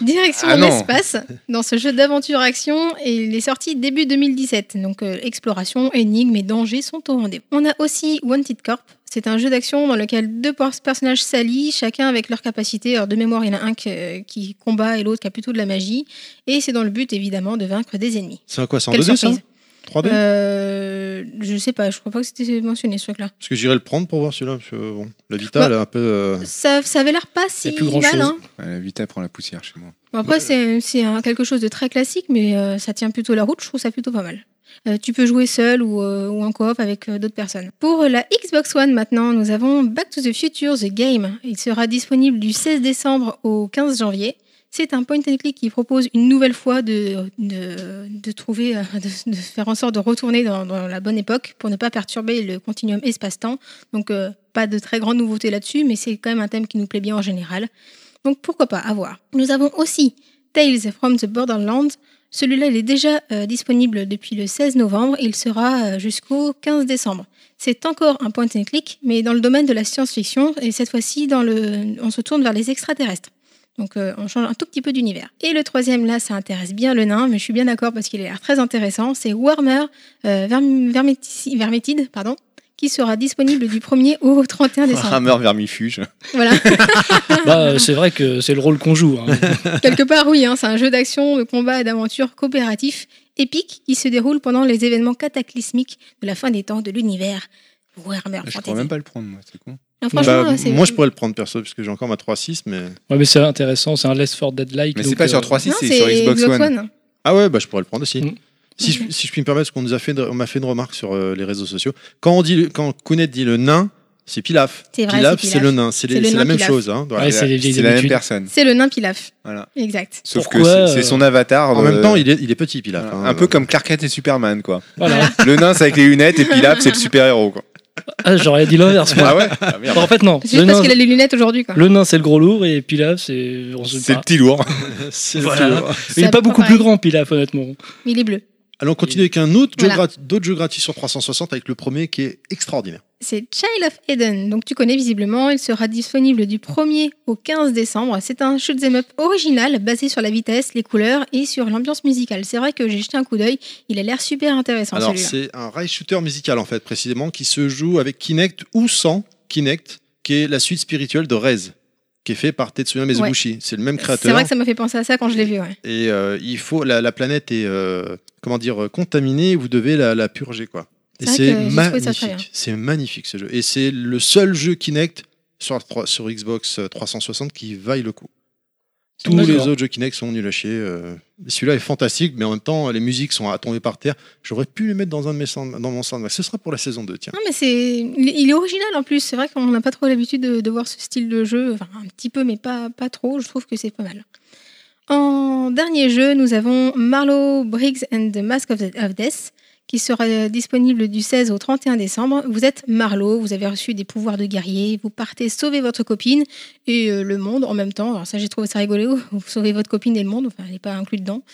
Speaker 5: direction
Speaker 6: Ah
Speaker 5: en
Speaker 6: non.
Speaker 5: espace, dans ce jeu d'aventure-action, et il est sorti début 2017. Donc euh, exploration, énigmes et dangers sont au rendez-vous. On a aussi Wanted Corp. C'est un jeu d'action dans lequel deux pers- personnages s'allient, chacun avec leur capacité. Alors de mémoire, il y en a un que- euh, qui combat et l'autre qui a plutôt de la magie. Et c'est dans le but, évidemment, de vaincre des ennemis.
Speaker 3: C'est un quoi C'est en
Speaker 5: Quelle
Speaker 3: 2D ça
Speaker 5: surprise.
Speaker 4: Ah
Speaker 3: 3D
Speaker 5: Euh, je sais pas, je crois pas que c'était mentionné ce truc-là.
Speaker 3: Parce que j'irai le prendre pour voir celui-là. parce que, bon, la Vita,
Speaker 5: Bah,
Speaker 3: elle est un peu. euh,
Speaker 5: Ça, ça avait l'air pas
Speaker 4: Y
Speaker 5: si
Speaker 4: a plus grand
Speaker 5: mal,
Speaker 4: chose.
Speaker 5: hein.
Speaker 6: Euh, Vita prend la poussière chez moi.
Speaker 5: Bon, après, c'est c'est un- quelque chose de très classique, mais euh, ça tient plutôt la route. Je trouve ça plutôt pas mal. Euh, tu peux jouer seul ou, euh, ou en coop avec euh, d'autres personnes. Pour la Xbox One maintenant, nous avons Back to the Future The Game. Il sera disponible du 16 décembre au 15 janvier. C'est un point and click qui propose une nouvelle fois de, de, de trouver, euh, de, de faire en sorte de retourner dans, dans la bonne époque pour ne pas perturber le continuum espace-temps. Donc euh, pas de très grande nouveauté là-dessus, mais c'est quand même un thème qui nous plaît bien en général. Donc pourquoi pas, à voir. Nous avons aussi Tales from the Borderlands. Celui-là, il est déjà euh, disponible depuis le 16 novembre et il sera euh, jusqu'au 15 décembre. C'est encore un point and click, mais dans le domaine de la science-fiction, et cette fois-ci, dans le... on se tourne vers les extraterrestres. Donc euh, on change un tout petit peu d'univers. Et le troisième, là, ça intéresse bien le nain, mais je suis bien d'accord parce qu'il a l'air très intéressant, c'est Warmer euh, Verm- Vermeti- Vermetide, pardon, qui sera disponible du 1er au 31 décembre.
Speaker 6: Hammer Ah, vermifuge.
Speaker 5: Voilà,
Speaker 4: Bah, euh, c'est vrai que c'est le rôle qu'on joue. hein.
Speaker 5: quelque part, oui, hein, c'est un jeu d'action, de combat et d'aventure coopératif, épique, qui se déroule pendant les événements cataclysmiques de la fin des temps de l'univers. Warhammer
Speaker 6: Je pourrais
Speaker 5: Fantasy.
Speaker 6: même pas le prendre, moi, c'est con.
Speaker 5: Non, franchement, euh,
Speaker 3: Bah,
Speaker 5: c'est-
Speaker 3: moi, je pourrais le prendre perso, puisque j'ai encore ma 3.6, mais.
Speaker 4: Ouais, mais c'est intéressant, c'est un Less for Dead like.
Speaker 6: Mais
Speaker 4: donc,
Speaker 6: c'est pas
Speaker 4: euh,
Speaker 6: sur 3.6,
Speaker 5: Non,
Speaker 6: c'est sur Xbox One.
Speaker 3: Ah ouais, bah, je pourrais le prendre aussi.
Speaker 4: Mm.
Speaker 3: Si, je, si je puis me permettre, ce qu'on nous a fait, une- on m'a fait une remarque sur euh, les réseaux sociaux. Quand on dit, quand Kounet dit le nain, c'est Pilaf.
Speaker 5: C'est vrai,
Speaker 3: Pilaf,
Speaker 5: c'est
Speaker 3: c'est
Speaker 5: Pilaf.
Speaker 3: le nain. C'est les-
Speaker 5: C'est le
Speaker 3: c'est la
Speaker 5: nain
Speaker 3: même
Speaker 5: Pilaf.
Speaker 3: chose. hein. Voilà.
Speaker 4: Ouais, c'est les vieilles
Speaker 6: C'est la même
Speaker 4: habitudes.
Speaker 6: personne.
Speaker 5: C'est le nain Pilaf.
Speaker 6: Voilà.
Speaker 5: Exact.
Speaker 6: Sauf
Speaker 4: Pourquoi,
Speaker 6: que c'est-
Speaker 4: euh,
Speaker 6: c'est son avatar.
Speaker 3: En
Speaker 6: euh,
Speaker 3: même temps, il est, il est petit, Pilaf.
Speaker 6: voilà.
Speaker 3: hein.
Speaker 6: un peu comme Clark Kent et Superman, quoi.
Speaker 4: Voilà.
Speaker 6: Le nain, c'est avec les lunettes, et puis là, c'est le super-héros, quoi.
Speaker 4: Ah, j'aurais dit l'inverse. moi.
Speaker 6: Ah ouais
Speaker 4: Enfin, en fait, non.
Speaker 5: C'est
Speaker 4: Le
Speaker 5: juste parce
Speaker 4: nain,
Speaker 5: qu'il a les lunettes aujourd'hui. quoi.
Speaker 4: le nain, c'est le gros lourd et Pilaf, c'est. on sait
Speaker 6: C'est le
Speaker 4: pas.
Speaker 6: petit lourd.
Speaker 3: C'est-
Speaker 4: Voilà.
Speaker 5: C'est
Speaker 4: Il
Speaker 5: à
Speaker 4: n'est pas
Speaker 5: peu près
Speaker 4: beaucoup
Speaker 5: pareil.
Speaker 4: plus grand, Pilaf, honnêtement.
Speaker 5: Mais il est bleu.
Speaker 3: Alors, on continue avec un autre jeu,
Speaker 5: Voilà.
Speaker 3: grat- d'autres jeux gratuits sur 360 avec le premier qui est extraordinaire.
Speaker 5: C'est Child of Eden, donc tu connais visiblement, il sera disponible du 1er au 15 décembre. C'est un shoot'em up original basé sur la vitesse, les couleurs et sur l'ambiance musicale. C'est vrai que j'ai jeté un coup d'œil, il a l'air super intéressant
Speaker 3: Alors,
Speaker 5: celui-là.
Speaker 3: c'est un rail shooter musical, en fait, précisément, qui se joue avec Kinect ou sans Kinect, qui est la suite spirituelle de Rez, qui est fait par Tetsuya Mizuguchi. C'est le même
Speaker 5: C'est
Speaker 3: créateur.
Speaker 5: vrai que ça m'a fait penser à ça quand je l'ai vu. ouais.
Speaker 3: Et euh, il faut, la, la planète est, euh, comment dire, euh, contaminée, vous devez la, la purger, quoi. Et
Speaker 5: C'est vrai
Speaker 3: c'est
Speaker 5: que j'ai trouvé ça très
Speaker 3: magnifique. C'est magnifique, ce jeu. Et c'est le seul jeu Kinect sur, la trois- sur Xbox 360 qui vaille le coup. Tous les
Speaker 4: D'accord.
Speaker 3: autres jeux Kinect sont nuls à chier. euh. Celui-là est fantastique, mais en même temps, les musiques sont à tomber par terre. J'aurais pu les mettre dans, un de mes sound- dans mon soundtrack. Ce sera pour la saison 2, tiens.
Speaker 5: Non mais c'est, il il est original en plus. C'est vrai qu'on n'a pas trop l'habitude de, de voir ce style de jeu, enfin un petit peu mais pas pas trop. Je trouve que c'est pas mal. En dernier jeu, nous avons Marlowe Briggs and the Mask of, of Death, qui sera euh, disponible du 16 au 31 décembre. Vous êtes Marlowe, vous avez reçu des pouvoirs de guerrier, vous partez sauver votre copine et euh, le monde en même temps. Alors ça, j'ai trouvé ça rigolo. Vous sauvez votre copine et le monde, enfin, elle n'est pas inclue dedans.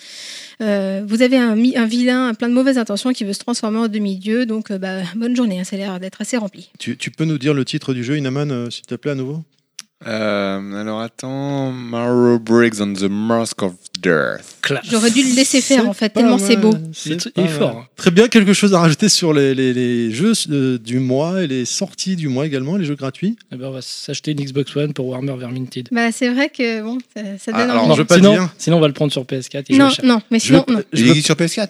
Speaker 5: Euh, vous avez un, mi- un vilain plein de mauvaises intentions qui veut se transformer en demi-dieu, donc euh, bah, bonne journée, hein, ça a l'air d'être assez rempli.
Speaker 3: Tu, tu peux nous dire le titre du jeu, Inaman, euh, s'il te plaît, à nouveau
Speaker 6: Euh, alors attends, Marrow Briggs on the Mask of Death.
Speaker 4: Classe.
Speaker 5: J'aurais dû le laisser faire en fait,
Speaker 3: pas
Speaker 5: tellement c'est
Speaker 3: mal,
Speaker 5: beau.
Speaker 4: C'est
Speaker 3: pas
Speaker 4: il est
Speaker 3: mal.
Speaker 4: fort, hein.
Speaker 3: Très bien, quelque chose à rajouter sur les, les- les jeux euh, du mois et les sorties du mois également, les jeux gratuits.
Speaker 4: Eh ben, on va s'acheter une Xbox One pour Warhammer Vermintide.
Speaker 5: Bah, c'est vrai que bon, ça, ça
Speaker 3: Ah,
Speaker 5: donne
Speaker 3: alors,
Speaker 5: envie.
Speaker 3: je vais pas
Speaker 4: sinon,
Speaker 3: dire.
Speaker 4: sinon, on va le prendre sur PS4. et je
Speaker 5: Non,
Speaker 4: l'achète.
Speaker 5: non, mais sinon, non.
Speaker 3: Je
Speaker 6: Il
Speaker 3: veux-
Speaker 6: existe sur PS4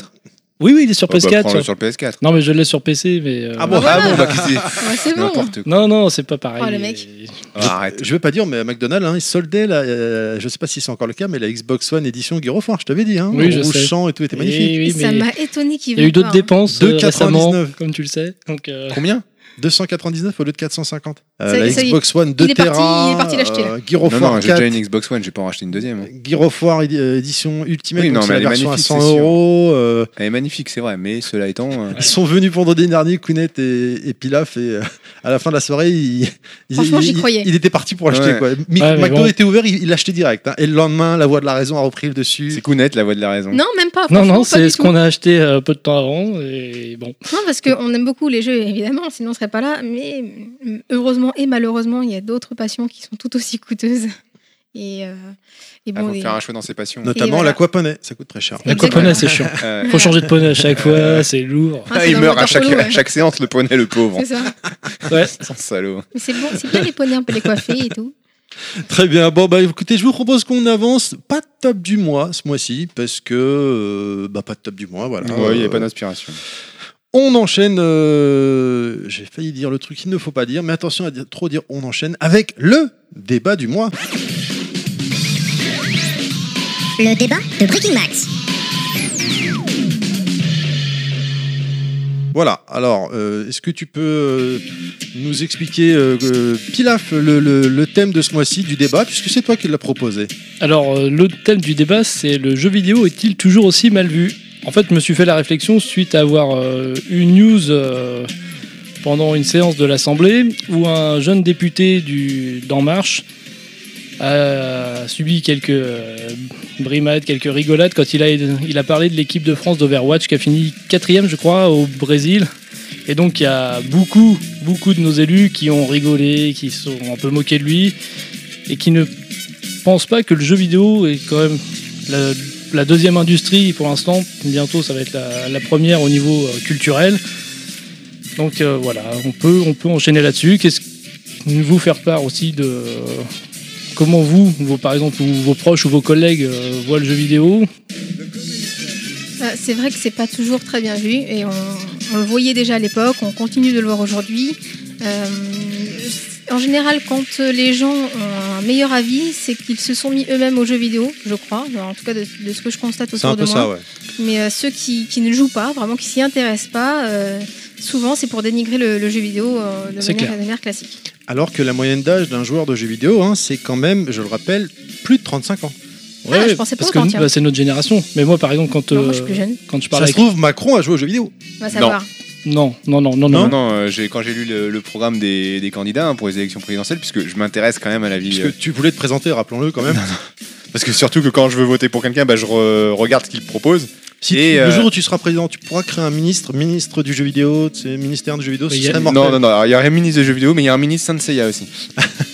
Speaker 4: Oui, oui, il est sur
Speaker 6: Oh, bah,
Speaker 4: PS4.
Speaker 6: prends-le
Speaker 4: sur-
Speaker 6: sur le PS4.
Speaker 4: Non, mais je l'ai sur PC. Mais, euh,
Speaker 3: Ah bon,
Speaker 6: Ah bon, bah qu'est-ce que c'est
Speaker 5: Ouais, c'est bon.
Speaker 6: N'importe quoi.
Speaker 4: Non, non, c'est pas pareil.
Speaker 5: Oh, le mec.
Speaker 6: Ah, Arrête.
Speaker 3: Je veux pas dire, mais McDonald's, hein, ils soldaient, la, euh, je sais pas si c'est encore le cas, mais la Xbox One édition Gear of War, je t'avais dit. Hein,
Speaker 4: Oui, je
Speaker 3: rouge
Speaker 4: sais.
Speaker 3: sang et tout était
Speaker 4: Et
Speaker 3: magnifique.
Speaker 4: Eh oui,
Speaker 5: Ça
Speaker 4: mais
Speaker 5: m'a étonné qu'il
Speaker 4: Il y a eu
Speaker 5: vende
Speaker 4: d'autres
Speaker 5: pas, hein.
Speaker 4: dépenses euh,
Speaker 3: 2,99.
Speaker 4: récemment, comme tu le sais. Donc, euh,
Speaker 3: Combien 299 au lieu de 450. Euh,
Speaker 5: Ça y est,
Speaker 3: la
Speaker 5: ça y est.
Speaker 3: Xbox One 2
Speaker 5: Il est
Speaker 3: Tera.
Speaker 5: parti- il est parti l'acheter, là.
Speaker 3: euh, Gear of
Speaker 6: Non,
Speaker 3: War
Speaker 6: non, j'ai
Speaker 3: 4.
Speaker 6: déjà une Xbox One, je vais pas en racheter une deuxième. hein.
Speaker 3: Gear of War édi- euh, édition Ultimate,
Speaker 6: Oui,
Speaker 3: donc
Speaker 6: non,
Speaker 3: c'est
Speaker 6: mais
Speaker 3: la
Speaker 6: elle est
Speaker 3: version à
Speaker 6: magnifique,
Speaker 3: 100
Speaker 6: c'est sûr.
Speaker 3: euros. euh,
Speaker 6: Elle est magnifique, c'est vrai, mais cela étant. euh,
Speaker 3: Ils sont venus vendredi dernier, Kounet et, et Pilaf, et euh, à la fin de la soirée, ils, ils-
Speaker 5: Franchement, j'y
Speaker 3: ils-
Speaker 5: croyais.
Speaker 3: ils étaient partis pour l'acheter.
Speaker 6: Ouais.
Speaker 3: quoi. Mi-
Speaker 4: Ouais, mais
Speaker 3: McDo
Speaker 4: bon.
Speaker 3: était ouvert, il il l'achetait direct. hein. Et le lendemain, la voix de la raison a repris le
Speaker 6: C'est
Speaker 3: dessus.
Speaker 6: Kounet, la voix de la raison.
Speaker 5: Non, même pas.
Speaker 4: Non,
Speaker 5: franchement,
Speaker 4: non,
Speaker 5: pas
Speaker 4: c'est
Speaker 5: du
Speaker 4: ce
Speaker 5: tout.
Speaker 4: qu'on a acheté euh, peu de temps avant. Et bon,
Speaker 5: Non, parce qu'on aime beaucoup les jeux, évidemment, sinon on serait pas là. Mais mm, heureusement et malheureusement, il y a d'autres passions qui sont tout aussi coûteuses. Et, euh, et
Speaker 6: Ah,
Speaker 5: bon,
Speaker 6: faut
Speaker 5: et-
Speaker 6: faire un choix dans ses passions.
Speaker 5: Et
Speaker 3: Notamment
Speaker 5: voilà.
Speaker 3: l'aquaponais, ça coûte très cher.
Speaker 4: la
Speaker 5: Exactement.
Speaker 4: poney, c'est chiant.
Speaker 6: Euh,
Speaker 4: Faut changer de poney à chaque fois, c'est lourd.
Speaker 5: Ah, c'est
Speaker 6: il
Speaker 5: un
Speaker 6: meurt à
Speaker 5: moteur
Speaker 6: chaque,
Speaker 5: chelou,
Speaker 6: à
Speaker 5: ouais.
Speaker 6: chaque séance, le poney, le pauvre.
Speaker 5: C'est ça.
Speaker 4: Ouais.
Speaker 6: Sans salaud.
Speaker 5: Mais c'est bon, c'est bien les poneys, on peut les coiffer et tout.
Speaker 3: Très bien. Bon, bah écoutez, je vous propose qu'on avance. Pas de top du mois ce mois-ci, parce que. euh, bah, pas de top du mois, voilà.
Speaker 6: ouais, il n'y
Speaker 3: Euh,
Speaker 6: avait pas d'inspiration.
Speaker 3: On enchaîne. euh, J'ai failli dire le truc qu'il ne faut pas dire, mais attention à dire- trop dire on enchaîne avec le débat du mois.
Speaker 1: Le débat de Breaking Max.
Speaker 3: Voilà, alors, euh, est-ce que tu peux euh, nous expliquer, euh, euh, Pilaf, le, le- le thème de ce mois-ci du débat, puisque c'est toi qui l'as proposé
Speaker 4: Alors, euh, le thème du débat, c'est le jeu vidéo est-il toujours aussi mal vu En fait, je me suis fait la réflexion suite à avoir euh, une news euh, pendant une séance de l'Assemblée où un jeune député du d'En Marche a subi quelques euh, brimades, quelques rigolades quand il a, il a parlé de l'équipe de France d'Overwatch qui a fini quatrième, je crois, au Brésil. Et donc, il y a beaucoup, beaucoup de nos élus qui ont rigolé, qui se sont un peu moqués de lui et qui ne pensent pas que le jeu vidéo est quand même la, la deuxième industrie pour l'instant. Bientôt, ça va être la, la première au niveau euh, culturel. Donc euh, voilà, on peut, on peut enchaîner là-dessus. Qu'est-ce vous faire part aussi de euh, comment vous, vos, par exemple, ou vos proches ou vos collègues euh, voient le jeu
Speaker 5: Ah,
Speaker 4: vidéo
Speaker 5: Euh, C'est vrai que c'est pas toujours très bien vu et on, on le voyait déjà à l'époque, on continue de le voir aujourd'hui. Euh, en général, quand euh, les gens ont un meilleur avis, c'est qu'ils se sont mis eux-mêmes aux jeux vidéo, je crois, en tout cas de, de ce que je constate
Speaker 3: C'est
Speaker 5: autour
Speaker 3: un
Speaker 5: de
Speaker 3: peu
Speaker 5: moi.
Speaker 3: ça, ouais.
Speaker 5: Mais euh, ceux qui, qui ne jouent pas, vraiment qui s'y intéressent pas, euh, souvent c'est pour dénigrer le, le jeu vidéo euh, de,
Speaker 4: C'est
Speaker 5: manière,
Speaker 4: clair.
Speaker 5: de manière classique.
Speaker 3: Alors que la moyenne d'âge d'un joueur de jeux vidéo, hein, c'est quand même, je le rappelle, plus de 35 ans.
Speaker 5: Ah, je pensais pas
Speaker 4: parce que
Speaker 5: autant,
Speaker 4: nous,
Speaker 5: tiens.
Speaker 4: bah, c'est notre génération. Mais moi, par exemple, quand
Speaker 5: Non, moi, je
Speaker 4: euh,
Speaker 5: suis plus jeune.
Speaker 4: quand je
Speaker 3: Ça
Speaker 4: parlais,
Speaker 3: se trouve, Macron a joué aux jeux vidéo.
Speaker 5: On va savoir.
Speaker 4: non, non, non, non,
Speaker 6: Non,
Speaker 4: non.
Speaker 6: non, euh, j'ai- quand j'ai lu le, le programme des, des candidats hein, pour les élections présidentielles, puisque je m'intéresse quand même à la vie. euh,
Speaker 3: Puisque tu voulais te présenter, rappelons-le quand même.
Speaker 6: parce que surtout que quand je veux voter pour quelqu'un, bah, je re- regarde ce qu'il propose.
Speaker 3: Si
Speaker 6: Et,
Speaker 3: tu- le
Speaker 6: euh,
Speaker 3: jour où tu seras président, tu pourras créer un ministre, ministre du jeu vidéo, tu sais, ministère du jeu vidéo,
Speaker 4: Mais
Speaker 3: ce
Speaker 4: il y a-
Speaker 3: serait
Speaker 6: Non,
Speaker 3: mortel.
Speaker 6: non, non, alors, il y a un ministre des jeux vidéo, mais il y a un ministre Sanseiya aussi.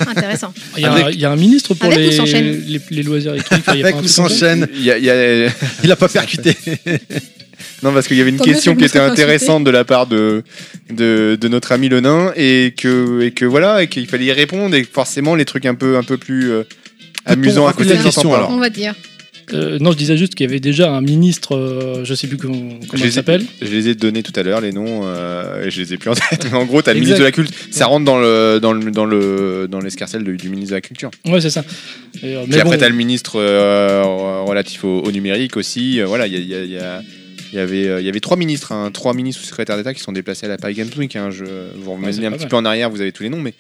Speaker 5: Intéressant.
Speaker 4: Il y, a-
Speaker 6: Avec-
Speaker 4: il y a un ministre pour
Speaker 5: Avec ou
Speaker 4: les,
Speaker 5: sans chaîne
Speaker 4: les, les loisirs électriques. il y
Speaker 3: Avec
Speaker 4: a pas un
Speaker 3: ou
Speaker 4: truc
Speaker 3: sans
Speaker 4: comme ça
Speaker 3: chaîne,
Speaker 6: Il y a- il y a-
Speaker 3: il a pas percuté.
Speaker 6: Non, parce qu'il y avait une
Speaker 5: Tant mieux
Speaker 6: question
Speaker 5: que
Speaker 6: qui
Speaker 5: vous
Speaker 6: était
Speaker 5: serez pas
Speaker 6: intéressante de la part de, de, de notre ami le nain et que, et que voilà, et qu'il fallait y répondre et forcément les trucs un peu, un peu plus euh, amusants à côté
Speaker 3: Raconte
Speaker 6: de
Speaker 3: la
Speaker 6: ça, on
Speaker 3: question,
Speaker 6: s'en parle.
Speaker 3: alors.
Speaker 5: On va dire.
Speaker 4: Euh, non, je disais juste qu'il y avait déjà un ministre, euh, je sais plus comment, comment
Speaker 6: Je
Speaker 4: il
Speaker 6: les ai-
Speaker 4: s'appelle.
Speaker 6: Je les ai donnés tout à l'heure, les noms, euh, et je les ai plus en tête. Mais en gros, t'as le
Speaker 4: Exact.
Speaker 6: ministre de la Culture. Ça rentre dans le dans le dans le dans l'escarcelle du, du ministre de la Culture.
Speaker 4: Ouais, c'est ça. Et, euh, mais
Speaker 6: Puis après,
Speaker 4: bon,
Speaker 6: t'as le ministre euh, relatif au, au numérique aussi. Euh, voilà, il y a, il y a- il y a- il y avait, euh, il y avait trois ministres, hein, trois ministres ou secrétaires d'État qui sont déplacés à la Paris Games Week. hein. Je, vous
Speaker 4: Ouais,
Speaker 6: revenez
Speaker 4: c'est
Speaker 6: un
Speaker 4: pas
Speaker 6: petit
Speaker 4: mal.
Speaker 6: peu en arrière, vous avez tous les noms, mais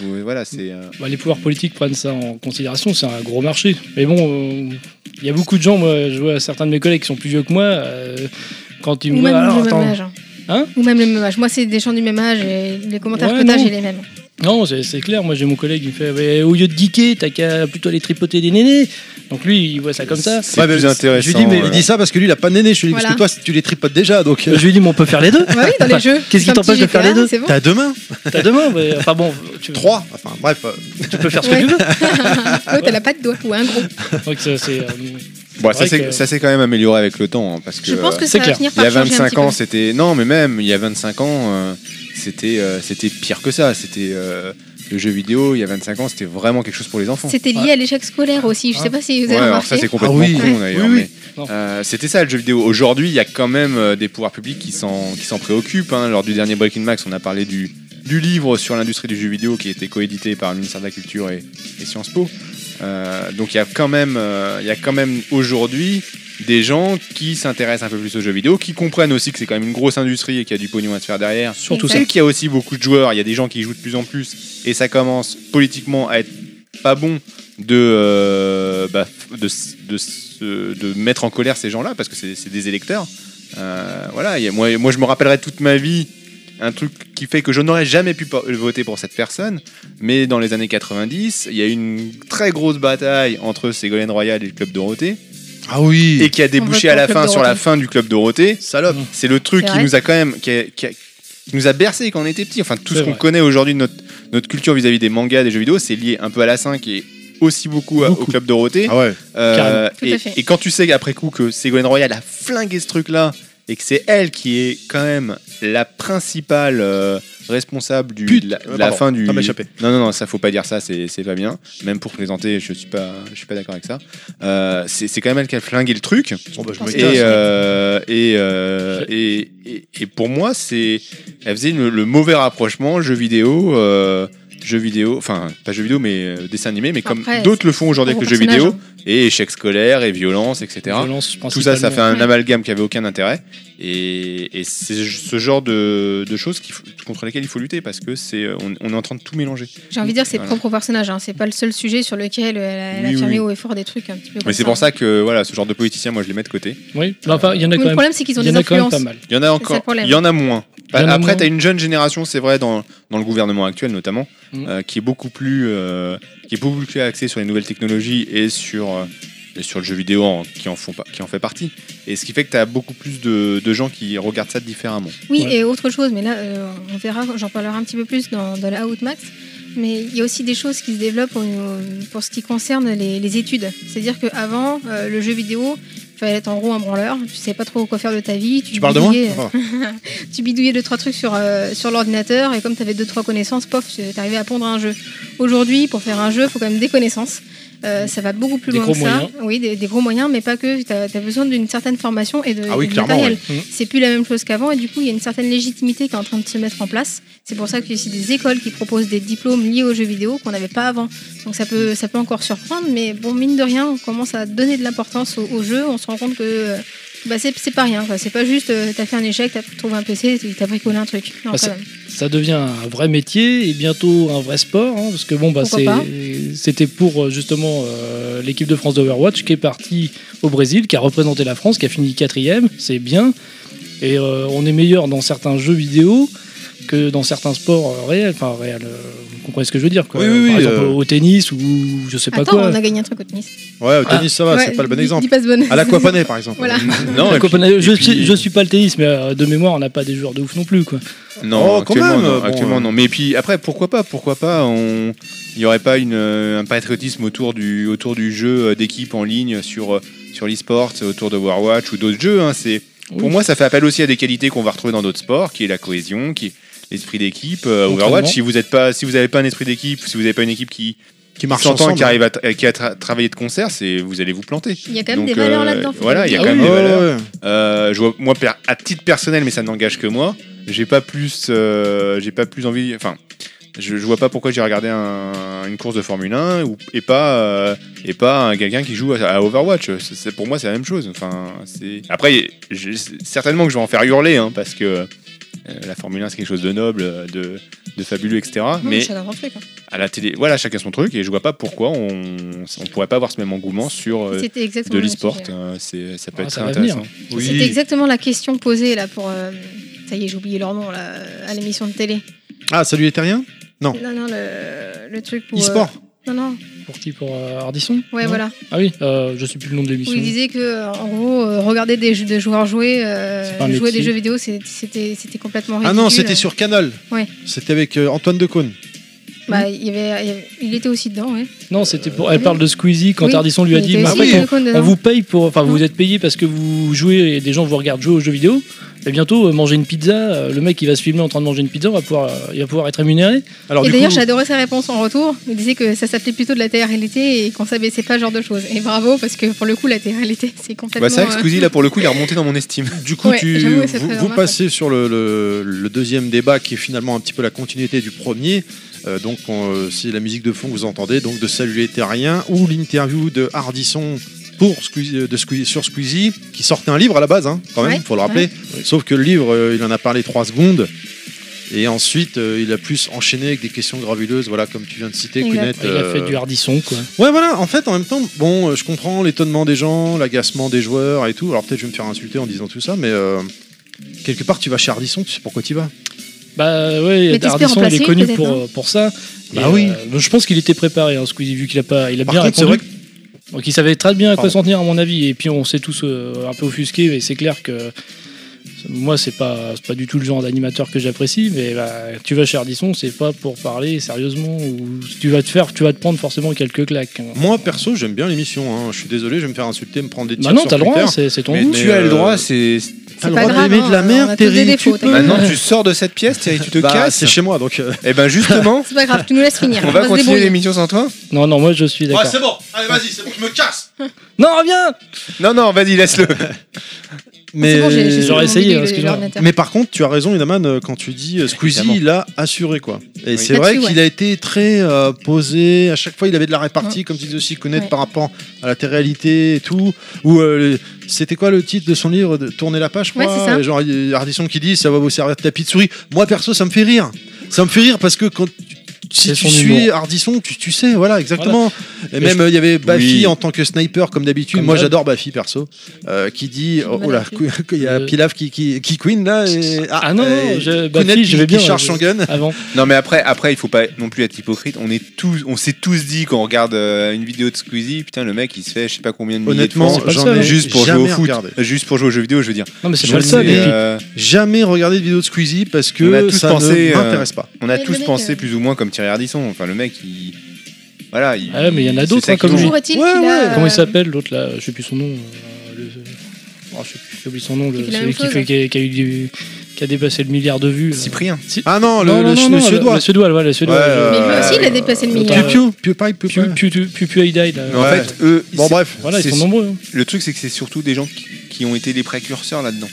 Speaker 6: vous- voilà, c'est. euh,
Speaker 4: bah, les pouvoirs politiques prennent ça en considération, c'est un gros marché. Mais bon, euh, il y a beaucoup de gens, moi, je vois certains de mes collègues qui sont plus vieux que moi, euh, quand ils
Speaker 5: Ou
Speaker 4: me
Speaker 5: même,
Speaker 4: voient, alors,
Speaker 5: le même
Speaker 4: attends,
Speaker 5: âge. hein.
Speaker 4: Hein
Speaker 5: Ou même le même âge. Moi, c'est des gens du même âge et les commentaires
Speaker 4: Ouais,
Speaker 5: que t'as,
Speaker 4: non.
Speaker 5: j'ai les mêmes.
Speaker 4: Non, c'est c'est clair. Moi, j'ai mon collègue, il me fait Mais au lieu de geeker, t'as qu'à plutôt aller tripoter des nénés. Donc lui, il voit ça comme ça.
Speaker 6: C'est
Speaker 3: Ouais, mais
Speaker 6: plus intéressant.
Speaker 3: Je lui dis, mais
Speaker 6: voilà.
Speaker 3: il dit ça parce que lui, il a pas de néné. Je lui dis, parce
Speaker 5: Voilà.
Speaker 3: que toi, si tu les tripotes déjà, donc. euh,
Speaker 4: Je lui dis Mais on peut faire les deux.
Speaker 5: Bah oui, dans les
Speaker 4: Enfin,
Speaker 5: jeux.
Speaker 4: Qu'est-ce
Speaker 5: C'est
Speaker 4: qui
Speaker 5: un
Speaker 4: t'empêche
Speaker 5: petit
Speaker 4: de faire les
Speaker 5: GTA,
Speaker 4: deux
Speaker 5: C'est bon.
Speaker 3: T'as deux mains,
Speaker 4: T'as demain. mais, enfin bon, tu,
Speaker 3: trois. Enfin, bref. euh,
Speaker 4: tu peux faire ce que
Speaker 5: Ouais.
Speaker 4: tu veux.
Speaker 5: Ah, Ouais, t'as la patte doigt ou un gros.
Speaker 4: Donc ça, c'est, euh,
Speaker 6: Bon, ça
Speaker 4: vrai
Speaker 6: s'est
Speaker 4: que-
Speaker 6: ça s'est quand même amélioré avec le temps, hein, parce que.
Speaker 5: Je pense que ça
Speaker 4: c'est
Speaker 5: va
Speaker 4: clair.
Speaker 5: finir
Speaker 6: Il
Speaker 5: par
Speaker 6: y a
Speaker 5: changer un petit
Speaker 6: 25
Speaker 5: peu.
Speaker 6: ans, c'était non, mais même il y a 25 ans, euh, c'était euh, c'était pire que ça. C'était euh, le jeu vidéo. Il y a 25 ans, c'était vraiment quelque chose pour les enfants.
Speaker 5: C'était lié
Speaker 4: Ouais.
Speaker 5: à l'échec scolaire aussi. Je sais pas si vous
Speaker 6: Ouais,
Speaker 5: avez
Speaker 6: alors ça
Speaker 5: remarqué.
Speaker 6: c'est complètement
Speaker 3: Ah oui.
Speaker 6: con
Speaker 5: Ouais.
Speaker 6: d'ailleurs.
Speaker 3: Oui, oui.
Speaker 6: mais,
Speaker 4: Non.
Speaker 6: euh, c'était ça le jeu vidéo. Aujourd'hui, il y a quand même euh, des pouvoirs publics qui s'en qui s'en préoccupent. hein. Lors du dernier Breaking Max, on a parlé du du livre sur l'industrie du jeu vidéo qui a été coédité par le ministère de la Culture et, et Sciences Po. Euh, donc il y a quand même euh, il y a quand même aujourd'hui des gens qui s'intéressent un peu plus aux jeux vidéo, qui comprennent aussi que c'est quand même une grosse industrie et qu'il y a du pognon à se faire derrière.
Speaker 4: surtout ça.
Speaker 6: Et qu'il y a aussi beaucoup de joueurs, il y a des gens qui jouent de plus en plus, et ça commence politiquement à être pas bon de, euh, bah, de, s- de, se- de mettre en colère ces gens-là, parce que c'est c'est des électeurs. Euh, voilà, il y a- moi, moi je me rappellerai toute ma vie un truc qui fait que je n'aurais jamais pu po- voter pour cette personne, mais dans les années 90, il y a eu une très grosse bataille entre Ségolène Royal et le Club Dorothée,
Speaker 3: Ah oui.
Speaker 6: et qui a débouché
Speaker 5: vote
Speaker 6: à
Speaker 5: pour
Speaker 6: la
Speaker 5: le
Speaker 6: fin
Speaker 5: Club
Speaker 6: sur la
Speaker 5: Dorothée.
Speaker 6: fin du Club Dorothée.
Speaker 3: Salope.
Speaker 6: C'est le truc
Speaker 5: C'est
Speaker 6: qui
Speaker 5: vrai.
Speaker 6: nous a quand même. qui a- qui a- qui nous a bercé quand on était petit. Enfin, tout
Speaker 4: C'est
Speaker 6: ce qu'on
Speaker 4: vrai.
Speaker 6: connaît aujourd'hui de notre, notre culture vis-à-vis des mangas, des jeux vidéo, c'est lié un peu à la 5 et aussi beaucoup, à- au
Speaker 4: Beaucoup.
Speaker 6: Club Dorothée.
Speaker 3: Ah ouais.
Speaker 6: Euh,
Speaker 4: Carrément.
Speaker 5: Tout à
Speaker 6: et,
Speaker 5: fait.
Speaker 6: et quand tu sais après coup que Ségolène Royal a flingué ce truc-là et que c'est elle qui est quand même la principale euh, responsable du,
Speaker 3: Pute.
Speaker 6: de la, de
Speaker 3: Euh,
Speaker 6: la
Speaker 3: pardon,
Speaker 6: fin du.
Speaker 3: ça m'a échappé.
Speaker 6: Non, non, non, ça faut pas dire ça, c'est c'est pas bien. Même pour plaisanter, je suis pas, je suis pas d'accord avec ça. Euh, c'est c'est quand même elle qui a flingué le truc.
Speaker 3: Bon, bah, je
Speaker 5: Et,
Speaker 3: me
Speaker 6: Et,
Speaker 3: casse.
Speaker 6: euh, et, euh, et, et, et pour moi, c'est, elle faisait le, le mauvais rapprochement jeux vidéo, euh, jeux vidéo, enfin pas jeux vidéo, mais euh, dessin animé, mais comme
Speaker 5: Après,
Speaker 6: d'autres le font aujourd'hui
Speaker 5: Gros
Speaker 6: avec le jeu
Speaker 5: personnage,
Speaker 6: vidéo,
Speaker 5: hein.
Speaker 6: et échecs scolaires et violence, etc.
Speaker 4: Violence,
Speaker 6: Tout ça, ça fait
Speaker 4: principalement.
Speaker 6: un
Speaker 5: Ouais.
Speaker 6: amalgame qui avait aucun intérêt. Et, et c'est ce genre de, de choses qu'il faut- contre lesquelles il faut lutter parce que c'est, euh, on, on est en train de tout mélanger.
Speaker 5: J'ai envie de dire ses
Speaker 6: Voilà.
Speaker 5: propres personnages. Hein. C'est pas le seul sujet sur lequel euh, elle a, elle a
Speaker 6: Oui,
Speaker 5: fermé
Speaker 6: oui.
Speaker 5: au effort des trucs un petit peu.
Speaker 6: Mais c'est pour ça que voilà, ce genre de politiciens, moi, je les mets de côté.
Speaker 4: Oui, Bah, enfin, il y en a
Speaker 5: Mais
Speaker 4: quand
Speaker 5: le
Speaker 4: même.
Speaker 5: problème, c'est qu'ils ont
Speaker 4: Il y
Speaker 5: des
Speaker 4: en a quand même
Speaker 5: influences.
Speaker 4: pas mal.
Speaker 6: Il y en a
Speaker 5: ça le
Speaker 6: encore,
Speaker 5: problème.
Speaker 6: il y en a moins.
Speaker 4: Il y en a
Speaker 6: Après,
Speaker 4: moins.
Speaker 6: tu as une jeune génération, c'est vrai, dans, dans le gouvernement actuel notamment,
Speaker 4: Mm.
Speaker 6: euh, qui est beaucoup plus euh, qui est beaucoup plus axée sur les nouvelles technologies et sur euh, et sur le jeu vidéo en- qui en font pas- qui en fait partie. Et ce qui fait que tu as beaucoup plus de, de gens qui regardent ça différemment.
Speaker 5: Oui,
Speaker 4: Ouais.
Speaker 5: et autre chose, mais là, euh, on verra, j'en parlerai un petit peu plus dans, dans la Outmax. Mais il y a aussi des choses qui se développent au- pour ce qui concerne les, les études. C'est-à-dire qu'avant, euh, le jeu vidéo, fallait être en gros un branleur, tu sais pas trop quoi faire de ta vie. Tu,
Speaker 6: Tu parles de moi
Speaker 5: bidouillais-
Speaker 6: Oh.
Speaker 5: Tu bidouillais deux trois trucs sur, euh, sur l'ordinateur et comme tu avais deux trois connaissances, pof, tu arrivé à pondre un jeu. Aujourd'hui, pour faire un jeu, faut quand même des connaissances. Euh, ça va beaucoup plus
Speaker 4: Des
Speaker 5: loin
Speaker 4: gros
Speaker 5: que ça.
Speaker 4: moyens.
Speaker 5: Oui, des, des gros moyens, mais pas que. Tu as, besoin d'une certaine formation et de,
Speaker 6: Ah oui,
Speaker 5: et de
Speaker 6: clairement,
Speaker 5: matériel.
Speaker 6: ouais. Mhm.
Speaker 5: C'est plus la même chose qu'avant et du coup, il y a une certaine légitimité qui est en train de se mettre en place. C'est pour ça qu'il y a aussi des écoles qui proposent des diplômes liés aux jeux vidéo qu'on n'avait pas avant. Donc ça peut, ça peut encore surprendre, mais bon, mine de rien, on commence à donner de l'importance au, au jeu. On se rend compte que euh, bah, c'est c'est pas rien. quoi. C'est pas juste euh, t'as fait un échec, t'as trouvé un PC, t'as bricolé un truc. Non,
Speaker 4: Bah,
Speaker 6: Ah,
Speaker 5: quand
Speaker 4: c'est-
Speaker 5: même.
Speaker 4: ça devient un vrai métier et bientôt un vrai sport, hein, parce que bon, bah,
Speaker 5: Pourquoi
Speaker 4: c'est-
Speaker 5: pas
Speaker 4: c'était pour euh, justement euh, l'équipe de France d'Overwatch qui est partie au Brésil, qui a représenté la France, qui a fini quatrième, c'est bien. Et euh, on est meilleur dans certains jeux vidéo que dans certains sports euh, réels. Enfin, réels, euh, vous comprenez ce que je veux dire quoi.
Speaker 6: Oui, oui,
Speaker 4: Par
Speaker 6: oui,
Speaker 4: exemple,
Speaker 6: euh,
Speaker 4: au tennis ou je sais pas
Speaker 5: Attends,
Speaker 4: quoi.
Speaker 5: on a gagné un truc au tennis.
Speaker 3: Ouais, au tennis, ça va, c'est pas le bon
Speaker 5: dis-
Speaker 3: exemple.
Speaker 5: dis pas ce bon-
Speaker 3: À l'aquapanet, par exemple.
Speaker 5: Voilà.
Speaker 4: La
Speaker 6: Non, et puis-
Speaker 4: Copenhague- je,
Speaker 6: et puis-
Speaker 4: suis, je suis pas le tennis, mais euh, de mémoire, on n'a pas des joueurs de ouf non plus. Quoi.
Speaker 6: Non,
Speaker 3: Oh, quand
Speaker 6: actuellement,
Speaker 3: même,
Speaker 6: non,
Speaker 3: bon,
Speaker 6: actuellement,
Speaker 3: euh.
Speaker 6: non. Mais puis après, pourquoi pas Pourquoi pas on... Il n'y aurait pas une, euh, un patriotisme autour du, autour du jeu euh, d'équipe en ligne sur, euh, sur l'e-sport, euh, autour de Warwatch ou d'autres jeux. hein, c'est... Pour
Speaker 4: Oui.
Speaker 6: moi, ça fait appel aussi à des qualités qu'on va retrouver dans d'autres sports, qui est la cohésion, qui est l'esprit d'équipe. Euh,
Speaker 4: L'entraînement.
Speaker 6: Overwatch, si vous n'avez pas, si vous avez pas un esprit d'équipe, si vous n'avez pas une équipe qui,
Speaker 3: Qui
Speaker 6: qui
Speaker 3: marche
Speaker 6: s'entend,
Speaker 3: ensemble.
Speaker 6: qui arrive à, tra- qui a tra- travaillé de concert, c'est, vous allez vous planter.
Speaker 5: Il y a quand même
Speaker 6: Donc,
Speaker 5: des valeurs
Speaker 6: euh,
Speaker 5: là-dedans. faut
Speaker 6: voilà,
Speaker 5: le
Speaker 6: il y a
Speaker 5: dire. Ah
Speaker 6: quand même des
Speaker 3: Ah Ouais,
Speaker 6: valeurs.
Speaker 3: ouais.
Speaker 6: Euh, je vois- moi, per- à titre personnel, mais ça n'engage que moi, j'ai pas plus, euh, j'ai pas plus envie. Enfin, je, je vois pas pourquoi j'ai regardé un- une course de Formule 1 ou- et pas euh, et pas un- quelqu'un qui joue à, à Overwatch. C'est- c'est- pour moi, c'est la même chose. Enfin, c'est après j'ai- certainement que je vais en faire hurler hein, parce que euh, la Formule 1 c'est quelque chose de noble, euh, de, de fabuleux, etc.
Speaker 5: Non,
Speaker 6: mais
Speaker 5: chacun son truc, hein.
Speaker 6: à la télé, voilà, chacun son truc et je vois pas pourquoi on, on pourrait pas avoir ce même engouement sur euh,
Speaker 5: C'était exactement
Speaker 6: de
Speaker 5: le
Speaker 6: l'e-sport.
Speaker 5: sujet.
Speaker 6: Euh, c'est- ça
Speaker 4: Ah,
Speaker 6: peut être
Speaker 4: ça
Speaker 6: très
Speaker 4: va venir.
Speaker 6: intéressant.
Speaker 5: C'était exactement la question posée là pour. euh, Ça y est, j'ai oublié leur nom là, euh, à l'émission de télé.
Speaker 3: Ah, salut les terriens
Speaker 5: Non, non, le, le truc pour. euh,
Speaker 3: E-sport
Speaker 5: Non, non,
Speaker 4: Pour qui Pour euh, Ardisson
Speaker 5: ouais,
Speaker 4: Non
Speaker 5: voilà.
Speaker 4: Ah oui, euh, je sais plus le nom de
Speaker 5: Où
Speaker 4: l'émission.
Speaker 5: il disait que, euh, en gros, euh, regarder des, jeux- des joueurs jouer, euh,
Speaker 4: C'est pas un
Speaker 5: jouer à des
Speaker 4: métier.
Speaker 5: jeux vidéo, c'est- c'était c'était complètement ridicule.
Speaker 3: Ah non, c'était sur Canal.
Speaker 5: Ouais.
Speaker 3: C'était avec euh, Antoine Decaune.
Speaker 5: Bah, il, y avait, il, y avait- il était aussi dedans, ouais.
Speaker 4: Non, c'était pour. Elle parle de Squeezie quand
Speaker 5: Oui,
Speaker 4: Ardisson lui a
Speaker 5: il
Speaker 4: dit
Speaker 5: était
Speaker 4: Mais
Speaker 5: aussi euh, Mm.
Speaker 4: après,
Speaker 5: sur
Speaker 4: on-
Speaker 5: le cône
Speaker 4: on
Speaker 5: dedans.
Speaker 4: vous paye pour. Enfin, vous êtes payé parce que vous jouez et des gens vous regardent jouer aux jeux vidéo. Mais bientôt, euh, manger une pizza, euh, le mec qui va se filmer en train de manger une pizza, on va pouvoir, euh, il va pouvoir être rémunéré.
Speaker 3: Alors,
Speaker 5: Et
Speaker 3: du coup,
Speaker 5: d'ailleurs, j'adorais sa réponse en retour. Il disait que ça s'appelait plutôt de la télé-réalité et qu'on savait c'est pas ce genre de choses. Et bravo, parce que pour le coup, la télé-réalité, c'est complètement.
Speaker 6: Bah, c'est vrai que
Speaker 5: euh,
Speaker 6: Squeezie, là, pour le coup, il est remonté dans mon estime.
Speaker 3: du coup
Speaker 5: Ouais,
Speaker 3: tu,
Speaker 5: j'avoue,
Speaker 3: vous,
Speaker 5: ça fait
Speaker 3: vous
Speaker 5: remarquer.
Speaker 3: passez sur le, le- le deuxième débat qui est finalement un petit peu la continuité du premier. Euh, donc, on- si la musique de fond vous entendez, donc de Salut les terriens ou l'interview de Hardisson pour Squeezie- euh, de Squeezie- sur Squeezie, qui sortait un livre à la base, hein, quand même,
Speaker 5: Ouais,
Speaker 3: faut le rappeler. Sauf que le livre, euh, il en a parlé trois secondes. Et ensuite, euh, il a plus enchaîné avec des questions gravuleuses, voilà, comme tu viens de citer,
Speaker 5: Exact.
Speaker 3: Kounet.
Speaker 4: Il a
Speaker 3: euh,
Speaker 4: fait du Ardisson, quoi.
Speaker 3: Ouais, voilà, en fait, en même temps, bon, euh, je comprends l'étonnement des gens, l'agacement des joueurs et tout. Alors peut-être je vais me faire insulter en disant tout ça, mais euh, quelque part, tu vas chez Ardisson, tu sais pourquoi tu y vas.
Speaker 4: Bah ouais,
Speaker 5: Mais t'espères en
Speaker 4: Ardisson, il
Speaker 5: placer
Speaker 4: est
Speaker 5: une,
Speaker 4: connu
Speaker 5: peut-être, hein.
Speaker 4: pour,
Speaker 5: non
Speaker 4: euh, pour ça.
Speaker 3: Bah oui.
Speaker 4: euh, je pense qu'il était préparé, hein, Squeezie, vu qu'il a, pas, il a
Speaker 3: Par
Speaker 4: bien
Speaker 3: contre, c'est
Speaker 4: répondu.
Speaker 3: vrai
Speaker 4: Donc il savait très bien à quoi
Speaker 3: Pardon.
Speaker 4: s'en tenir, à mon avis. Et puis on s'est tous euh, un peu offusqués, mais c'est clair que. Moi, c'est pas, c'est pas du tout le genre d'animateur que j'apprécie, mais bah, tu vas chez Ardisson, c'est pas pour parler sérieusement, ou si tu vas te faire, tu vas te prendre forcément quelques claques. hein.
Speaker 3: Moi, perso, j'aime bien l'émission, hein. je suis désolé, je vais me faire insulter, me prendre des tirs
Speaker 4: Bah non,
Speaker 3: sur
Speaker 4: t'as le droit,
Speaker 3: Twitter.
Speaker 4: c'est c'est ton
Speaker 3: Mais-
Speaker 4: goût.
Speaker 3: mais- euh,
Speaker 6: c'est.
Speaker 3: T'as le
Speaker 5: pas
Speaker 3: droit
Speaker 5: grave,
Speaker 3: d'aimer de la
Speaker 5: hein, on a
Speaker 3: merde,
Speaker 5: tous des hein.
Speaker 3: Terry, tu
Speaker 5: défauts,
Speaker 3: peux.
Speaker 5: t'inquiète.
Speaker 6: Maintenant, tu sors de cette pièce, Thierry, tu te
Speaker 3: Bah,
Speaker 6: casses.
Speaker 3: c'est chez moi, donc... euh,
Speaker 6: Et ben justement,
Speaker 5: C'est pas grave, tu nous laisses finir.
Speaker 6: on va
Speaker 5: se
Speaker 6: continuer
Speaker 5: débrouiller.
Speaker 6: l'émission sans toi
Speaker 4: Non, non, moi je suis d'accord.
Speaker 3: bon, allez, vas-y, c'est bon, je me casse
Speaker 4: non, reviens
Speaker 6: Non, non, vas-y, laisse-le.
Speaker 3: Mais...
Speaker 5: C'est bon, j'ai- j'ai
Speaker 4: J'aurais essayé,
Speaker 5: oublié
Speaker 4: hein,
Speaker 5: le-
Speaker 4: excuse-moi.
Speaker 5: l'ordinateur.
Speaker 3: Mais par contre, tu as raison, Inaman, euh, quand tu dis euh, Squeezie,
Speaker 6: Évidemment.
Speaker 3: il a assuré quoi. Et
Speaker 6: Oui.
Speaker 3: c'est vrai
Speaker 5: Là-dessus,
Speaker 3: qu'il a été très euh, posé. À chaque fois, il avait de la répartie, comme tu disais aussi, connaître
Speaker 5: Ouais.
Speaker 3: par rapport à la télé-réalité et tout. Ou euh, le- c'était quoi le titre de son livre de Tourner la page, je
Speaker 5: Ouais,
Speaker 3: crois.
Speaker 5: c'est ça.
Speaker 3: Et Genre euh, Ardisson qui dit ça va vous servir de tapis de souris. Moi perso, ça me fait rire. Ça me fait rire parce que quand tu- si
Speaker 4: C'est
Speaker 3: tu
Speaker 4: son
Speaker 3: suis
Speaker 4: humour.
Speaker 3: Ardisson, tu, tu sais, voilà, exactement. Et
Speaker 4: Mais
Speaker 3: même, euh, il y avait Baffy
Speaker 6: Oui.
Speaker 3: en tant que sniper, comme d'habitude.
Speaker 4: Comme
Speaker 3: Moi,
Speaker 4: d'hab.
Speaker 3: j'adore Baffy, perso. euh, qui dit, oh,
Speaker 5: mal
Speaker 3: oh là,
Speaker 5: appris.
Speaker 3: il y a
Speaker 4: Euh,
Speaker 3: Pilaf qui, qui, qui queen, là. Et,
Speaker 4: Ah, non,
Speaker 3: euh,
Speaker 4: non, je, bah,
Speaker 3: Kounet
Speaker 4: si,
Speaker 3: qui-
Speaker 4: je vais Ah.
Speaker 3: qui
Speaker 4: bien.
Speaker 3: charge
Speaker 4: je-
Speaker 3: son gun.
Speaker 4: Avant.
Speaker 6: non, mais après, après, il faut pas non plus être hypocrite. On est tous, on s'est tous dit quand on regarde euh, une vidéo de Squeezie, putain, le mec, il se fait, je sais pas combien de milliers de
Speaker 3: Honnêtement,
Speaker 6: francs,
Speaker 4: pas le
Speaker 3: j'en
Speaker 4: seul,
Speaker 3: ai
Speaker 4: hein.
Speaker 6: juste pour jouer
Speaker 3: jamais
Speaker 6: au foot,
Speaker 3: regardé.
Speaker 6: juste pour jouer aux jeux vidéo, je veux dire.
Speaker 4: Non, mais c'est
Speaker 6: Je
Speaker 4: pas le seul.
Speaker 6: n'ai,
Speaker 4: et puis-
Speaker 6: euh,
Speaker 3: Jamais regardé de vidéo de Squeezie parce
Speaker 6: On a
Speaker 3: que
Speaker 6: tous
Speaker 3: ça
Speaker 6: pensé,
Speaker 3: ne
Speaker 6: euh,
Speaker 3: m'intéresse pas.
Speaker 6: on a
Speaker 5: Mais le
Speaker 6: tous
Speaker 5: mec,
Speaker 6: pensé
Speaker 5: euh,
Speaker 6: plus ou moins comme Thierry Ardisson. Enfin, le mec, il, voilà, il.
Speaker 4: Ah ouais, mais il y en a
Speaker 6: c'est
Speaker 4: d'autres,
Speaker 6: ça
Speaker 4: hein,
Speaker 6: qu'il
Speaker 4: comme
Speaker 6: joue.
Speaker 5: Toujours est-il
Speaker 3: Ouais,
Speaker 5: qu'il a,
Speaker 3: ouais,
Speaker 5: euh,
Speaker 4: Comment il s'appelle l'autre là Je sais plus son nom. euh, le- oh, je sais plus, j'oublie son nom, le-
Speaker 5: Qui fait la
Speaker 4: celui
Speaker 5: même
Speaker 4: qui,
Speaker 5: chose.
Speaker 4: fait, qui, a, qui a eu du- qui a dépassé le milliard de vues. là.
Speaker 6: Cyprien.
Speaker 4: Si-
Speaker 3: Ah non, le,
Speaker 4: Non,
Speaker 3: le-
Speaker 4: non,
Speaker 3: le
Speaker 4: non, non,
Speaker 3: suédois.
Speaker 4: Le suédois, ouais, le suédois.
Speaker 6: Ouais,
Speaker 4: je-
Speaker 6: euh,
Speaker 5: Mais lui aussi, il a déplacé le milliard.
Speaker 4: Piu-piu.
Speaker 3: Piu Piu Pipe, Piu
Speaker 4: Piu-
Speaker 3: Pipe.
Speaker 4: Piu- Piu- Piu- Piu- Aidai, là.
Speaker 6: En
Speaker 3: Ouais.
Speaker 6: fait, eux,
Speaker 3: Bon
Speaker 6: c'est-
Speaker 3: bref.
Speaker 4: Voilà,
Speaker 6: c'est-
Speaker 4: ils sont nombreux. hein.
Speaker 6: Le truc, c'est que c'est surtout des gens qui, qui ont été les précurseurs là-dedans.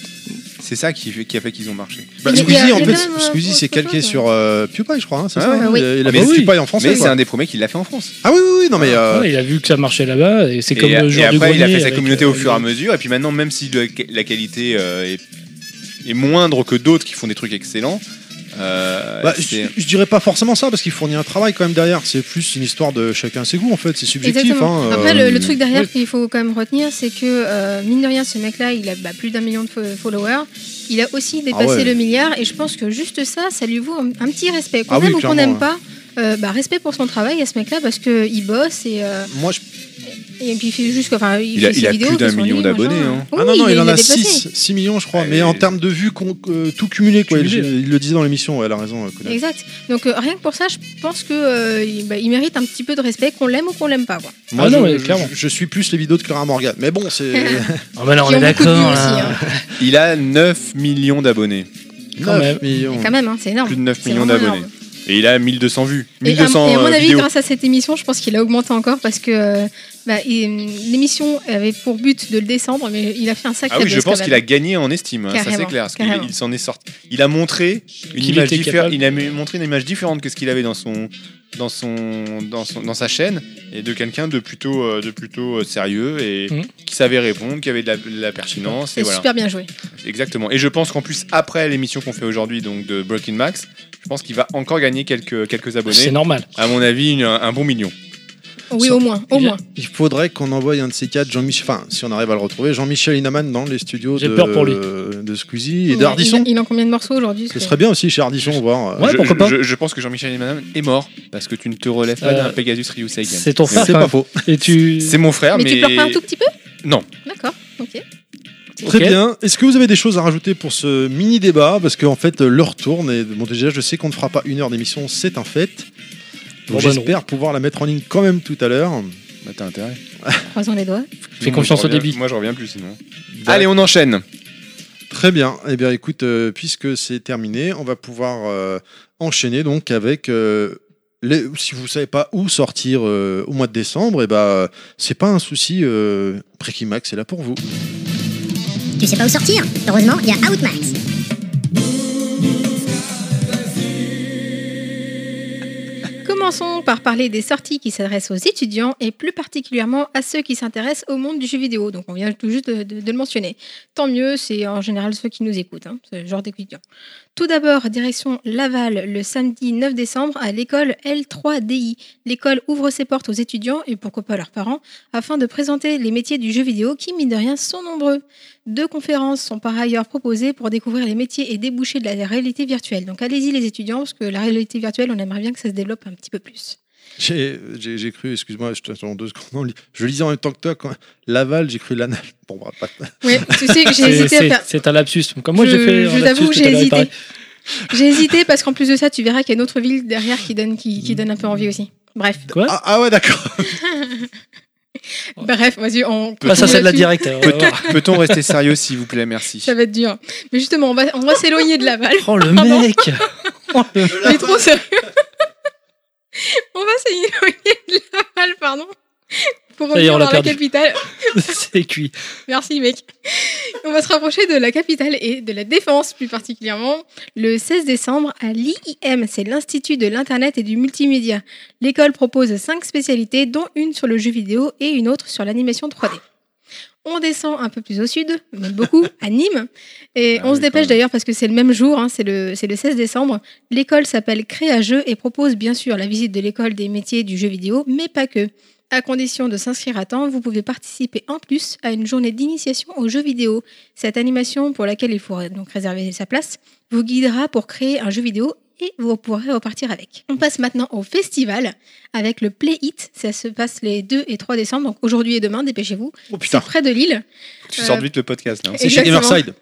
Speaker 6: C'est ça qui, fait- qui a fait qu'ils ont marché.
Speaker 3: Bah,
Speaker 5: Il y a- il y
Speaker 3: Squeezie,
Speaker 5: a
Speaker 3: en
Speaker 5: quand
Speaker 3: fait,
Speaker 5: même, euh,
Speaker 3: Squeezie, c'est
Speaker 5: autre
Speaker 3: calqué
Speaker 5: chose.
Speaker 3: sur euh, PewDiePie, je crois. hein, c'est
Speaker 6: Ouais,
Speaker 3: ça
Speaker 6: ouais,
Speaker 3: hein,
Speaker 5: oui.
Speaker 3: Il a- il a
Speaker 4: Ah
Speaker 6: Mais
Speaker 3: fait
Speaker 6: oui.
Speaker 3: PewDiePie en français.
Speaker 6: Mais c'est
Speaker 3: quoi.
Speaker 6: un des premiers qui l'a fait en France.
Speaker 3: Ah oui, oui, oui, non mais. euh,
Speaker 4: Voilà, il a vu que ça marchait là-bas, et c'est
Speaker 6: Et,
Speaker 4: comme
Speaker 6: a-
Speaker 4: le
Speaker 6: et
Speaker 4: jour
Speaker 6: après,
Speaker 4: du grenier.
Speaker 6: il a fait sa
Speaker 4: avec,
Speaker 6: communauté
Speaker 4: euh,
Speaker 6: au fur et à mesure. Et puis maintenant, même si le- la qualité euh, est, est moindre que d'autres qui font des trucs excellents, euh,
Speaker 3: Bah, je,
Speaker 6: c'est-
Speaker 3: je dirais pas forcément ça parce qu'il fournit un travail quand même derrière. C'est plus une histoire de chacun ses goûts en fait, c'est subjectif.
Speaker 5: Exactement.
Speaker 3: hein,
Speaker 5: Après,
Speaker 3: euh,
Speaker 5: le, le truc derrière
Speaker 4: oui.
Speaker 5: qu'il faut quand même retenir, c'est que, euh, mine de rien, ce mec-là, il a bah, plus d'un million de fo- followers. Il a aussi dépassé
Speaker 3: Ah ouais.
Speaker 5: le milliard. Et je pense que juste ça, ça lui vaut un, un petit respect. Qu'on
Speaker 3: Ah oui,
Speaker 5: aime ou qu'on
Speaker 3: clairement,
Speaker 5: n'aime
Speaker 3: ouais.
Speaker 5: pas, euh, bah, respect pour son travail à ce mec-là parce qu'il bosse et, euh,
Speaker 3: Moi, je...
Speaker 5: et puis il fait juste. que- Enfin, il,
Speaker 6: Il a-
Speaker 5: fait ses
Speaker 6: il a
Speaker 5: vidéos,
Speaker 6: plus d'un
Speaker 5: fait son
Speaker 6: million
Speaker 5: livre, machin.
Speaker 6: d'abonnés, hein.
Speaker 5: Oui,
Speaker 3: ah non, non, il, en a
Speaker 5: dépassé.
Speaker 3: 6, 6 millions, je crois. Mais
Speaker 6: Et-
Speaker 3: en termes de vues, con- euh, tout cumulé, quoi.
Speaker 4: Cumulé,
Speaker 3: il,
Speaker 4: ouais.
Speaker 3: il le disait dans l'émission, ouais, elle a raison. euh, Conan.
Speaker 5: Exact. Donc euh, rien que pour ça, je pense que euh, il, bah, il mérite un petit peu de respect, qu'on l'aime ou qu'on l'aime pas. Quoi.
Speaker 3: Moi,
Speaker 4: Ah non,
Speaker 3: je,
Speaker 4: mais
Speaker 3: je-
Speaker 4: clairement.
Speaker 3: je suis plus les vidéos de Clara Morgan. Mais bon, c'est.
Speaker 4: Ah bah non, on
Speaker 5: Qui
Speaker 4: est
Speaker 5: ont beaucoup de vues
Speaker 4: d'accord.
Speaker 5: aussi,
Speaker 4: là.
Speaker 5: hein.
Speaker 6: il a 9 millions d'abonnés.
Speaker 4: Quand même.
Speaker 3: 9 millions.
Speaker 5: Quand même, hein, c'est énorme.
Speaker 6: Plus de 9
Speaker 5: C'est
Speaker 6: millions
Speaker 5: vraiment
Speaker 6: d'abonnés.
Speaker 5: énorme.
Speaker 6: Et il a 1200 vues.
Speaker 5: Et à, et à
Speaker 6: 1200
Speaker 5: mon
Speaker 6: euh,
Speaker 5: avis,
Speaker 6: vidéos.
Speaker 5: grâce à cette émission, je pense qu'il a augmenté encore parce que euh, bah, et, hum, l'émission avait pour but de le descendre, mais il a fait un sacré.
Speaker 6: Ah oui, je
Speaker 5: buzz
Speaker 6: pense
Speaker 5: quand
Speaker 6: qu'il a
Speaker 5: même.
Speaker 6: gagné en estime, hein, ça c'est
Speaker 5: Carrément,
Speaker 6: clair. Parce
Speaker 5: carrément.
Speaker 6: qu'il il s'en est sorti. Il a montré une
Speaker 4: Qu'il
Speaker 6: image
Speaker 4: était
Speaker 6: diffé-
Speaker 4: capable.
Speaker 6: Il a mu- montré une image différente que ce qu'il avait dans son dans son dans son dans sa chaîne et de quelqu'un de plutôt euh, de plutôt euh, sérieux et
Speaker 4: Mhm.
Speaker 6: qui savait répondre, qui avait de la, de la pertinence
Speaker 5: C'est
Speaker 6: et voilà.
Speaker 5: super bien joué.
Speaker 6: Exactement. Et je pense qu'en plus après l'émission qu'on fait aujourd'hui donc de Breaking Max, je pense qu'il va encore gagner quelques quelques
Speaker 4: C'est
Speaker 6: abonnés.
Speaker 4: normal.
Speaker 6: À mon avis, une- un bon million.
Speaker 5: Oui,
Speaker 4: Ça-
Speaker 5: au moins, au
Speaker 4: il a-
Speaker 5: moins.
Speaker 3: Il faudrait qu'on envoie un de ces quatre, Jean-Michel, enfin, si on arrive à le retrouver, Jean-Michel Inaman dans les studios
Speaker 4: J'ai
Speaker 3: de,
Speaker 4: peur pour lui.
Speaker 3: de Squeezie et
Speaker 5: Il-
Speaker 3: d'Ardisson.
Speaker 5: Il, il en combien de morceaux aujourd'hui
Speaker 3: Ce serait bien aussi chez Ardisson, voir. euh,
Speaker 4: Ouais,
Speaker 6: je,
Speaker 4: pourquoi pas.
Speaker 6: je- je pense que Jean-Michel Emmanuel est mort parce que tu ne te relèves pas
Speaker 4: Euh,
Speaker 6: d'un Pegasus Ryusei.
Speaker 4: C'est ton frère.
Speaker 3: C'est
Speaker 4: quand
Speaker 3: pas
Speaker 4: même.
Speaker 3: faux.
Speaker 4: Et tu.
Speaker 6: C'est mon frère,
Speaker 5: Mais,
Speaker 6: mais,
Speaker 5: tu pleures pas un tout petit peu
Speaker 6: Non.
Speaker 5: D'accord, ok.
Speaker 3: Très
Speaker 4: Ok.
Speaker 3: bien. Est-ce que vous avez des choses à rajouter pour ce mini débat Parce qu'en fait, euh, l'heure tourne et bon, déjà, je sais qu'on ne fera pas une heure d'émission, c'est un fait.
Speaker 4: Bon,
Speaker 3: Donc,
Speaker 4: bah, non.
Speaker 3: J'espère pouvoir la mettre en ligne quand même tout à l'heure.
Speaker 6: Bah, t'as intérêt.
Speaker 5: Croisons les doigts.
Speaker 4: Fais
Speaker 6: Moi,
Speaker 4: confiance au
Speaker 6: je reviens-
Speaker 4: débit.
Speaker 6: Moi, je reviens plus sinon. Allez, on enchaîne.
Speaker 3: Très bien. Eh bien, écoute, euh, puisque c'est terminé, on va pouvoir euh, enchaîner donc avec. euh, les- si vous savez pas où sortir euh, au mois de décembre, et bah, c'est pas un souci. Euh, Prekimax est là pour vous.
Speaker 1: Tu sais pas où sortir Heureusement, il y a Outmax.
Speaker 5: Commençons par parler des sorties qui s'adressent aux étudiants et plus particulièrement à ceux qui s'intéressent au monde du jeu vidéo. Donc on vient tout juste de, de- de le mentionner. Tant mieux, c'est en général ceux qui nous écoutent, hein, ce genre d'étudiants. Tout d'abord, direction Laval le samedi 9 décembre à l'école L3DI. L'école ouvre ses portes aux étudiants et pourquoi pas leurs parents afin de présenter les métiers du jeu vidéo qui, mine de rien, sont nombreux. Deux conférences sont par ailleurs proposées pour découvrir les métiers et débouchés de la réalité virtuelle. Donc allez-y les étudiants, parce que la réalité virtuelle, on aimerait bien que ça se développe un petit peu plus.
Speaker 3: J'ai j'ai- j'ai cru, excuse-moi, je t'attends deux secondes. on lit- Je lisais en même temps que toi. Quand... Laval, j'ai cru l'anal. Bon, bah, pas-
Speaker 5: Oui, tu sais que j'ai
Speaker 4: C'est-
Speaker 5: hésité à
Speaker 4: c'est-
Speaker 5: faire.
Speaker 4: C'est un lapsus. Comme moi,
Speaker 5: Je-
Speaker 4: j'ai fait. un
Speaker 5: je
Speaker 4: lapsus
Speaker 5: t'avoue,
Speaker 4: tout à
Speaker 5: j'ai
Speaker 4: l'heure, il
Speaker 5: hésité.
Speaker 4: paraît.
Speaker 5: J'ai hésité parce qu'en plus de ça, tu verras qu'il y a une autre ville derrière qui donne, qui, qui donne un peu envie aussi. Bref,
Speaker 4: Quoi
Speaker 3: Ah, ah ouais, d'accord.
Speaker 5: bref, vas-y, on.
Speaker 4: Ah, ça, c'est de la
Speaker 5: continue là-dessus.
Speaker 4: directe. alors, on va voir.
Speaker 6: Peut-on rester sérieux, s'il vous plaît Merci.
Speaker 5: Ça va être dur. Mais justement, on va, on va s'éloigner de Laval.
Speaker 4: Oh le
Speaker 5: Pardon.
Speaker 4: mec Oh,
Speaker 5: Il est trop sérieux. on va s'éloigner de Laval, pardon. Pour
Speaker 4: Ça y est,
Speaker 5: revenir
Speaker 4: on l'a
Speaker 5: dans la
Speaker 4: perdu.
Speaker 5: capitale.
Speaker 4: C'est cuit.
Speaker 5: Merci mec. On va se rapprocher de la capitale et de la défense plus particulièrement le 16 décembre à l'IIM, c'est l'Institut de l'Internet et du Multimédia. L'école propose cinq spécialités dont une sur le jeu vidéo et une autre sur l'animation 3D. On descend un peu plus au sud, même beaucoup, à Nîmes. Et
Speaker 6: Ah
Speaker 5: on se
Speaker 6: oui, quand même.
Speaker 5: dépêche d'ailleurs parce que c'est le même jour, hein, c'est le, c'est le 16 décembre. L'école s'appelle Créa Jeux et propose bien sûr la visite de l'école des métiers du jeu vidéo, mais pas que. À condition de s'inscrire à temps, vous pouvez participer en plus à une journée d'initiation aux jeux vidéo. Cette animation, pour laquelle il faut donc réserver sa place, vous guidera pour créer un jeu vidéo et vous pourrez repartir avec. On passe maintenant au festival avec le Play It. Ça se passe les 2 et 3 décembre, donc aujourd'hui et demain, dépêchez-vous.
Speaker 3: Oh putain.
Speaker 5: C'est près de Lille.
Speaker 6: Tu
Speaker 5: Euh,
Speaker 6: sors vite le podcast là. hein.
Speaker 3: C'est chez
Speaker 5: Exactement.
Speaker 3: Riverside.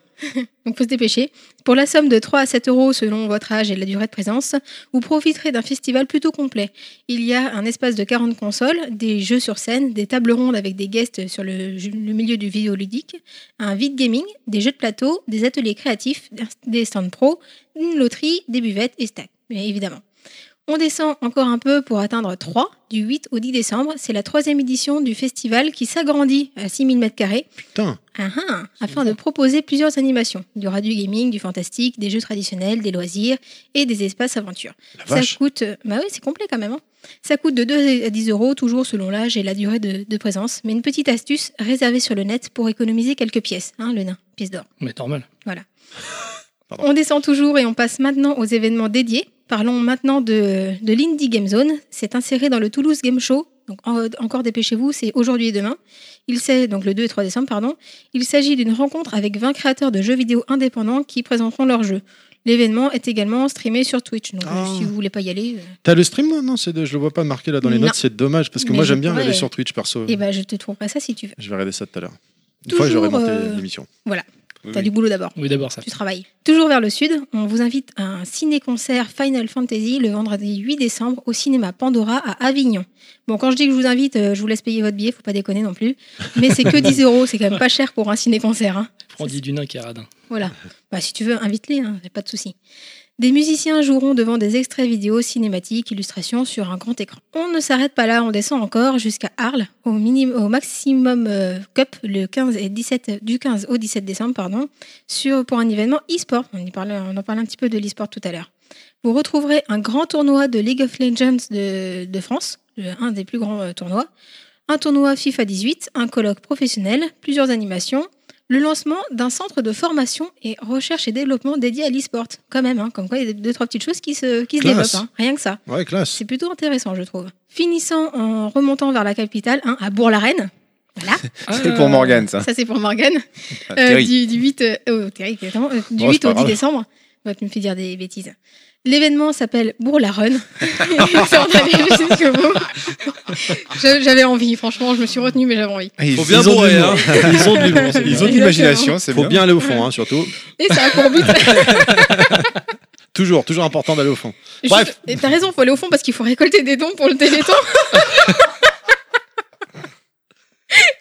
Speaker 5: Donc faut se dépêcher. Pour la somme de 3 à 7 euros selon votre âge et la durée de présence, vous profiterez d'un festival plutôt complet. Il y a un espace de 40 consoles, des jeux sur scène, des tables rondes avec des guests sur le, jeu- le milieu du vidéoludique, un vide gaming, des jeux de plateau, des ateliers créatifs, des stands pro, une loterie, des buvettes et stacks, bien évidemment. On descend encore un peu pour atteindre 3, du 8 au 10 décembre. C'est la troisième édition du festival qui s'agrandit à 6000 m2
Speaker 3: Putain.
Speaker 5: ah ah, afin de proposer plusieurs animations. Il y aura du gaming, du fantastique, des jeux traditionnels, des loisirs et des espaces aventures. Ça
Speaker 3: vache.
Speaker 5: coûte, euh, bah oui, c'est complet quand même. hein. Ça coûte de 2 à 10 euros, toujours selon l'âge et la durée de, de présence. Mais une petite astuce réservée sur le net pour économiser quelques pièces. Hein, le nain, pièce d'or.
Speaker 4: Mais normal.
Speaker 5: On descend toujours et on passe maintenant aux événements dédiés. Parlons maintenant de, de l'Indie Game Zone. C'est inséré dans le Toulouse Game Show. Donc en- encore dépêchez-vous, c'est aujourd'hui et demain. Il s'est donc le 2 et 3 décembre pardon. Il s'agit d'une rencontre avec 20 créateurs de jeux vidéo indépendants qui présenteront leurs jeux. L'événement est également streamé sur Twitch. Donc
Speaker 3: Ah.
Speaker 5: euh, si vous voulez pas y aller, euh,
Speaker 3: T'as le stream moi Non, c'est de- je le vois pas marqué là dans les
Speaker 5: Non.
Speaker 3: notes, c'est dommage parce que
Speaker 5: Mais
Speaker 3: moi
Speaker 5: je
Speaker 3: j'aime bien
Speaker 5: pourrais,
Speaker 3: regarder
Speaker 5: ouais.
Speaker 3: sur Twitch perso.
Speaker 5: eh ben je te trouverai ça si tu veux.
Speaker 3: Je vais regarder ça tout à l'heure. Une
Speaker 5: Toujours,
Speaker 3: fois j'aurai monté
Speaker 5: euh,
Speaker 3: l'émission.
Speaker 5: T'as du boulot d'abord.
Speaker 4: Oui, d'abord ça.
Speaker 5: Tu travailles. Toujours vers le sud, on vous invite à un ciné-concert Final Fantasy le vendredi 8 décembre au cinéma Pandora à Avignon. Bon, quand je dis que je vous invite, euh, je vous laisse payer votre billet, faut pas déconner non plus. Mais c'est que 10 euros, c'est quand même pas cher pour un ciné-concert. hein.
Speaker 4: Frandy Dunin qui est radin.
Speaker 5: Voilà. Bah, si tu veux, invite-les, hein, y a pas de souci. Des musiciens joueront devant des extraits vidéo, cinématiques, illustrations sur un grand écran. On ne s'arrête pas là, on descend encore jusqu'à Arles, au, minim- au maximum euh, cup le 15 et 17, du 15 au 17 décembre, pardon, sur, pour un événement e-sport. On, y parlait- on en parlait un petit peu de l'e-sport tout à l'heure. Vous retrouverez un grand tournoi de League of Legends de, de France, le- un des plus grands euh, tournois, un tournoi FIFA 18, un colloque professionnel, plusieurs animations, le lancement d'un centre de formation et recherche et développement dédié à l'e-sport. Quand même, hein, comme quoi il y a deux, trois petites choses qui se, qui se
Speaker 3: Classe.
Speaker 5: développent, hein, rien que ça.
Speaker 3: Ouais, classe.
Speaker 5: C'est plutôt intéressant, je trouve. Finissant en remontant vers la capitale, hein, à Bourg-la-Reine. Voilà,
Speaker 6: C'est pour Morgane, ça.
Speaker 5: ça c'est pour Morgane.
Speaker 6: Ah,
Speaker 5: Euh,
Speaker 6: Terry.
Speaker 5: du, du 8, euh, oh, Terry, exactement, euh, du
Speaker 3: Bon, c'est
Speaker 5: 8
Speaker 3: pas
Speaker 5: au 10
Speaker 3: grave.
Speaker 5: décembre. Bah, tu me fais dire des bêtises. L'événement s'appelle Bourg la Run. Ça, on allait jusqu'au bout. Je- J'avais envie, franchement, je me suis retenue, mais j'avais envie.
Speaker 6: Ah, Ils,
Speaker 9: Faut bien
Speaker 6: ils ont de
Speaker 9: bourrer,
Speaker 6: l'humour.
Speaker 9: hein.
Speaker 3: Ils ont de l'humour, c'est
Speaker 6: Ils ont
Speaker 3: bien.
Speaker 6: de l'imagination, c'est
Speaker 3: Faut
Speaker 6: bien.
Speaker 3: bien aller au fond, hein, surtout.
Speaker 5: Et ça a pour but.
Speaker 3: Toujours, toujours important d'aller au fond.
Speaker 5: Juste-
Speaker 3: Bref.
Speaker 5: et T'as raison, faut aller au fond parce qu'il faut récolter des dons pour le téléthon.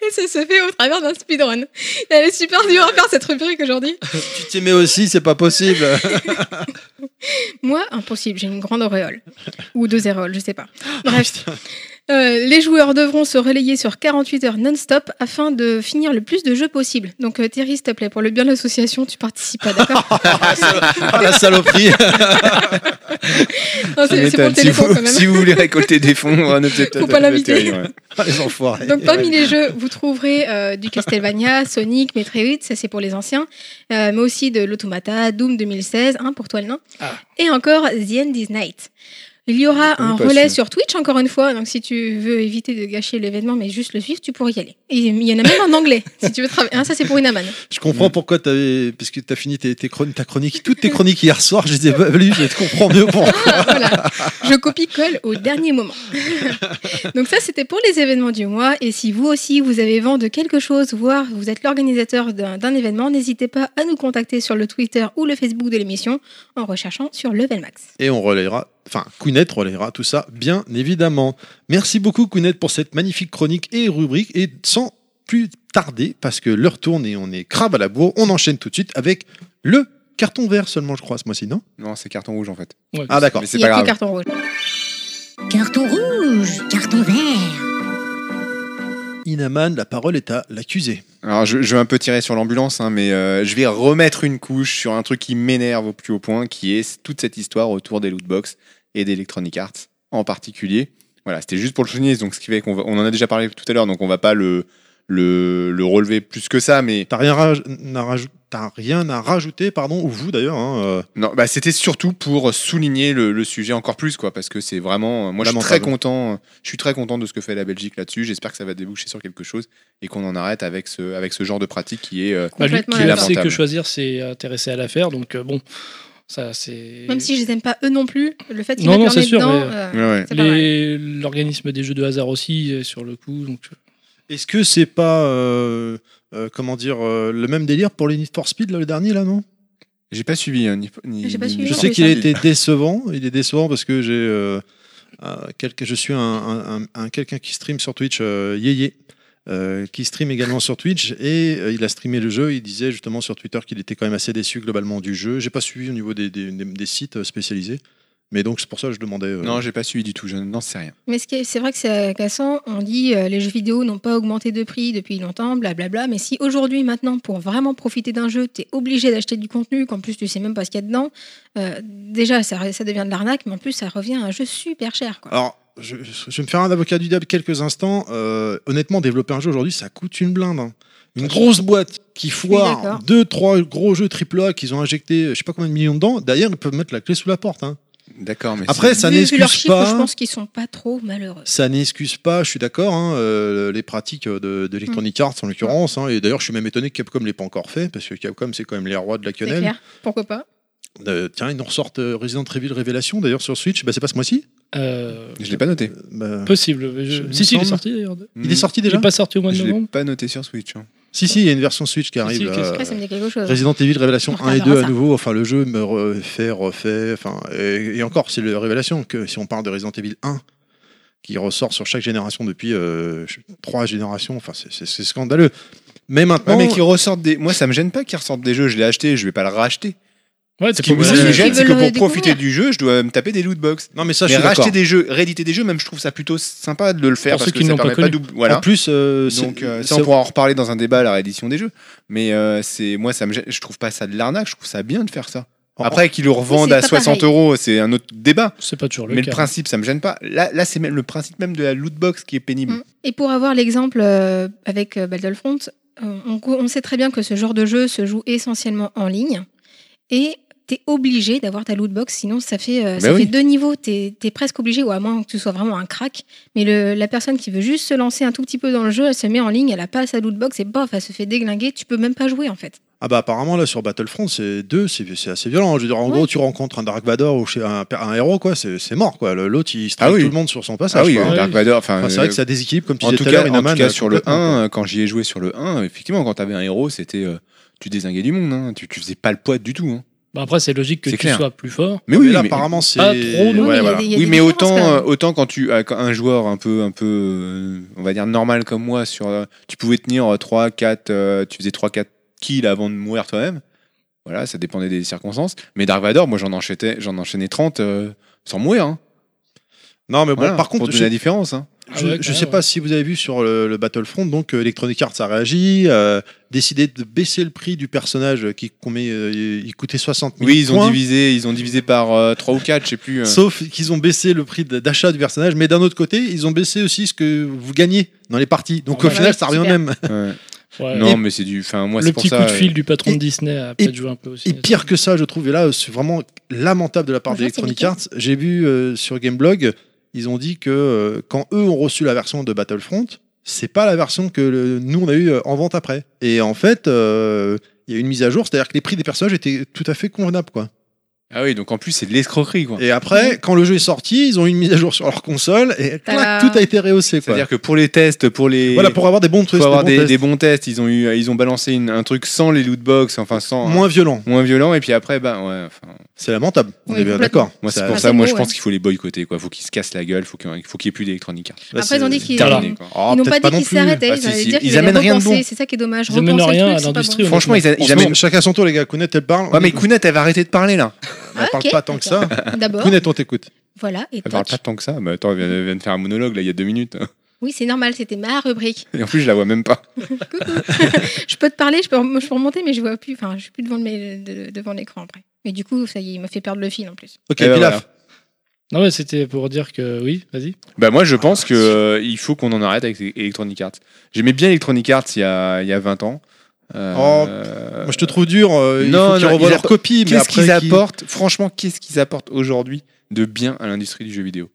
Speaker 5: Et ça se fait au travers d'un speedrun. Elle est super dure à faire cette rubrique aujourd'hui.
Speaker 9: Tu t'y mets aussi, c'est pas possible.
Speaker 5: Moi, impossible, j'ai une grande auréole. Ou deux auréoles, je sais pas.
Speaker 9: Ah,
Speaker 5: Bref. Euh, les joueurs devront se relayer sur 48 heures non-stop afin de finir le plus de jeux possible. Donc euh, Thierry, s'il te plaît, pour le bien de l'association, tu participes pas, d'accord
Speaker 3: Ah, la saloperie
Speaker 5: Non,
Speaker 6: Ça
Speaker 5: C'est c'est pour
Speaker 6: m'étonne.
Speaker 5: le
Speaker 6: Si
Speaker 5: téléthon
Speaker 6: vous,
Speaker 5: quand même.
Speaker 6: si vous voulez récolter des fonds, un objet
Speaker 5: Faut pas l'inviter.
Speaker 3: Les enfoirés.
Speaker 5: Donc parmi les jeux, vous trouverez euh, du Castlevania, Sonic, Metroid, ça c'est pour les anciens, euh, mais aussi de l'Automata, Doom 2016, hein, pour toi le nain, et encore The End is Night. Il y aura
Speaker 6: Ah. connais
Speaker 5: un
Speaker 6: pas
Speaker 5: relais
Speaker 6: celui-là.
Speaker 5: sur Twitch encore une fois, donc si tu veux éviter de gâcher l'événement mais juste le suivre, tu pourrais y aller. Et il y en a même en anglais, si tu veux travailler. Hein, ça c'est pour une amane.
Speaker 3: Je comprends pourquoi t'avais, parce que t'as fini tes, tes chron- ta chronique, toutes tes chroniques hier soir, je les ai pas lues, je comprends mieux pour.
Speaker 5: Ah, voilà. Je copie-colle au dernier moment. Donc ça, c'était pour les événements du mois. Et si vous aussi, vous avez vent de quelque chose, voire vous êtes l'organisateur d'un d'un événement, n'hésitez pas à nous contacter sur le Twitter ou le Facebook de l'émission en recherchant sur Level Max.
Speaker 3: Et on relayera, enfin, Kounet relayera tout ça, bien évidemment. Merci beaucoup, Kounet, pour cette magnifique chronique et rubrique. Et sans plus tarder, parce que l'heure tourne et on est crabe à la bourre, on enchaîne tout de suite avec le carton vert seulement, je crois, ce mois-ci, non
Speaker 6: Non, c'est carton rouge en fait.
Speaker 4: Ouais.
Speaker 3: Ah, d'accord.
Speaker 6: Mais c'est
Speaker 5: Il y
Speaker 6: pas
Speaker 5: a que
Speaker 6: grave.
Speaker 5: carton rouge.
Speaker 1: Carton rouge, carton vert.
Speaker 3: Inaman, la parole est à l'accusé.
Speaker 6: Alors, je, je vais un peu tirer sur l'ambulance, hein, mais euh, je vais remettre une couche sur un truc qui m'énerve au plus haut point, qui est toute cette histoire autour des lootbox et d'Electronic Arts en particulier. Voilà, c'était juste pour le souligner, donc ce qui fait qu'on va- on en a déjà parlé tout à l'heure, donc on va pas le, le, le relever plus que ça, mais
Speaker 3: T'as rien, raj- n'a raj- t'as rien à rajouter, pardon, ou vous d'ailleurs, hein, euh,
Speaker 6: Non, bah, c'était surtout pour souligner le, le sujet encore plus, quoi, parce que c'est vraiment. Moi, je suis très
Speaker 3: Lamentable.
Speaker 6: content. Je suis très content de ce que fait la Belgique là-dessus. J'espère que ça va déboucher sur quelque chose et qu'on en arrête avec ce, avec ce genre de pratique qui est. euh,
Speaker 4: Bah, lui,
Speaker 5: Complètement
Speaker 4: qui
Speaker 6: lamentable.
Speaker 4: sait que choisir, c'est intéressé à l'affaire. Donc euh, bon, ça c'est.
Speaker 5: Même si je les aime pas eux non plus, le fait qu'ils
Speaker 4: Non,
Speaker 5: mettent
Speaker 4: non,
Speaker 5: leur
Speaker 4: c'est
Speaker 5: nez
Speaker 4: sûr,
Speaker 5: dedans,
Speaker 4: mais-
Speaker 5: euh,
Speaker 6: Ouais, ouais.
Speaker 5: c'est pas mal.
Speaker 4: Les- L'organisme des jeux de hasard aussi est sur le coup. Donc, euh,
Speaker 3: Est-ce que c'est pas euh, euh, comment dire euh, le même délire pour les Need for Speed là, le dernier là non
Speaker 6: J'ai pas suivi. hein, ni- ni-
Speaker 5: J'ai pas suivi
Speaker 6: ni-
Speaker 3: Je
Speaker 5: non
Speaker 3: sais
Speaker 5: plus,
Speaker 3: qu'il
Speaker 5: ça.
Speaker 3: a été décevant. Il est décevant parce que j'ai euh, euh, quelque- je suis un, un- un- un quelqu'un qui stream sur Twitch, euh, Yeye, euh, qui stream également sur Twitch et euh, il a streamé le jeu. Il disait justement sur Twitter qu'il était quand même assez déçu globalement du jeu. J'ai pas suivi au niveau des, des- des- des sites euh, spécialisés, mais donc c'est pour ça que je demandais. euh,
Speaker 6: Non, j'ai pas suivi du tout. Je n'en sais rien.
Speaker 5: Mais ce qui est- c'est vrai que c'est euh, cassant. On dit euh, les jeux vidéo n'ont pas augmenté de prix depuis longtemps, blablabla. Mais si aujourd'hui, maintenant, pour vraiment profiter d'un jeu, tu es obligé d'acheter du contenu, qu'en plus tu sais même pas ce qu'il y a dedans, euh, déjà ça, re- ça devient de l'arnaque, mais en plus ça revient à un jeu super cher. Quoi.
Speaker 3: Alors, je, je vais me faire un avocat du diable quelques instants. Euh, honnêtement, développer un jeu aujourd'hui, ça coûte une blinde. hein. Une grosse boîte qui foire
Speaker 5: d'accord.
Speaker 3: deux, trois gros jeux AAA qu'ils ont injecté, je sais pas combien de millions dedans. D'ailleurs, ils peuvent mettre la clé sous la porte. hein.
Speaker 6: D'accord, mais
Speaker 3: Après,
Speaker 6: c'est-
Speaker 3: ça
Speaker 5: vu, vu leurs
Speaker 3: n'excuse
Speaker 5: chiffres,
Speaker 3: pas.
Speaker 5: je pense qu'ils sont pas trop malheureux.
Speaker 3: Ça n'excuse pas, je suis d'accord, hein, euh, les pratiques de- d'Electronic Arts en l'occurrence. hein. et d'ailleurs, je suis même étonné que Capcom l'ait pas encore fait, parce que Capcom, c'est quand même les rois de la
Speaker 5: C'est
Speaker 3: quenelle.
Speaker 5: clair. Pourquoi pas
Speaker 3: Euh, tiens, ils nous ressortent euh, Resident Evil Révélation, d'ailleurs, sur Switch. Bah, c'est pas ce mois-ci
Speaker 4: Euh,
Speaker 6: je l'ai pas noté.
Speaker 3: Euh, bah,
Speaker 4: Possible. Je-
Speaker 3: Je- il me
Speaker 4: Si, si, il est
Speaker 3: semble.
Speaker 4: sorti d'ailleurs.
Speaker 3: Il est sorti
Speaker 4: Il
Speaker 3: déjà
Speaker 4: est Hmm. pas sorti au mois de
Speaker 6: Je l'ai
Speaker 4: novembre.
Speaker 6: pas noté sur Switch. hein.
Speaker 3: Si, si, il y a une version Switch qui
Speaker 4: Si,
Speaker 3: arrive.
Speaker 4: qu'est-ce
Speaker 3: euh,
Speaker 5: Après, ça me dit quelque chose.
Speaker 3: Resident Evil Révélation
Speaker 5: On
Speaker 3: 1 et
Speaker 5: regardera
Speaker 3: 2 à
Speaker 5: ça.
Speaker 3: nouveau, enfin le jeu me refait, refait, enfin et, et encore c'est la révélation que si on parle de Resident Evil 1 qui ressort sur chaque génération depuis euh, je- trois générations, enfin c'est- c'est c'est scandaleux. Mais
Speaker 6: Ouais,
Speaker 3: maintenant,
Speaker 6: mais qu'ils ressortent des. Moi, ça me gêne pas qu'ils ressortent des jeux. Je l'ai acheté, je vais pas le racheter.
Speaker 4: Ouais,
Speaker 6: Ce
Speaker 4: c'est
Speaker 6: qui
Speaker 4: pour
Speaker 6: me
Speaker 5: Oui,
Speaker 4: Ouais.
Speaker 5: ceux
Speaker 6: gêne,
Speaker 5: qui
Speaker 6: c'est que
Speaker 5: veulent
Speaker 6: pour
Speaker 5: le
Speaker 6: profiter
Speaker 5: découvrir.
Speaker 6: du jeu, je dois me taper des loot box.
Speaker 3: non mais ça Ah,
Speaker 6: mais
Speaker 3: je suis d'accord.
Speaker 6: racheter des jeux, rééditer des jeux, même je trouve ça plutôt sympa de le faire
Speaker 4: Pour
Speaker 6: parce
Speaker 4: ceux
Speaker 6: que
Speaker 4: qui
Speaker 6: ça
Speaker 4: n'ont pas
Speaker 6: permet pas
Speaker 4: connu.
Speaker 6: d'oub- voilà.
Speaker 3: En plus, euh,
Speaker 6: Donc
Speaker 3: c'est-
Speaker 6: euh, ça,
Speaker 3: c'est-
Speaker 6: on pourra en reparler dans un débat à la réédition des jeux. Mais euh, c'est moi, ça me gêne- je trouve pas ça de l'arnaque. Je trouve ça bien de faire ça. Après qu'ils le revendent
Speaker 5: c'est
Speaker 6: à
Speaker 5: pas
Speaker 6: 60
Speaker 5: pareil.
Speaker 6: euros, c'est un autre débat.
Speaker 4: C'est pas toujours le
Speaker 6: mais le
Speaker 4: cas.
Speaker 6: principe, ça me gêne pas. Là, là c'est même le principe même de la loot box qui est pénible.
Speaker 5: Mm. Et pour avoir l'exemple euh, avec euh, Battlefront, euh, on, co- on sait très bien que ce genre de jeu se joue essentiellement en ligne et t'es obligé d'avoir ta loot box, sinon ça fait, euh, ça
Speaker 6: Ben oui.
Speaker 5: fait deux niveaux. T'es es presque obligé, ou à moins que tu sois vraiment un crack. Mais le- la personne qui veut juste se lancer un tout petit peu dans le jeu, elle se met en ligne, elle a pas sa loot box et bof, elle se fait déglinguer. Tu peux même pas jouer en fait.
Speaker 3: ah bah apparemment là sur Battlefront c'est deux, c'est c'est assez violent. Je veux dire en
Speaker 5: Ouais.
Speaker 3: gros tu rencontres un Dark Vador ou chez un, un héros quoi, c'est c'est mort quoi. Le- L'autre il strike
Speaker 6: Ah oui.
Speaker 3: tout le monde sur son
Speaker 6: Ah
Speaker 3: passage.
Speaker 6: oui,
Speaker 3: quoi.
Speaker 6: euh, Dark Vador. Enfin,
Speaker 3: Enfin, c'est vrai
Speaker 6: euh,
Speaker 3: que ça déséquilibre comme tu
Speaker 6: en
Speaker 3: disais
Speaker 6: tout
Speaker 3: tout à l'heure.
Speaker 6: cas, en tout
Speaker 3: Inaman,
Speaker 6: cas sur le
Speaker 3: complètement, quoi.
Speaker 6: 1, euh, quand j'y ai joué sur le 1, effectivement, quand t'avais un héros, c'était euh, tu désinguais du monde. hein. Tu, tu faisais pas le poids du tout. hein.
Speaker 4: Bah, après, c'est logique que
Speaker 6: C'est
Speaker 4: tu
Speaker 6: clair.
Speaker 4: sois plus fort.
Speaker 3: Mais
Speaker 6: Mais oui,
Speaker 3: là,
Speaker 6: mais-
Speaker 3: apparemment, c'est.
Speaker 4: Pas trop, non,
Speaker 5: Oui,
Speaker 3: ouais,
Speaker 5: il y a
Speaker 3: voilà.
Speaker 5: des- il y a
Speaker 6: Oui,
Speaker 5: des
Speaker 6: mais
Speaker 5: différences,
Speaker 6: autant,
Speaker 5: quand
Speaker 6: euh,
Speaker 5: même.
Speaker 6: autant quand tu euh, quand un joueur un peu un peu euh, on va dire normal comme moi sur euh, tu pouvais tenir euh, 3 4 euh, tu faisais 3 4 kills avant de mourir toi-même. Voilà, ça dépendait des circonstances, mais Dark Vador, moi j'en enchaînais j'en enchaînais 30 euh, sans mourir hein.
Speaker 3: Non, mais Euh, bon,
Speaker 6: Voilà,
Speaker 3: par contre,
Speaker 6: pour donner
Speaker 3: je,
Speaker 6: la différence hein.
Speaker 4: Ah
Speaker 3: je,
Speaker 4: ouais,
Speaker 3: je
Speaker 4: quand
Speaker 3: sais
Speaker 4: même,
Speaker 3: pas si vous avez vu sur le, le Battlefront, donc euh, Electronic Arts a réagi, euh, décidé de baisser le prix du personnage euh, qui combien, euh, il coûtait 60 000
Speaker 6: Oui, ils ont
Speaker 3: points,
Speaker 6: divisé, ils ont divisé par 3 ou 4, je sais plus. euh.
Speaker 3: Sauf qu'ils ont baissé le prix d- d'achat du personnage, mais d'un autre côté, ils ont baissé aussi ce que vous gagnez dans les parties. Donc au
Speaker 4: Voilà,
Speaker 3: final, ça revient au
Speaker 5: super.
Speaker 3: même.
Speaker 6: Ouais.
Speaker 4: Ouais.
Speaker 6: Non, mais c'est du enfin moi c'est
Speaker 4: le
Speaker 6: pour
Speaker 4: petit
Speaker 6: ça
Speaker 4: coup de fil
Speaker 6: euh,
Speaker 4: du patron
Speaker 3: et-
Speaker 4: de Disney a peut-être joué un peu aussi.
Speaker 3: Et pire que ça, je trouve, et là, c'est vraiment lamentable de la part
Speaker 5: Bonjour,
Speaker 3: d'Electronic
Speaker 5: c'est
Speaker 3: Arts. J'ai vu euh, sur Gameblog, ils ont dit que euh, quand eux ont reçu la version de Battlefront, c'est pas la version que le- nous on a eu euh, en vente après. Et en fait, euh, il y a eu une mise à jour, c'est-à-dire que les prix des personnages étaient tout à fait convenables, quoi.
Speaker 6: Ah oui, donc en plus c'est de l'escroquerie quoi.
Speaker 3: Et après, quand le jeu est sorti, ils ont eu une mise à jour sur leur console et clac,
Speaker 5: Tada.
Speaker 3: tout a été rehaussé, quoi.
Speaker 6: C'est-à-dire que pour les tests, pour les
Speaker 3: Voilà, pour avoir des bons
Speaker 6: faut
Speaker 3: trucs,
Speaker 6: avoir
Speaker 3: des
Speaker 6: des,
Speaker 3: bons
Speaker 6: des
Speaker 3: tests.
Speaker 6: bons tests. Ils ont eu, ils ont balancé une- un truc sans les loot box, enfin sans moins,
Speaker 3: moins violents.
Speaker 6: moins violent. Et puis après, bah ouais. Enfin,
Speaker 3: C'est lamentable. On
Speaker 5: Oui,
Speaker 3: est bien
Speaker 5: complètement.
Speaker 3: d'accord.
Speaker 6: moi c'est
Speaker 3: Ça-
Speaker 6: pour
Speaker 5: Ah,
Speaker 6: ça,
Speaker 5: c'est
Speaker 6: moi
Speaker 5: beau,
Speaker 6: je pense
Speaker 5: ouais.
Speaker 6: qu'il faut les boycotter, quoi. Faut qu'ils se cassent la gueule, faut qu'il faut qu'il y ait plus d'électronique. hein.
Speaker 3: là,
Speaker 5: Après, ils ont dit qu'ils-
Speaker 4: Voilà.
Speaker 5: ils
Speaker 6: Oh,
Speaker 3: Ah,
Speaker 5: n'ont pas
Speaker 3: peut-être
Speaker 5: dit
Speaker 3: non
Speaker 5: qu'ils
Speaker 3: plus.
Speaker 5: s'arrêtaient,
Speaker 6: Ah,
Speaker 5: ils
Speaker 6: si,
Speaker 5: allaient
Speaker 6: si,
Speaker 5: dire
Speaker 6: ils
Speaker 5: qu'ils allaient
Speaker 6: amènent rien de
Speaker 5: repenser,
Speaker 6: bon.
Speaker 5: c'est ça qui est dommage.
Speaker 4: Ils amènent
Speaker 5: Repenser le
Speaker 4: rien
Speaker 5: truc,
Speaker 4: à
Speaker 5: c'est pas
Speaker 4: l'industrie,
Speaker 5: bon.
Speaker 6: Franchement, ils, a-
Speaker 3: On
Speaker 6: ils
Speaker 3: se met
Speaker 6: amènent.
Speaker 3: chacun son tour, les gars. Kounet, elle parle.
Speaker 6: Ouais, mais Kounet, elle va arrêter de parler là.
Speaker 3: Elle
Speaker 5: Ah,
Speaker 3: parle
Speaker 5: ok,
Speaker 3: pas tant que ça.
Speaker 5: D'abord,
Speaker 3: Kounet, on t'écoute.
Speaker 5: voilà, et
Speaker 6: Elle parle
Speaker 5: touch.
Speaker 6: pas tant que ça. Mais attends, elle vient, elle vient de faire un monologue là il y a deux minutes. hein.
Speaker 5: Oui, c'est normal, c'était ma rubrique.
Speaker 6: Et en plus, je la vois même pas.
Speaker 5: je peux te parler, je peux, rem- je peux remonter, mais je vois plus. Enfin, je suis plus devant, le- de- devant l'écran après. Mais du coup, ça y est, il m'a fait perdre le fil en plus.
Speaker 3: Ok,
Speaker 6: Eh ben,
Speaker 3: Pilaf.
Speaker 6: voilà.
Speaker 4: Non, mais c'était pour dire que oui, vas-y.
Speaker 6: Bah moi, je pense que euh, il faut qu'on en arrête avec Electronic Arts. J'aimais bien Electronic Arts il y a il y a 20 ans. Euh,
Speaker 3: Oh, Moi, je te trouve dur. euh, il
Speaker 6: Non,
Speaker 3: faut qu'ils
Speaker 6: non,
Speaker 3: revoient
Speaker 6: ils
Speaker 3: leur
Speaker 6: appo-
Speaker 3: copie. mais
Speaker 6: Qu'est-ce
Speaker 3: après,
Speaker 6: qu'ils
Speaker 3: qui-
Speaker 6: apportent Franchement, qu'est-ce qu'ils apportent aujourd'hui de bien à l'industrie du jeu vidéo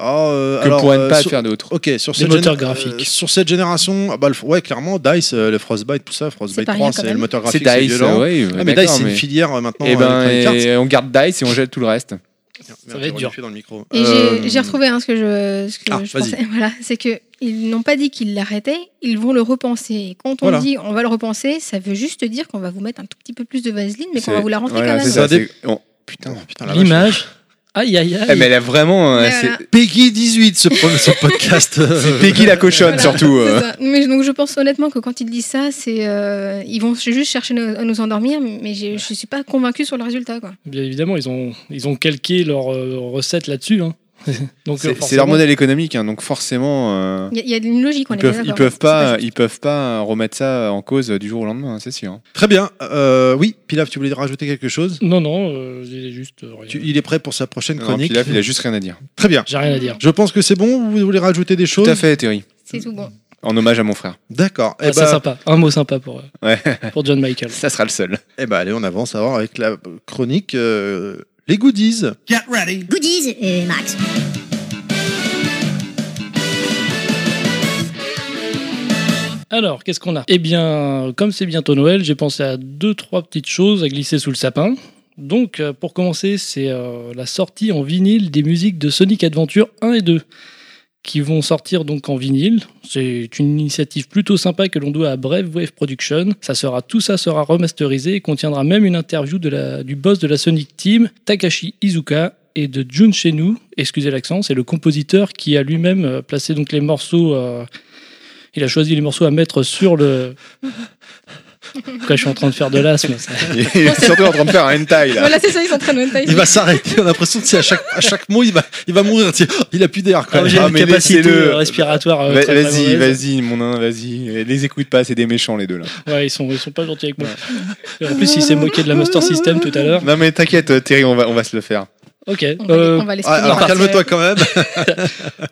Speaker 3: Ah, euh,
Speaker 6: Que
Speaker 3: alors,
Speaker 6: pourraient ne
Speaker 3: euh,
Speaker 6: pas
Speaker 3: sur-
Speaker 6: faire d'autres.
Speaker 3: Ok, sur
Speaker 4: Des
Speaker 3: cette
Speaker 4: moteurs
Speaker 3: géné-
Speaker 4: graphiques.
Speaker 3: euh, sur cette génération, ah bah, le f- ouais, clairement, Dice, euh, le Frostbite, tout ça, Frostbite
Speaker 5: pas
Speaker 3: 3,
Speaker 5: rien, quand
Speaker 3: c'est le
Speaker 5: même.
Speaker 3: moteur
Speaker 6: C'est
Speaker 3: graphique, c'est
Speaker 6: Dice,
Speaker 3: violent.
Speaker 6: ouais,
Speaker 3: Ah,
Speaker 6: ouais,
Speaker 3: mais Dice,
Speaker 6: d'accord,
Speaker 3: c'est une
Speaker 6: mais-
Speaker 3: filière euh, maintenant. euh,
Speaker 6: Eh ben,
Speaker 3: Electronic Arts.
Speaker 6: et on garde Dice et on jette tout le reste.
Speaker 3: Merde,
Speaker 4: va
Speaker 3: j'ai
Speaker 4: être dur.
Speaker 3: reniflé dans le micro.
Speaker 5: Et
Speaker 3: Euh,
Speaker 5: j'ai- j'ai retrouvé hein, ce que je, ce que
Speaker 3: Ah,
Speaker 5: je
Speaker 3: vas-y.
Speaker 5: pensais. Voilà, c'est que ils n'ont pas dit qu'ils l'arrêtaient, ils vont le repenser. Et quand on
Speaker 3: Voilà.
Speaker 5: dit on va le repenser, ça veut juste dire qu'on va vous mettre un tout petit peu plus de vaseline, mais qu'on va vous la rentrer
Speaker 6: Voilà,
Speaker 5: quand même.
Speaker 6: c'est
Speaker 3: Ça
Speaker 6: ça,
Speaker 3: dé-
Speaker 6: c'est- oh, Putain.
Speaker 3: putain, la vache.
Speaker 4: L'image. Aïe, aïe,
Speaker 6: Eh, mais
Speaker 4: aïe.
Speaker 6: elle a vraiment. euh,
Speaker 5: Mais
Speaker 6: c'est-
Speaker 5: voilà.
Speaker 3: Peggy 18, ce, pro- ce podcast.
Speaker 6: C'est Peggy la cochonne,
Speaker 5: Voilà,
Speaker 6: surtout.
Speaker 5: c'est
Speaker 6: euh.
Speaker 5: ça. Mais donc je pense honnêtement que quand ils disent ça, c'est euh, ils vont juste chercher nous- à nous endormir, mais j'ai- je suis pas convaincue sur le résultat. Quoi.
Speaker 4: Bien évidemment, ils ont, ils ont calqué leur euh, recette là-dessus. hein. Donc, euh,
Speaker 6: C'est c'est
Speaker 4: forcément,
Speaker 6: leur modèle économique, hein, donc forcément. euh,
Speaker 5: Il y, a- il y a une logique. On
Speaker 6: Ils
Speaker 5: est
Speaker 6: peuvent,
Speaker 5: bien
Speaker 6: ils
Speaker 5: d'accord.
Speaker 6: peuvent
Speaker 5: C'est pas
Speaker 6: pas, ils peuvent pas remettre ça en cause du jour au lendemain, hein, c'est sûr.
Speaker 3: Très bien. Euh, oui, Pilaf, tu voulais rajouter quelque chose
Speaker 4: Non, non, euh, j'ai juste. euh, rien.
Speaker 3: Tu- Il est prêt pour sa prochaine
Speaker 6: Non,
Speaker 3: chronique.
Speaker 6: Pilaf, il a juste rien à dire.
Speaker 3: Très bien.
Speaker 4: J'ai rien à dire.
Speaker 3: Je pense que c'est bon. Vous voulez rajouter des
Speaker 6: Tout
Speaker 3: choses
Speaker 6: à fait, Terry.
Speaker 5: C'est tout bon.
Speaker 6: En hommage à mon frère.
Speaker 3: D'accord.
Speaker 4: Ah,
Speaker 3: Eh
Speaker 4: c'est
Speaker 3: ben-
Speaker 4: sympa. Un mot sympa pour, euh,
Speaker 6: Ouais.
Speaker 4: pour John Michael.
Speaker 6: Ça sera le seul.
Speaker 3: eh ben, allez, on avance alors avec la chronique euh, Les Goodies.
Speaker 1: Goodies et Max.
Speaker 4: Alors, qu'est-ce qu'on a Eh bien, comme c'est bientôt Noël, j'ai pensé à deux, trois petites choses à glisser sous le sapin. Donc, euh, pour commencer, c'est euh, la sortie en vinyle des musiques de Sonic Adventure 1 et 2, qui vont sortir donc en vinyle. C'est une initiative plutôt sympa que l'on doit à Brave Wave Production. Ça sera, tout ça sera remasterisé et contiendra même une interview de la, du boss de la Sonic Team, Takashi Izuka, et de Jun Shenu, excusez l'accent, c'est le compositeur qui a lui-même euh, placé donc les morceaux euh, il a choisi les morceaux à mettre sur le. Après, je suis en train de faire de l'asthme. ça.
Speaker 6: Il est surtout en train de faire un hentai, là.
Speaker 5: Voilà, c'est ça, ils sont en train de
Speaker 3: Il va s'arrêter. On a l'impression que c'est à chaque, à chaque mot, il va, il va mourir. Tu sais, oh, Il a plus d'air. quoi.
Speaker 4: Comme j'ai
Speaker 6: Ah,
Speaker 4: une
Speaker 6: mais
Speaker 4: capacité
Speaker 6: laissez-le.
Speaker 4: euh, respiratoire. euh,
Speaker 6: Va-
Speaker 4: très, très
Speaker 6: Vas-y,
Speaker 4: mauvaise.
Speaker 6: vas-y, mon nain, vas-y. Les écoute pas, c'est des méchants, les deux, là.
Speaker 4: Ouais, ils sont, ils sont pas gentils avec moi. En plus, il s'est moqué de la Master System tout à l'heure.
Speaker 6: Non, mais t'inquiète, euh, Terry, on va, on va se le faire.
Speaker 4: Ok.
Speaker 5: On va,
Speaker 4: euh,
Speaker 5: les- on va les
Speaker 3: Ah, alors
Speaker 5: spinner.
Speaker 3: calme-toi quand même.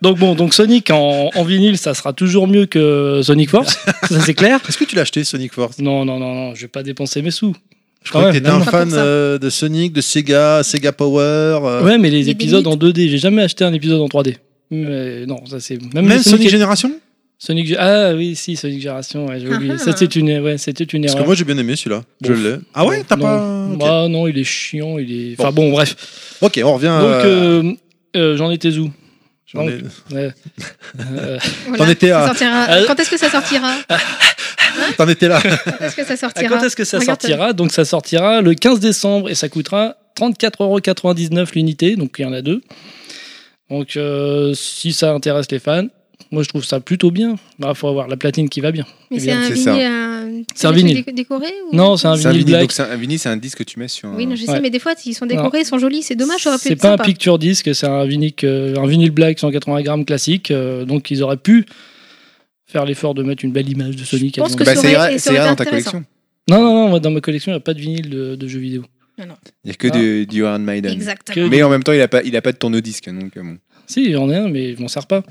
Speaker 4: donc bon, donc Sonic en, en vinyle, ça sera toujours mieux que Sonic Force. ça c'est clair.
Speaker 3: Est-ce que tu l'as acheté Sonic Force
Speaker 4: Non, non, non, non, je vais pas dépenser mes sous.
Speaker 3: Je crois
Speaker 4: Ah Ouais,
Speaker 3: que t'étais un
Speaker 5: non. Pas
Speaker 3: fan
Speaker 5: pour ça.
Speaker 3: euh, de Sonic, de Sega, Sega Power. euh,
Speaker 4: Ouais, mais les
Speaker 5: des
Speaker 4: épisodes en
Speaker 5: limites.
Speaker 4: 2D, j'ai jamais acheté un épisode en 3D. Mais non, ça c'est même,
Speaker 3: Même
Speaker 4: les
Speaker 3: Sonic
Speaker 4: Sonic,
Speaker 3: Génération
Speaker 4: Sonic- Ah oui, si Sonic Génération, ouais, j'ai oublié.
Speaker 5: Ah, ah.
Speaker 4: ça c'était une, ouais, c'était une
Speaker 3: Parce
Speaker 4: erreur.
Speaker 3: que moi j'ai bien aimé celui-là.
Speaker 4: Bon.
Speaker 3: Je l'ai. Ah ouais, t'as
Speaker 4: Non.
Speaker 3: pas. Ok.
Speaker 4: Bah non, il est chiant, il est. Enfin bon, bref.
Speaker 3: Ok, on revient.
Speaker 4: Donc
Speaker 3: euh,
Speaker 4: euh, euh, j'en étais où
Speaker 3: j'en ai-
Speaker 4: Ouais. Euh,
Speaker 5: Voilà,
Speaker 3: T'en étais
Speaker 5: ça
Speaker 3: à-
Speaker 5: sortira-
Speaker 4: Ah.
Speaker 5: Quand est-ce que ça sortira
Speaker 3: T'en étais là.
Speaker 5: Quand est-ce que ça
Speaker 4: à
Speaker 5: sortira
Speaker 4: Quand est-ce que ça
Speaker 5: Regarde,
Speaker 4: sortira Donc ça sortira le 15 décembre et ça coûtera 34,99€ l'unité, donc il y en a deux. Donc euh, si ça intéresse les fans, moi je trouve ça plutôt bien. Il faut avoir la platine qui va Eh bien.
Speaker 5: Mais c'est un
Speaker 6: C'est ça.
Speaker 5: vinyle. euh, un-
Speaker 4: C'est un
Speaker 5: des trucs
Speaker 4: vinyle.
Speaker 5: déco- décoré ou-
Speaker 4: Non, c'est un
Speaker 6: C'est un
Speaker 4: vinyle
Speaker 6: vinyle, donc
Speaker 4: black.
Speaker 6: c'est un, un vinyle, c'est un disque que tu mets sur. un-
Speaker 5: Oui, non, je sais,
Speaker 4: Ouais.
Speaker 5: mais des fois, ils sont décorés, ils sont jolis. C'est dommage, ça aurait pu
Speaker 4: C'est
Speaker 5: être
Speaker 4: pas un
Speaker 5: sympa.
Speaker 4: picture disque, c'est un vinyle, euh, un vinyle black 180 grammes classique. euh, donc ils auraient pu faire l'effort de mettre une belle image de Sonic.
Speaker 5: Je pense
Speaker 4: à
Speaker 5: que
Speaker 6: bah,
Speaker 5: ça
Speaker 6: ça
Speaker 5: aurait-
Speaker 6: ira,
Speaker 5: et ça
Speaker 6: ça ira
Speaker 5: aurait
Speaker 6: dans
Speaker 5: été
Speaker 6: ta
Speaker 5: intéressant.
Speaker 6: collection.
Speaker 4: Non, non, non, moi dans ma collection, il n'y a pas de vinyle de, de jeux vidéo.
Speaker 6: Il y a que de- du Iron Maiden.
Speaker 5: Exactement.
Speaker 4: Que-
Speaker 6: Mais en même temps, il a pas, il a pas de tourne-disque, donc euh, bon.
Speaker 4: Si, il y en a un, mais je m'en sers pas.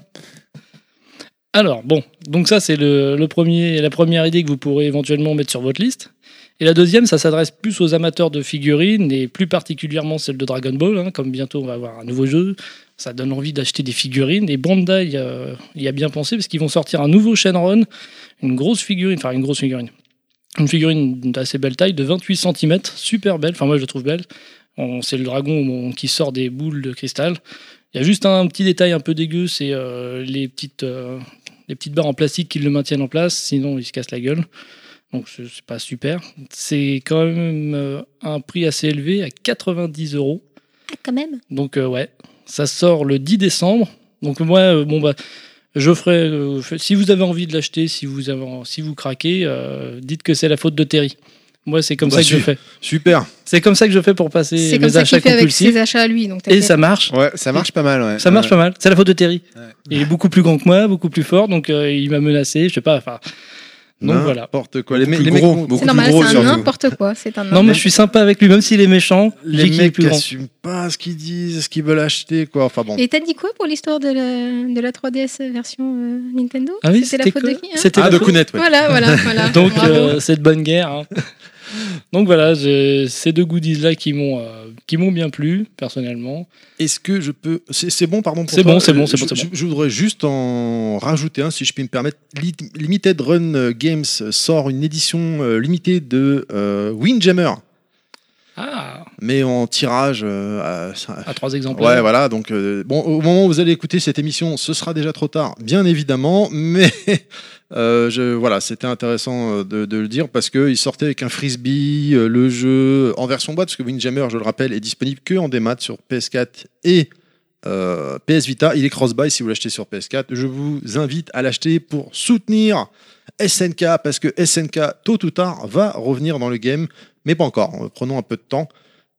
Speaker 4: Alors, bon, donc ça, c'est le, le premier, la première idée que vous pourrez éventuellement mettre sur votre liste. Et la deuxième, ça s'adresse plus aux amateurs de figurines, et plus particulièrement celle de Dragon Ball, hein, comme bientôt on va avoir un nouveau jeu. Ça donne envie d'acheter des figurines. Et Bandai euh, y a bien pensé, parce qu'ils vont sortir un nouveau Shenron, une grosse figurine, enfin une grosse figurine. Une figurine d'assez belle taille, de 28 cm, super belle, enfin moi je la trouve belle. On- C'est le dragon on- qui sort des boules de cristal. Il y a juste un petit détail un peu dégueu, c'est euh, les, petites, euh, les petites barres en plastique qui le maintiennent en place, sinon il se casse la gueule. Donc c'est c'est pas super. C'est quand même euh, un prix assez élevé à 90 euros.
Speaker 5: Quand même.
Speaker 4: Donc euh, ouais, ça sort le 10 décembre. Donc moi, euh, bon bah, je ferai. euh, f- si vous avez envie de l'acheter, si vous avez, en- si vous craquez, euh, dites que c'est la faute de Terry. Moi, c'est comme
Speaker 3: Bah,
Speaker 4: ça que
Speaker 3: si.
Speaker 4: je fais.
Speaker 3: Super.
Speaker 4: C'est comme ça que je fais pour passer
Speaker 5: C'est
Speaker 4: mes
Speaker 5: comme ça
Speaker 4: achats
Speaker 5: qu'il fait avec
Speaker 4: compulsifs.
Speaker 5: ses achats à lui. Donc t'as
Speaker 4: Et
Speaker 5: fait-
Speaker 4: ça marche.
Speaker 6: Ouais, ça marche pas mal, ouais.
Speaker 4: Ça marche
Speaker 6: Ouais.
Speaker 4: pas mal. C'est la faute de Terry.
Speaker 6: Ouais.
Speaker 4: Il est beaucoup plus grand que moi, beaucoup plus fort, donc euh, il m'a menacé, je sais pas. Enfin, donc voilà.
Speaker 3: N'importe quoi. Les, me-
Speaker 6: Beaucoup
Speaker 3: les
Speaker 6: plus
Speaker 3: mecs,
Speaker 6: gros,
Speaker 3: qu'on-
Speaker 6: beaucoup
Speaker 5: C'est
Speaker 6: plus
Speaker 5: normal,
Speaker 6: gros,
Speaker 5: c'est un
Speaker 6: surtout.
Speaker 5: n'importe quoi. C'est un
Speaker 4: Non, mais
Speaker 5: n'importe
Speaker 4: je suis sympa avec lui, même s'il est méchant.
Speaker 3: les
Speaker 4: j'ai qu'il est
Speaker 3: mecs qui
Speaker 4: plus grand.
Speaker 3: n'assument pas ce qu'ils disent, ce qu'ils veulent acheter, quoi. Enfin bon.
Speaker 5: Et t'as dit quoi pour l'histoire de la, de la 3DS version euh, Nintendo
Speaker 4: Ah oui,
Speaker 5: C'était la
Speaker 4: c'était
Speaker 5: faute
Speaker 4: quoi
Speaker 5: de qui hein
Speaker 4: C'était
Speaker 3: Ah,
Speaker 4: la
Speaker 3: de
Speaker 4: faute-
Speaker 3: Kounet, ouais.
Speaker 5: Voilà, voilà, voilà.
Speaker 4: Donc
Speaker 5: Bravo.
Speaker 4: euh, c'est de bonne guerre. hein. donc voilà, j'ai- ces deux goodies là qui m'ont euh, qui m'ont bien plu personnellement.
Speaker 3: Est-ce que je peux. C'est c'est bon, pardon. pour
Speaker 4: C'est
Speaker 3: toi Euh,
Speaker 4: bon, c'est bon, c'est
Speaker 3: Je-
Speaker 4: bon, c'est
Speaker 3: je- Je voudrais juste en rajouter un, si je puis me permettre. Li- Limited Run Games sort une édition euh, limitée de euh, Windjammer.
Speaker 4: Ah,
Speaker 3: mais en tirage euh, à- à-
Speaker 4: à trois exemples.
Speaker 3: Ouais, voilà. Donc, euh, bon, au moment où vous allez écouter cette émission, ce sera déjà trop tard, bien évidemment. Mais euh, je, voilà, c'était intéressant euh, de, de le dire parce qu'il sortait avec un frisbee, euh, le jeu en version boîte, parce que Windjammer, je le rappelle, est disponible que en démat sur PS4 et euh, PS Vita. Il est cross-buy si vous l'achetez sur PS4. Je vous invite à l'acheter pour soutenir SNK, parce que SNK, tôt ou tard, va revenir dans le game, mais pas encore. Prenons un peu de temps.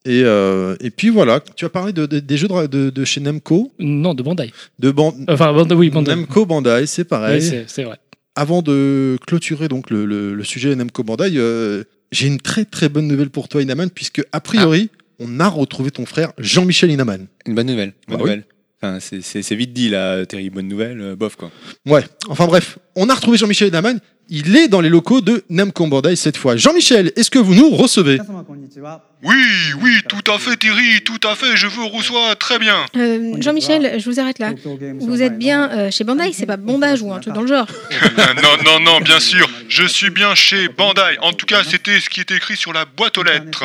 Speaker 3: Et, euh, et puis voilà, tu as parlé de- de- des jeux de, de- de chez Namco,
Speaker 4: Non, de Bandai.
Speaker 3: de Ban-
Speaker 4: Enfin, Bandai, Euh, oui, Bandai.
Speaker 3: Namco Bandai, c'est
Speaker 4: Oui,
Speaker 3: pareil.
Speaker 4: c'est c'est vrai.
Speaker 3: Avant de clôturer donc le, le- le sujet Namco Bandai, euh, j'ai une très très bonne nouvelle pour toi Inaman, puisque a priori,
Speaker 4: Ah.
Speaker 3: on a retrouvé ton frère Jean-Michel Inaman.
Speaker 6: Une bonne nouvelle. Bonne
Speaker 3: Bah oui.
Speaker 6: nouvelle. Enfin, c'est- c'est c'est vite dit là, Terry. Bonne nouvelle, euh, bof quoi.
Speaker 3: Ouais, enfin bref, on a retrouvé Jean-Michel Inaman, il est dans les locaux de Namco Bandai cette fois. Jean-Michel, est-ce que vous nous recevez
Speaker 7: Oui, oui, tout à fait, Terry, tout à fait, je vous reçois très bien.
Speaker 5: Euh, Jean-Michel, je vous arrête là. Vous êtes bien euh, chez Bandai, c'est pas bondage ou un truc dans le genre.
Speaker 7: Euh, non, non, non, bien sûr, je suis bien chez Bandai. En tout cas, c'était ce qui était écrit sur la boîte aux lettres.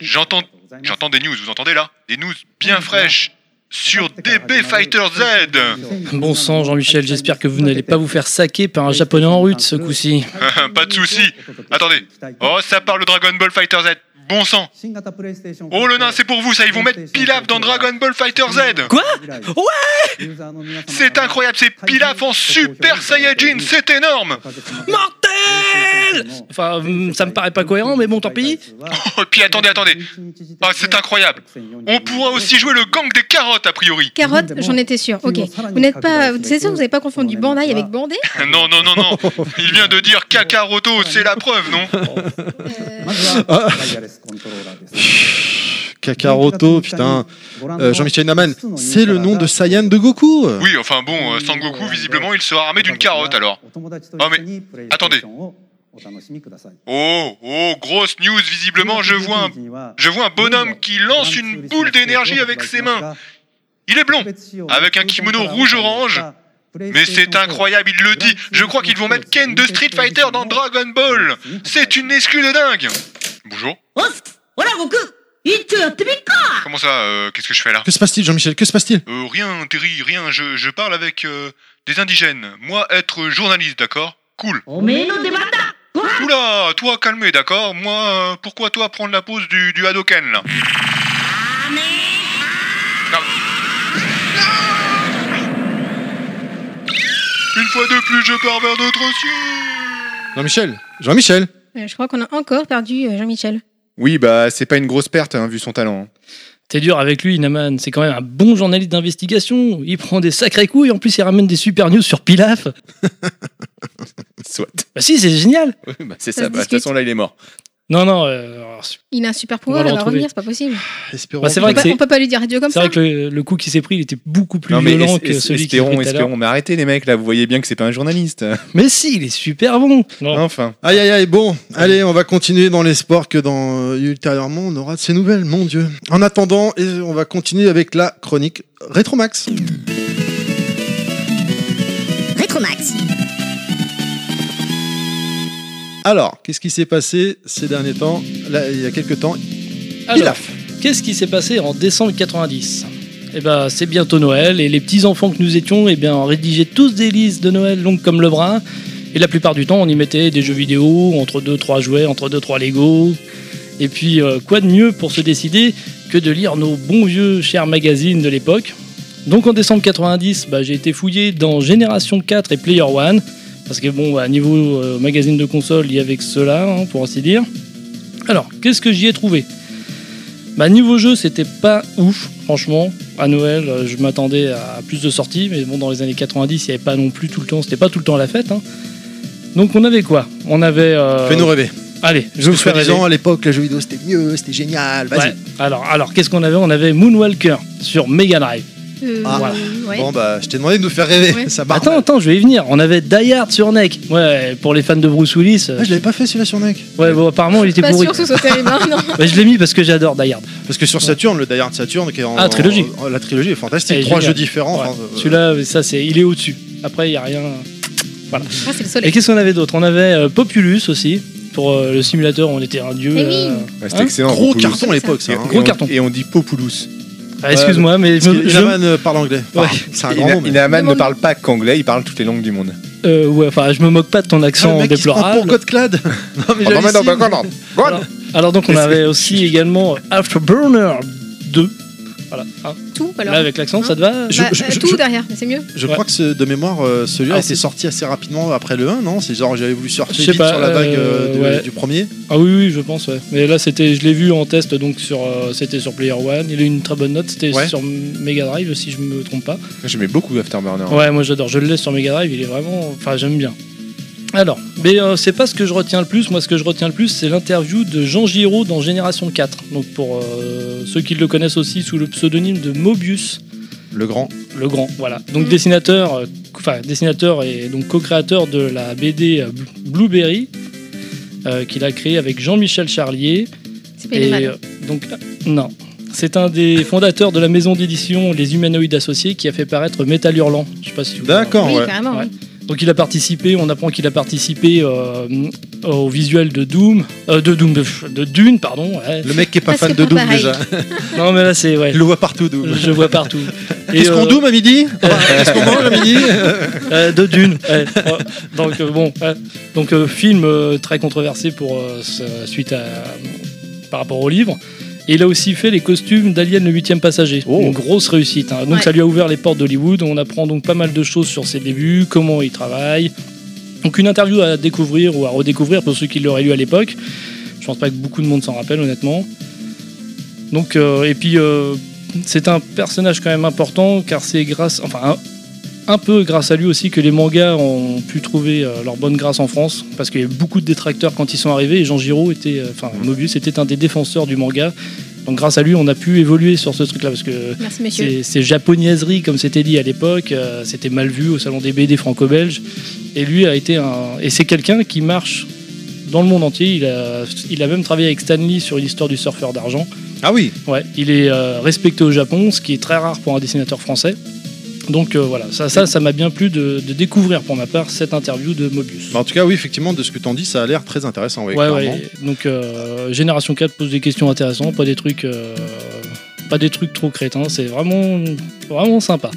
Speaker 7: J'entends- J'entends des news, vous entendez là Des news bien fraîches sur DB Fighter Z.
Speaker 4: Bon sang, Jean-Michel, j'espère que vous n'allez pas vous faire saquer par un japonais en rut ce coup-ci.
Speaker 7: Pas de souci. Attendez. Oh, ça parle de Dragon Ball Fighter Z. Bon sang. Oh le nain, c'est pour vous ça, ils vont mettre Pilaf dans Dragon Ball Fighter Z.
Speaker 10: Quoi
Speaker 11: Ouais
Speaker 7: C'est incroyable, c'est Pilaf en Super Saiyajin, c'est énorme.
Speaker 10: Mortel
Speaker 4: Enfin, hum, ça me paraît pas cohérent, mais bon, tant pis.
Speaker 7: Oh, et puis attendez, attendez. Ah, c'est incroyable. On pourra aussi jouer le gang des carottes a priori.
Speaker 5: Carotte, j'en étais sûre. Ok. Vous n'êtes pas. C'est sûr, vous n'avez pas confondu Bandai avec Bandai
Speaker 7: Non, non, non, non. Il vient de dire Kakaroto, c'est la preuve, non
Speaker 3: Ah. Kakaroto, putain. Euh, Jean-Michel Inaman, c'est le nom de Saiyan de Goku
Speaker 7: Oui, enfin bon, euh, Sangoku, visiblement, il sera armé d'une carotte alors.
Speaker 11: Oh mais
Speaker 7: attendez. Oh, oh, grosse news, visiblement, je vois un Je vois un bonhomme qui lance une boule d'énergie avec ses mains. Il est blond, avec un kimono rouge-orange. Mais c'est incroyable, il le dit. Je crois qu'ils vont mettre Ken de Street Fighter dans Dragon Ball. C'est une excuse de dingue. Bonjour.
Speaker 2: おっほら僕いつやってみっか
Speaker 7: Comment ça euh, Qu'est-ce que je fais là
Speaker 3: Que se passe-t-il, Jean-Michel Que se passe-t-il
Speaker 7: euh, Rien, Terry, rien. Je, je parle avec euh, des indigènes. Moi, être journaliste, d'accord Cool.
Speaker 2: おめえの出番だ
Speaker 7: Oula, toi, calmé, d'accord Moi, euh, pourquoi toi prendre la pose du, du Hadoken, là Une fois de plus, je pars vers d'autres cieux
Speaker 3: Jean-Michel Jean-Michel
Speaker 5: Euh, Je crois qu'on a encore perdu euh, Jean-Michel.
Speaker 6: Oui, bah c'est pas une grosse perte hein, vu son talent. hein.
Speaker 4: T'es dur avec lui, Inaman. C'est quand même un bon journaliste d'investigation. Il prend des sacrés couilles. En plus, il ramène des super news sur Pilaf.
Speaker 6: Soit.
Speaker 4: Bah si, c'est génial.
Speaker 6: Oui, bah, c'est
Speaker 5: Ça
Speaker 6: ça.
Speaker 5: se
Speaker 6: bah, de toute
Speaker 5: discute.
Speaker 6: façon là, il est mort.
Speaker 4: Non, non. euh, alors, c'est
Speaker 5: Il a un super
Speaker 4: On va
Speaker 5: pouvoir,
Speaker 4: le
Speaker 5: il va
Speaker 4: retrouver.
Speaker 5: revenir, c'est pas possible.
Speaker 3: Espérons
Speaker 4: Bah, c'est
Speaker 3: qu'il
Speaker 4: vrai
Speaker 5: On
Speaker 4: que
Speaker 5: peut,
Speaker 4: c'est-
Speaker 5: on peut pas lui dire adieu comme
Speaker 4: c'est
Speaker 5: ça.
Speaker 4: vrai que le, le coup qui s'est pris, il était beaucoup plus
Speaker 6: Non mais
Speaker 4: violent
Speaker 6: es-
Speaker 4: que
Speaker 6: es-
Speaker 4: celui qui s'est pris
Speaker 6: espérons,
Speaker 4: tout à l'heure.
Speaker 6: espérons. Mais arrêtez les mecs là. Vous voyez bien que c'est pas un journaliste. hein.
Speaker 4: Mais si, il est super bon. Non.
Speaker 6: Enfin.
Speaker 3: Aïe aïe aïe, bon, allez, on va continuer dans l'espoir que dans euh, ultérieurement on aura de ces nouvelles, mon dieu. En attendant, et on va continuer avec la chronique Rétromax.
Speaker 1: Rétromax.
Speaker 3: Alors, qu'est-ce qui s'est passé ces derniers temps Là, il y a quelques temps,
Speaker 4: Alors, qu'est-ce qui s'est passé en décembre 90 Eh ben, c'est bientôt Noël et les petits enfants que nous étions, eh bien, rédigeaient tous des listes de Noël longues comme le bras. Et la plupart du temps, on y mettait des jeux vidéo, entre deux trois jouets, entre deux trois Lego. Et puis, euh, quoi de mieux pour se décider que de lire nos bons vieux chers magazines de l'époque Donc, en décembre 90, bah, j'ai été fouillé dans Génération 4 et Player One. Parce que bon, à niveau euh, magazine de console, il y avait que cela, hein, pour ainsi dire. Alors, qu'est-ce que j'y ai trouvé bah niveau jeu c'était pas ouf franchement à Noël euh, je m'attendais à plus de sorties mais bon dans les années 90 il n'y avait pas non plus tout le temps c'était pas tout le temps la fête hein. donc on avait quoi on avait euh,
Speaker 3: fais-nous rêver.
Speaker 4: allez je vais
Speaker 3: Je
Speaker 4: vous fais rêver
Speaker 3: disant à l'époque, les jeux vidéo c'était mieux, c'était génial, vas-y.
Speaker 4: Ouais. alors alors qu'est-ce qu'on avait on avait Moonwalker sur Mega Drive
Speaker 5: Euh,
Speaker 3: Ah,
Speaker 4: voilà.
Speaker 5: ouais.
Speaker 3: Bon bah, je t'ai demandé de nous faire rêver,
Speaker 5: Ouais.
Speaker 3: ça barre.
Speaker 4: attends attends je vais y venir on avait Die Hard sur NEC ouais pour les fans de Bruce Willis euh,
Speaker 3: Ah, je l'avais pas fait celui-là sur NEC.
Speaker 4: ouais bon apparemment il était
Speaker 5: Pas
Speaker 4: pourri
Speaker 5: sûr que ce soit terrible, hein, non.
Speaker 4: Ouais, je l'ai mis parce que j'adore Die Hard
Speaker 3: Parce que sur Saturn, le Die Hard Saturn, qui est en,
Speaker 4: Ah, trilogie.
Speaker 3: en- en- la trilogie est fantastique.
Speaker 4: Eh,
Speaker 3: Trois
Speaker 4: génial.
Speaker 3: jeux différents.
Speaker 4: Ouais.
Speaker 3: enfin, euh,
Speaker 4: celui-là ça c'est il est au dessus après il y a rien Voilà.
Speaker 5: Ah, c'est le soleil.
Speaker 4: Et qu'est-ce qu'on avait d'autre On avait euh, Populus aussi. Pour euh, le simulateur, on était un dieu.
Speaker 5: Eh oui.
Speaker 4: euh,
Speaker 6: Ouais, c'était
Speaker 4: hein
Speaker 6: excellent.
Speaker 3: Gros
Speaker 6: Populous.
Speaker 3: carton à l'époque, ça.
Speaker 6: Et-
Speaker 3: hein.
Speaker 6: et
Speaker 4: Gros
Speaker 6: on-
Speaker 4: carton.
Speaker 6: Et on dit Populous.
Speaker 4: Ah, Excuse-moi, mais je,
Speaker 3: Parce que
Speaker 4: je-
Speaker 3: Inaman euh, parle anglais. Enfin,
Speaker 4: Ouais.
Speaker 3: C'est un grand
Speaker 6: Ina-
Speaker 3: mot. mais-
Speaker 6: Inaman ne
Speaker 5: Demande-
Speaker 6: parle pas qu'anglais, il parle toutes les langues du monde.
Speaker 4: euh, ouais, enfin, je me moque pas de ton
Speaker 3: Ah, le
Speaker 4: accent
Speaker 3: mec, il se prend pour Ah,
Speaker 4: déplorable.
Speaker 3: Godclad. non, mais
Speaker 6: Oh, non, mais non,
Speaker 3: j'hallucine.
Speaker 6: bah, comment Voilà.
Speaker 4: Alors, alors donc on avait aussi également euh, Afterburner 2. Voilà. hein.
Speaker 5: Tout, alors.
Speaker 4: Là avec l'accent,
Speaker 5: Hein
Speaker 4: ça te va
Speaker 3: Je-
Speaker 5: Bah,
Speaker 3: je-
Speaker 5: euh,
Speaker 3: je-
Speaker 5: tout
Speaker 3: je-
Speaker 5: derrière, mais c'est mieux.
Speaker 3: Je
Speaker 4: Ouais.
Speaker 3: crois que ce- de mémoire, euh, celui-là
Speaker 4: Alors,
Speaker 3: était
Speaker 4: c'est-
Speaker 3: sorti assez rapidement après le 1, non C'est genre j'avais voulu
Speaker 4: Je
Speaker 3: surfer
Speaker 4: sais
Speaker 3: vite
Speaker 4: pas,
Speaker 3: sur la vague euh,
Speaker 4: euh,
Speaker 3: de-
Speaker 4: ouais.
Speaker 3: du premier.
Speaker 4: Ah oui, oui, je pense, ouais. Mais là, c'était, je l'ai vu en test, donc sur, euh, c'était sur Player One. Il a eu une très bonne note, c'était
Speaker 6: Ouais.
Speaker 4: sur Mega Drive, si je me trompe pas.
Speaker 6: J'aimais beaucoup Afterburner.
Speaker 4: Ouais, moi j'adore, je le laisse sur Mega Drive, il est vraiment. Enfin, j'aime bien. Alors, mais euh, c'est pas ce que je retiens le plus. Moi, ce que je retiens le plus, c'est l'interview de Jean Giraud dans Génération 4. Donc, pour euh, ceux qui le connaissent aussi sous le pseudonyme de Mobius,
Speaker 3: Le grand.
Speaker 4: le grand, voilà. Donc,
Speaker 5: Mhm.
Speaker 4: dessinateur, euh, enfin, dessinateur et donc co-créateur de la BD euh, Blueberry, euh, qu'il a créé avec Jean-Michel Charlier.
Speaker 5: C'est pas
Speaker 4: Et,
Speaker 5: mal.
Speaker 4: euh, donc, euh, non. C'est un des fondateurs de la maison d'édition Les Humanoïdes Associés qui a fait paraître Metal Hurlant. Je sais pas si vous
Speaker 3: D'accord,
Speaker 5: Oui,
Speaker 3: ouais.
Speaker 5: carrément.
Speaker 4: Ouais.
Speaker 5: oui.
Speaker 4: Donc il a participé, on apprend qu'il a participé euh, au visuel de Doom, euh, de Doom, de, de Dune, pardon. ouais.
Speaker 3: Le mec qui est pas
Speaker 5: Ah,
Speaker 3: fan
Speaker 5: c'est
Speaker 3: de
Speaker 5: pas
Speaker 3: Doom
Speaker 5: pareil.
Speaker 3: déjà.
Speaker 4: Non mais là c'est ouais.
Speaker 3: Il le voit partout, Doom.
Speaker 4: Je vois partout. Et,
Speaker 3: Qu'est-ce qu'on
Speaker 4: euh,
Speaker 3: Doom à midi Qu'est-ce qu'on mange à midi
Speaker 4: euh, de Dune. ouais. Ouais. Donc euh, bon, ouais. donc euh, film euh, très controversé pour euh, sa- suite à par rapport au livre. Et il a aussi fait les costumes d'Alien le 8 passager.
Speaker 3: Oh.
Speaker 4: Une grosse réussite. hein. Donc
Speaker 5: Ouais.
Speaker 4: ça lui a ouvert les portes d'Hollywood. On apprend donc pas mal de choses sur ses débuts, comment il travaille. Donc une interview à découvrir ou à redécouvrir pour ceux qui l'auraient lu à l'époque. Je pense pas que beaucoup de monde s'en rappelle honnêtement. Donc euh, et puis euh, c'est un personnage quand même important car c'est grâce, enfin un, un peu grâce à lui aussi que les mangas ont pu trouver euh, leur bonne grâce en France parce qu'il y a eu beaucoup de détracteurs quand ils sont arrivés et Jean Giraud était, euh, enfin Mobius était un des défenseurs du manga. Donc grâce à lui on a pu évoluer sur ce truc là parce que
Speaker 5: Merci, monsieur.
Speaker 4: ces, ces japonaiseries, comme c'était dit à l'époque, euh, c'était mal vu au salon des BD franco-belge. Et lui a été un. Et c'est quelqu'un qui marche dans le monde entier. Il a, il a même travaillé avec Stanley sur l'histoire du surfeur d'argent.
Speaker 3: Ah oui,
Speaker 4: Ouais, il est euh, respecté au Japon, ce qui est très rare pour un dessinateur français. Donc euh, voilà, ça, ça, ça m'a bien plu de, de découvrir pour ma part cette interview de Mobius.
Speaker 3: Bah, en tout cas, oui, effectivement, de ce que t'en dis, ça a l'air très intéressant. Ouais,
Speaker 4: Ouais,
Speaker 3: clairement.
Speaker 4: ouais. Donc euh, Génération 4 pose des questions intéressantes, pas des trucs, euh, pas des trucs trop crétins. C'est vraiment, vraiment sympa.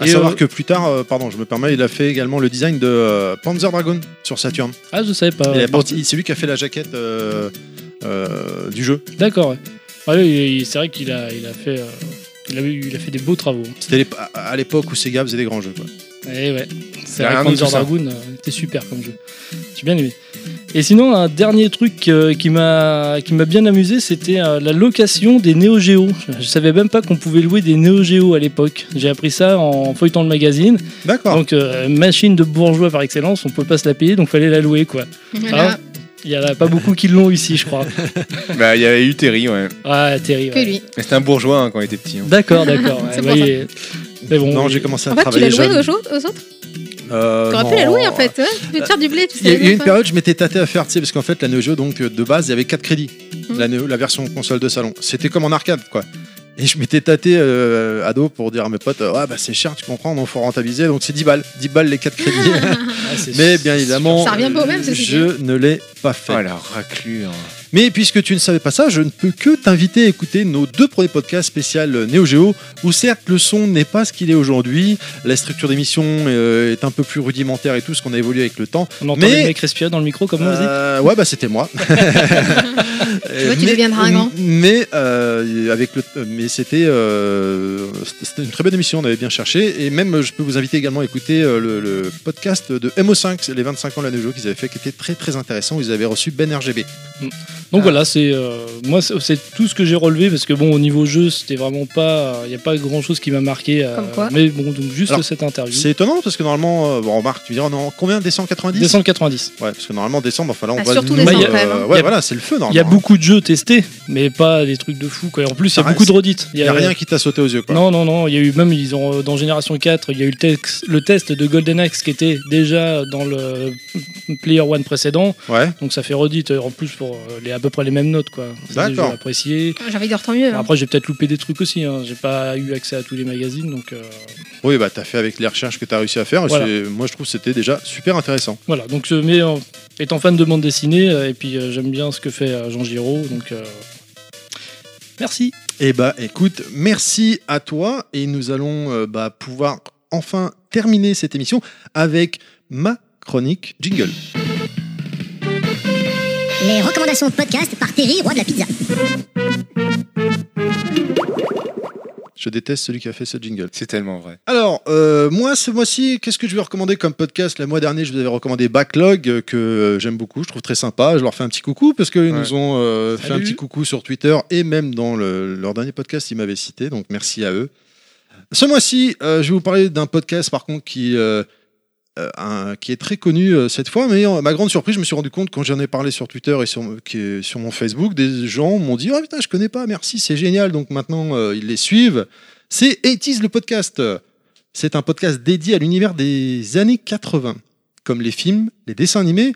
Speaker 3: À
Speaker 4: Et,
Speaker 3: savoir
Speaker 4: euh,
Speaker 3: que plus tard, euh, pardon, je me permets, il a fait également le design de euh, Panzer Dragon sur Saturn.
Speaker 4: Ah, je savais pas.
Speaker 3: Il a
Speaker 4: Bon,
Speaker 3: parti- C'est lui qui a fait la jaquette euh, euh, du jeu.
Speaker 4: D'accord. Ouais. Ouais, il- il- c'est vrai qu'il a, il a fait, euh, il a, eu- il a fait des beaux travaux.
Speaker 3: C'était les- à- à l'époque où Sega faisait des grands jeux. quoi.
Speaker 4: Et Eh ouais. C'est
Speaker 6: a
Speaker 4: vrai que
Speaker 6: rien de
Speaker 4: Panzer
Speaker 6: tout ça.
Speaker 4: Dragoon euh, était super comme jeu. J'ai bien aimé. Et sinon, un dernier truc euh, qui m'a, qui m'a bien amusé, c'était euh, la location des Neo Geo. Je, je savais même pas qu'on pouvait louer des Neo Geo à l'époque. J'ai appris ça en feuilletant le magazine.
Speaker 3: D'accord.
Speaker 4: Donc, euh, machine de bourgeois par excellence, on pouvait pas se la payer, donc fallait la louer quoi.
Speaker 5: Voilà.
Speaker 4: Hein Il y en a pas beaucoup qui l'ont ici, je crois.
Speaker 6: Bah, il y avait eu Terry, ouais.
Speaker 4: Ah, terrible.
Speaker 5: Que lui.
Speaker 6: Mais C'était un bourgeois hein, quand il était petit. hein.
Speaker 4: D'accord, d'accord. ouais,
Speaker 5: C'est pour
Speaker 4: voyez. Mais bon,
Speaker 3: Non,
Speaker 4: oui.
Speaker 3: j'ai commencé à
Speaker 5: En fait, tu l'as
Speaker 3: travailler
Speaker 5: loué
Speaker 3: jeune.
Speaker 5: aux autres aux autres
Speaker 3: Euh,
Speaker 5: T'aurais pu
Speaker 3: non.
Speaker 5: la louer en fait. ouais. Tu peux te faire du blé, tu
Speaker 3: Il y a
Speaker 5: sais.
Speaker 3: eu une
Speaker 5: toi.
Speaker 3: période, je m'étais tâté à faire, tu sais, parce qu'en fait, la Neo Geo, donc, euh, de base, il y avait 4 crédits.
Speaker 5: Mhm.
Speaker 3: La, Neo- la version console de salon. C'était comme en arcade, quoi. Et je m'étais tâté euh, ado pour dire à mes potes, euh, ah bah c'est cher, tu comprends, non, faut rentabiliser, donc c'est 10 balles. 10 balles les 4 crédits.
Speaker 4: Ah, c'est-
Speaker 3: Mais bien évidemment,
Speaker 5: Ça revient pas au même, ceci
Speaker 3: je ne l'ai pas fait.
Speaker 6: Ah, la raclure.
Speaker 3: Mais puisque tu ne savais pas ça, je ne peux que t'inviter à écouter nos deux premiers podcasts spécial Neo Geo, où certes le son n'est pas ce qu'il est aujourd'hui, la structure d'émission euh, est un peu plus rudimentaire et tout, ce qu'on a évolué avec le temps.
Speaker 4: On entend
Speaker 3: Mais-
Speaker 4: les mecs respirer dans le micro comme moi, vas-y.
Speaker 3: Euh, ouais, bah c'était moi. tu
Speaker 5: vois, tu deviendras un grand.
Speaker 3: Mais euh, avec le, mais c'était, euh, c'était c'était une très bonne émission. On avait bien cherché et même euh, je peux vous inviter également à écouter euh, le, le podcast de MO5, c'est les 25 ans de la Neo Geo qu'ils avaient fait, qui était très très intéressant. où Ils avaient reçu Ben RGB.
Speaker 4: Donc
Speaker 3: Ah.
Speaker 4: voilà, c'est euh, moi c'est c'est tout ce que j'ai relevé parce que bon au niveau jeu c'était vraiment pas il n'y a pas grand chose qui m'a marqué. euh,
Speaker 5: Comme quoi.
Speaker 4: Mais bon donc juste
Speaker 3: Alors,
Speaker 4: cette interview.
Speaker 3: C'est étonnant parce que normalement, euh, bon, remarque, tu me diras, on est en combien décembre 90
Speaker 4: Décembre 90.
Speaker 3: Ouais, parce que normalement décembre, enfin là on
Speaker 5: Ah,
Speaker 3: voit
Speaker 5: surtout
Speaker 3: le nombre,
Speaker 4: décembre,
Speaker 3: euh,
Speaker 5: quand même, hein.
Speaker 3: ouais,
Speaker 4: Y a-
Speaker 3: voilà, c'est le feu normalement.
Speaker 4: Il y a beaucoup de jeux testés, mais pas des trucs de fou quoi. En plus il y
Speaker 3: Ça
Speaker 4: a beaucoup
Speaker 3: reste-
Speaker 4: de redites.
Speaker 3: Il y a rien qui t'a sauté aux yeux. Quoi.
Speaker 4: Non non non, il y a eu même ils ont euh, dans Génération 4 il y a eu le, tex- le test de Golden Axe qui était déjà dans le Player One précédent,
Speaker 3: Ouais.
Speaker 4: donc ça fait redite euh, en plus pour euh, les à peu près les mêmes notes quoi. C'est des
Speaker 3: D'accord.
Speaker 4: jeux appréciés.
Speaker 5: J'ai envie de dire tant mieux.
Speaker 4: Bon,
Speaker 5: hein.
Speaker 4: Après, j'ai peut-être loupé des trucs aussi. hein. J'ai pas eu accès à tous les magazines, donc. euh,
Speaker 3: Oui, bah, t'as fait avec les recherches que t'as réussi à faire. et
Speaker 4: Voilà.
Speaker 3: c'est- Moi, je trouve que c'était déjà super intéressant.
Speaker 4: Voilà, donc je mais euh, étant fan de bande dessinée, euh, et puis euh, j'aime bien ce que fait euh, Jean Giraud, donc euh, merci.
Speaker 3: Eh bah écoute, merci à toi et nous allons euh, bah, pouvoir enfin terminer cette émission avec ma chronique jingle.
Speaker 1: Les recommandations de podcast par Terry, roi de la pizza.
Speaker 3: Je déteste celui qui a fait ce jingle.
Speaker 6: C'est tellement vrai.
Speaker 3: Alors, euh, moi, ce mois-ci, qu'est-ce que je vais recommander comme podcast Le mois dernier, je vous avais recommandé Backlog, euh, que euh, j'aime beaucoup, je trouve très sympa. Je leur fais un petit coucou parce qu'ils nous ont euh, fait un
Speaker 4: Salut.
Speaker 3: petit coucou sur Twitter et même dans le- leur dernier podcast, ils m'avaient cité, donc merci à eux. Ce mois-ci, euh, je vais vous parler d'un podcast, par contre, qui, euh, euh, un- qui est très connu euh, cette fois, mais euh, ma grande surprise, je me suis rendu compte quand j'en ai parlé sur Twitter et sur, que- sur mon Facebook, des gens m'ont dit Ah putain, je connais pas, merci, c'est génial. Donc maintenant, euh, ils les suivent. C'est 80 le podcast. C'est un podcast dédié à l'univers des années 80, comme les films, les dessins animés,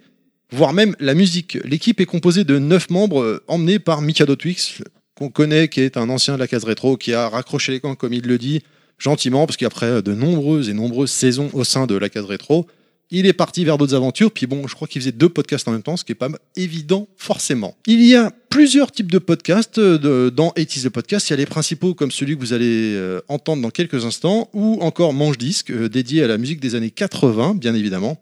Speaker 3: voire même la musique. L'équipe est composée de 9 membres euh, emmenés par Mikado Twix, qu'on connaît, qui est un ancien de la case rétro, qui a raccroché les camps, comme il le dit, gentiment, parce qu'après euh, de nombreuses et nombreuses saisons au sein de la case rétro, il est parti vers d'autres aventures. Puis bon, je crois qu'il faisait deux podcasts en même temps, ce qui est pas évident forcément. Il y a plusieurs types de podcasts euh, de- dans 80 le podcast. Il y a les principaux comme celui que vous allez euh, entendre dans quelques instants, ou encore Mange Disque, euh, dédié à la musique des années 80, bien évidemment.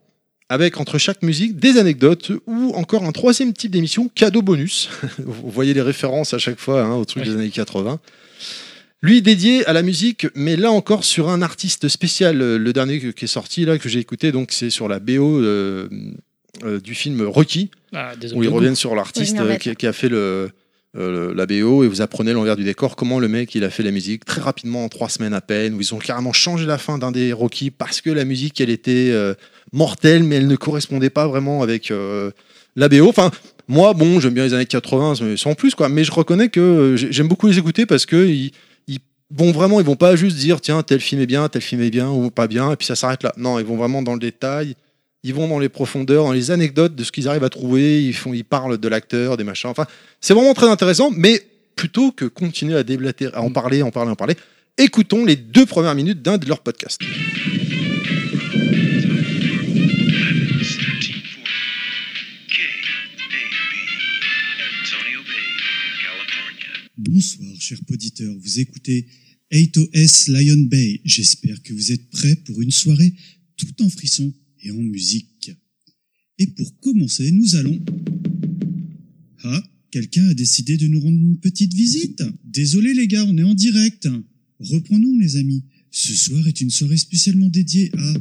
Speaker 3: Avec entre chaque musique des anecdotes ou encore un troisième type d'émission, cadeau bonus. Vous voyez les références à chaque fois hein, au truc des années 80. Lui dédié à la musique, mais là encore sur un artiste spécial. Euh, Le dernier que- qui est sorti, là, que j'ai écouté, donc c'est sur la BO euh, euh, du film Rocky,
Speaker 4: Ah, désolé.
Speaker 3: où ils reviennent sur l'artiste
Speaker 4: Oui, je me
Speaker 3: euh,
Speaker 4: remets.
Speaker 3: qui, qui a fait le, euh, le- la BO et vous apprenez l'envers du décor, comment le mec il a fait la musique très rapidement, en trois semaines à peine, où ils ont carrément changé la fin d'un des Rocky parce que la musique elle était euh, mortelle, mais elle ne correspondait pas vraiment avec euh, la BO. Enfin, moi, bon, j'aime bien les années 80, mais sans plus, quoi. Mais je reconnais que euh, j'ai- j'aime beaucoup les écouter parce que ils, ils vont vraiment, ils vont pas juste dire, tiens, tel film est bien, tel film est bien ou pas bien, et puis ça s'arrête là. Non, ils vont vraiment dans le détail. Ils vont dans les profondeurs, dans les anecdotes de ce qu'ils arrivent à trouver. Ils font, ils parlent de l'acteur, des machins. Enfin, c'est vraiment très intéressant. Mais plutôt que continuer à déblatérer, à en parler, en parler, en parler, écoutons les deux premières minutes d'un de leurs podcasts.
Speaker 12: Bonsoir, chers auditeurs. Vous écoutez 8OS Lion Bay. J'espère que vous êtes prêts pour une soirée tout en frissons et en musique. Et pour commencer, nous allons. Ah, quelqu'un a décidé de nous rendre une petite visite. Désolé, les gars, on est en direct. Reprenons, les amis. Ce soir est une soirée spécialement dédiée à.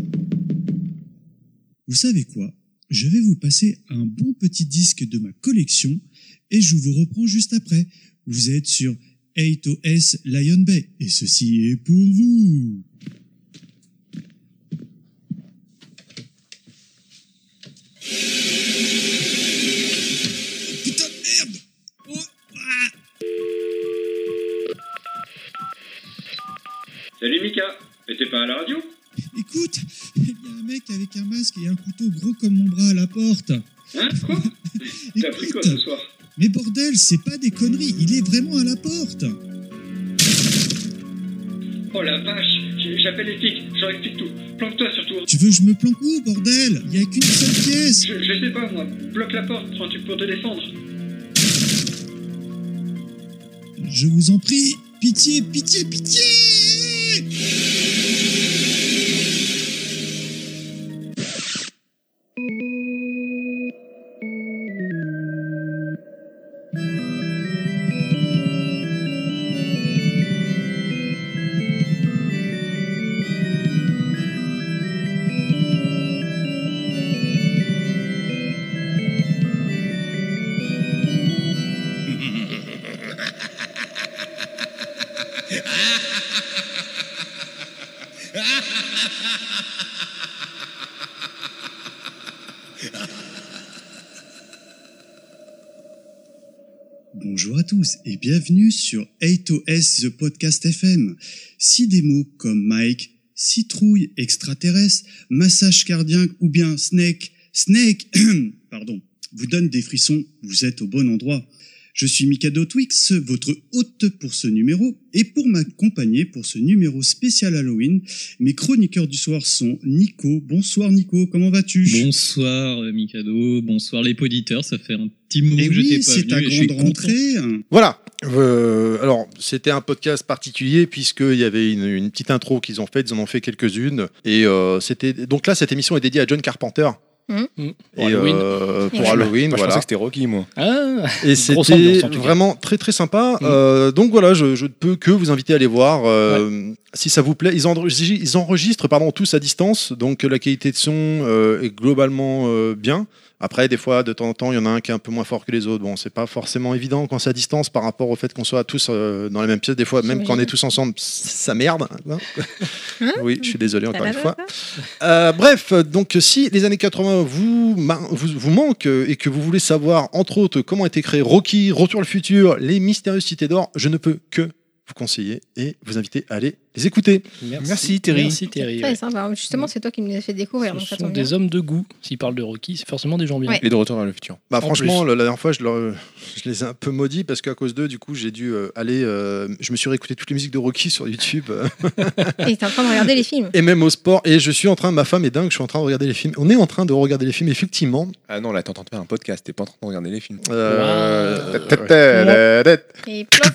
Speaker 12: Vous savez quoi Je vais vous passer un bon petit disque de ma collection et je vous reprends juste après. Vous êtes sur 8OS Lion Bay et ceci est pour vous.
Speaker 13: Salut Mika, mais t'es pas à la radio
Speaker 12: Écoute, il y a un mec avec un masque et un couteau gros comme mon bras à la porte.
Speaker 13: Hein Quoi T'as pris quoi ce soir
Speaker 12: Mais bordel, c'est pas des conneries, il est vraiment à la porte.
Speaker 13: Oh la vache j'- J'appelle les flics, je leur explique tout. Planque-toi surtout.
Speaker 12: Tu veux que je me planque où, bordel Il y a qu'une seule pièce.
Speaker 13: Je, je sais pas moi, bloque la porte, prends-tu pour te défendre
Speaker 12: Je vous en prie, pitié, pitié, pitié Bonjour à tous et bienvenue sur 8OS The Podcast FM. Si des mots comme Mike, citrouille, extraterrestre, massage cardiaque ou bien snake, snake, pardon, vous donnent des frissons, vous êtes au bon endroit. Je suis Mikado Twix, votre hôte pour ce numéro, et pour m'accompagner pour ce numéro spécial Halloween, mes chroniqueurs du soir sont Nico. Bonsoir Nico, comment vas-tu
Speaker 14: Bonsoir euh, Mikado, bonsoir les poditeurs, ça fait un petit moment
Speaker 12: Eh
Speaker 14: que
Speaker 12: oui,
Speaker 14: je t'ai pas
Speaker 12: c'est
Speaker 14: vu
Speaker 12: ta
Speaker 14: et je suis
Speaker 12: grande
Speaker 14: content.
Speaker 12: rentrée.
Speaker 3: Voilà. Euh, alors, c'était un podcast particulier puisqu'il y avait une, une petite intro qu'ils ont faite, ils en ont fait quelques-unes. Et euh, c'était donc là, cette émission est dédiée à John Carpenter.
Speaker 6: Pour
Speaker 3: Et,
Speaker 6: Halloween.
Speaker 3: euh, pour
Speaker 6: Ouais.
Speaker 3: Halloween,
Speaker 6: Mmh. Moi, je
Speaker 3: voilà.
Speaker 6: pensais que c'était Rocky, moi.
Speaker 4: Ah,
Speaker 3: Et
Speaker 4: une grosse
Speaker 3: c'était
Speaker 4: ambiance, en tout cas. Mm.
Speaker 3: vraiment très très sympa. Euh, donc voilà, je, je ne peux que vous inviter à aller voir euh, si ça vous plaît. Ils, enregistrent- ils enregistrent pardon, tous à distance, donc euh, la qualité de son euh, est globalement euh, bien. Après, des fois, de temps en temps, il y en a un qui est un peu moins fort que les autres. Bon, c'est pas forcément évident quand c'est à distance par rapport au fait qu'on soit tous euh, dans la même pièce. Des fois, même quand on est tous ensemble, ça merde. hein. oui, je suis désolé encore une fois. Euh, bref, donc si les années 80 vous, ma- vous, vous manquent euh, et que vous voulez savoir, entre autres, comment été créé Rocky, Retour le futur, les mystérieuses cités d'or, je ne peux que vous conseiller et vous inviter à aller les écouter.
Speaker 6: Merci, Terry.
Speaker 4: Merci Terry.
Speaker 5: Très
Speaker 4: ouais.
Speaker 5: sympa. Justement, c'est toi qui me les as fait découvrir. donc
Speaker 4: Ce
Speaker 5: ça
Speaker 4: sont
Speaker 5: tombe bien.
Speaker 4: des hommes de goût. S'ils parlent de Rocky, c'est forcément des gens bien.
Speaker 5: Ouais.
Speaker 6: Et de retour vers le futur.
Speaker 3: Bah,
Speaker 4: En
Speaker 3: franchement,
Speaker 4: plus.
Speaker 3: la, la dernière fois, je, leur- je les ai un peu maudits parce qu'à cause d'eux, du coup, j'ai dû euh, aller. euh, je me suis réécouté toutes les musiques de Rocky sur YouTube. euh,
Speaker 5: Et t'es en train de regarder les films.
Speaker 3: et même au sport. Et je suis en train, ma femme est dingue, je suis en train de regarder les films. On est en train de regarder les films, effectivement.
Speaker 6: Ah non, là, t'es en train de faire un podcast, t'es pas en train de regarder les films.
Speaker 3: Euh,
Speaker 6: Ta-ta-ta-ta-ta.
Speaker 5: Et plop.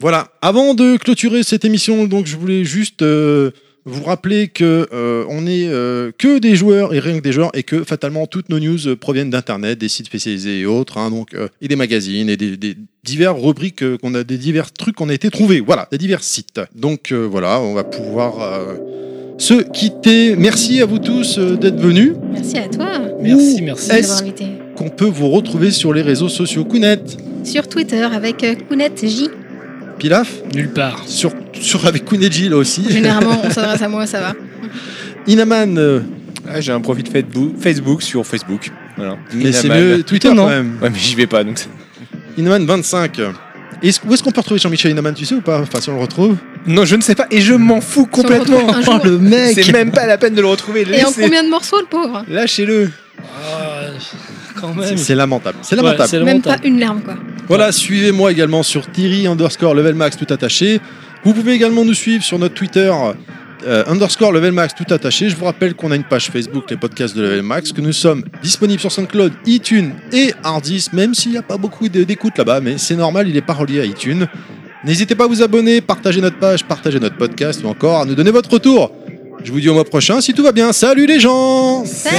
Speaker 3: Voilà. Avant de clôturer cette émission, donc je voulais juste euh, vous rappeler que euh, on est euh, que des joueurs et rien que des joueurs et que fatalement toutes nos news euh, proviennent d'internet, des sites spécialisés et autres, hein, donc euh, et des magazines et des, des divers rubriques euh, qu'on a, des divers trucs qu'on a été trouvés. Voilà, des divers sites. Donc euh, voilà, on va pouvoir. euh, se quitter. Merci à vous tous euh, d'être venus.
Speaker 5: Merci à toi.
Speaker 4: Merci,
Speaker 3: Ouh,
Speaker 4: merci.
Speaker 5: de m'avoir
Speaker 3: Est-ce
Speaker 5: invité.
Speaker 3: qu'on peut vous retrouver sur les réseaux sociaux Kounet,
Speaker 5: Sur Twitter avec euh, Kounet J.
Speaker 3: Pilaf,
Speaker 4: Nulle part.
Speaker 3: sur, sur avec Kouneji là aussi.
Speaker 5: Généralement, on s'adresse à moi, ça va.
Speaker 3: Inaman, euh,
Speaker 6: Ah, j'ai un profil Facebook, Facebook sur Facebook. Voilà.
Speaker 3: mais c'est
Speaker 6: Inaman.
Speaker 3: mieux Twitter
Speaker 4: Étonnant.
Speaker 3: quand même.
Speaker 6: Ouais, mais j'y vais pas donc. c'est-
Speaker 3: Inaman 25. Est-ce- où est-ce qu'on peut retrouver Jean-Michel Inaman, tu sais ou pas Enfin, si on le retrouve.
Speaker 6: Non, je ne sais pas et je m'en fous complètement.
Speaker 5: retrouve un jour.
Speaker 3: le mec
Speaker 6: C'est même pas la peine de le retrouver.
Speaker 5: Et en
Speaker 6: laissez-
Speaker 5: combien de morceaux, le pauvre
Speaker 6: Lâchez-le.
Speaker 4: Ah, quand
Speaker 3: C'est-
Speaker 4: même.
Speaker 3: C'est lamentable. C'est
Speaker 4: Ouais,
Speaker 3: lamentable.
Speaker 4: c'est
Speaker 5: Même
Speaker 4: lamentable.
Speaker 5: pas une larme, quoi.
Speaker 3: Voilà, suivez-moi également sur Thierry underscore level max tout attaché. Vous pouvez également nous suivre sur notre Twitter euh, underscore level max tout attaché. Je vous rappelle qu'on a une page Facebook, les podcasts de level max, que nous sommes disponibles sur SoundCloud, iTunes et Hardis, même s'il n'y a pas beaucoup d- d'écoute là-bas, mais c'est normal, il n'est pas relié à iTunes. N'hésitez pas à vous abonner, partager notre page, partager notre podcast ou encore à nous donner votre retour. Je vous dis au mois prochain si tout va bien. Salut les gens
Speaker 5: Salut,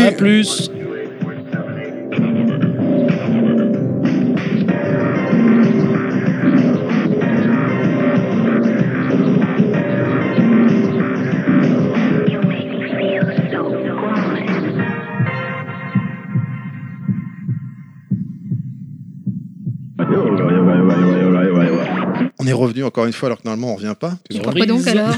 Speaker 5: à bientôt.
Speaker 4: À plus.
Speaker 3: On est revenu encore une fois alors que normalement on revient pas.
Speaker 5: Et pourquoi donc alors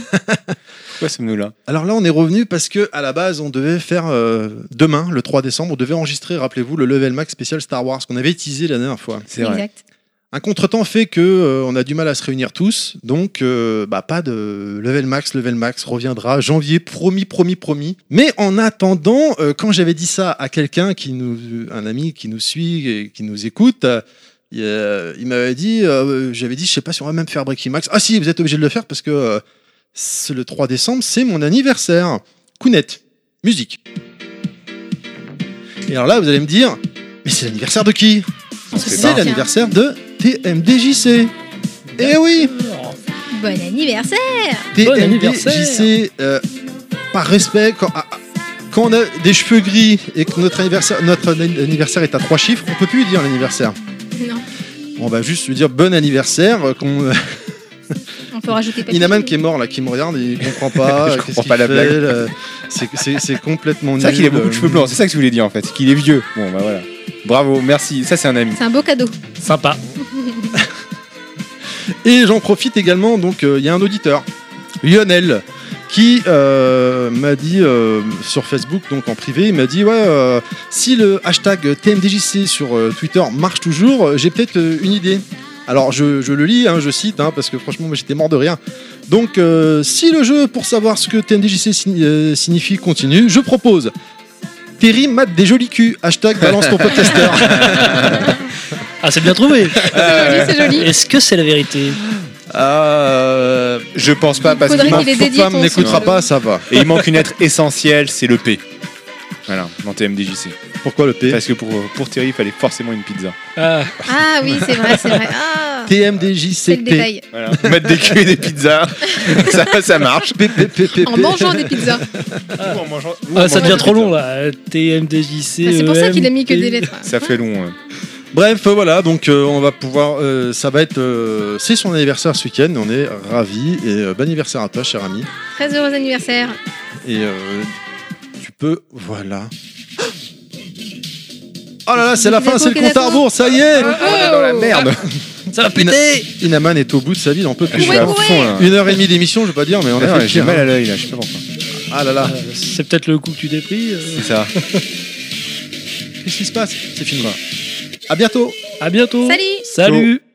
Speaker 6: Pourquoi sommes-nous là
Speaker 3: Alors là, on est revenu parce que à la base, on devait faire euh, demain, le 3 décembre, on devait enregistrer, rappelez-vous, le level max spécial Star Wars qu'on avait teasé la dernière fois.
Speaker 6: C'est vrai.
Speaker 5: Exact.
Speaker 3: Un contretemps fait que euh, on a du mal à se réunir tous, donc euh, bah, pas de level max. Level max reviendra janvier, promis, promis, promis. Mais en attendant, euh, quand j'avais dit ça à quelqu'un qui nous, un ami qui nous suit et qui nous écoute. euh, il, euh, il m'avait dit, euh, j'avais dit, je sais pas si on va même faire Breaking Max. Ah si, vous êtes obligé de le faire parce que euh, c'est le 3 décembre, c'est mon anniversaire. Kounet, musique. Et alors là, vous allez me dire, mais c'est l'anniversaire de qui
Speaker 5: On se
Speaker 3: C'est
Speaker 5: soutient.
Speaker 3: l'anniversaire de TMDJC. Eh oui
Speaker 5: Bon anniversaire
Speaker 4: Bon anniversaire.
Speaker 3: TMDJC, euh, par respect, quand, ah, ah, quand on a des cheveux gris et que notre anniversaire, notre anniversaire est à trois chiffres, on peut plus lui dire l'anniversaire.
Speaker 5: Non,
Speaker 3: On va juste lui dire bon anniversaire. euh, qu'on-
Speaker 5: on peut rajouter pas
Speaker 3: Inaman qui est mort là, qui me regarde, il comprend pas.
Speaker 6: Je
Speaker 3: euh,
Speaker 6: comprends
Speaker 3: qu'est-ce
Speaker 6: pas
Speaker 3: qu'il
Speaker 6: la blague.
Speaker 3: fait, là. C'est- C'est c'est complètement
Speaker 6: C'est
Speaker 3: nul.
Speaker 6: vrai qu'il a beaucoup de
Speaker 3: euh,
Speaker 6: cheveux blancs, c'est ça que je voulais dire en fait, qu'il est vieux. Bon bah voilà. Bravo, merci, ça c'est un ami.
Speaker 5: C'est un beau
Speaker 6: Euh,
Speaker 5: cadeau.
Speaker 4: Sympa.
Speaker 3: Et j'en profite également, donc euh, il y a un auditeur, Lionel, qui euh, m'a dit euh, sur Facebook, donc en privé, il m'a dit ouais, euh, si le hashtag TMDJC sur euh, Twitter marche toujours, euh, j'ai peut-être euh, une idée. Alors je, je le lis, hein, je cite, hein, parce que franchement moi, j'étais mort de rien. Donc euh, si le jeu pour savoir ce que TMDJC signi- euh, signifie continue, je propose. Terry mate des jolis culs, hashtag balance ton podcaster.
Speaker 4: Ah, c'est bien trouvé.
Speaker 6: Euh,
Speaker 5: C'est joli, c'est joli.
Speaker 4: Est-ce que c'est la vérité
Speaker 6: Euh, je pense pas parce que
Speaker 5: Faudrait qu'il ait
Speaker 6: ma
Speaker 5: dédié
Speaker 6: femme
Speaker 5: ton
Speaker 6: n'écoutera
Speaker 5: son.
Speaker 6: pas, ça va. Et il manque une lettre essentielle, c'est le P. Voilà, dans TMDJC. Pourquoi le P Parce que pour, pour Thierry, il fallait forcément une pizza.
Speaker 4: Ah,
Speaker 5: Ah oui, c'est vrai, c'est vrai. Ah, c'est le détail.
Speaker 3: TMDJCP.
Speaker 6: Voilà. Mettre des culs et des pizzas, ça, ça marche.
Speaker 5: En mangeant des pizzas.
Speaker 6: Ou en mangeant- ou en
Speaker 4: Ah, ça
Speaker 6: mangeant
Speaker 4: devient
Speaker 6: des
Speaker 4: trop
Speaker 6: pizzas.
Speaker 4: long là. TMDJC.
Speaker 5: Enfin, Bah, c'est pour ça qu'il a mis que
Speaker 4: EMP.
Speaker 5: des lettres.
Speaker 6: Ça fait long. hein. ouais.
Speaker 3: Bref, euh, voilà, donc euh, on va pouvoir. euh, ça va être. euh, c'est son anniversaire ce week-end, on est ravis. Et euh, bon anniversaire à toi, cher ami.
Speaker 5: Très heureux anniversaire.
Speaker 3: Et euh, tu peux. Voilà. Oh là là, c'est la
Speaker 5: Vous
Speaker 3: fin,
Speaker 5: êtes
Speaker 3: c'est le
Speaker 5: coquet
Speaker 3: compte à
Speaker 5: d'attente.
Speaker 3: rebours, ça y est
Speaker 6: Ah,
Speaker 3: Ah,
Speaker 6: On est dans la
Speaker 5: Oh.
Speaker 6: merde.
Speaker 4: Ça va péter
Speaker 3: Inaman est au bout de sa vie, on peut plus.
Speaker 6: Je suis à fond là.
Speaker 3: Une heure et demie d'émission, je veux pas dire, mais on a
Speaker 6: Ah,
Speaker 3: fait
Speaker 6: J'ai
Speaker 3: pire,
Speaker 6: mal
Speaker 3: hein.
Speaker 6: à l'œil là, je sais pas pourquoi.
Speaker 3: Ah là là,
Speaker 4: Euh, C'est peut-être le coup que tu t'es pris. euh.
Speaker 6: C'est ça.
Speaker 3: qu'est-ce qui se passe C'est fini. À bientôt
Speaker 4: À bientôt.
Speaker 5: Salut
Speaker 4: Salut.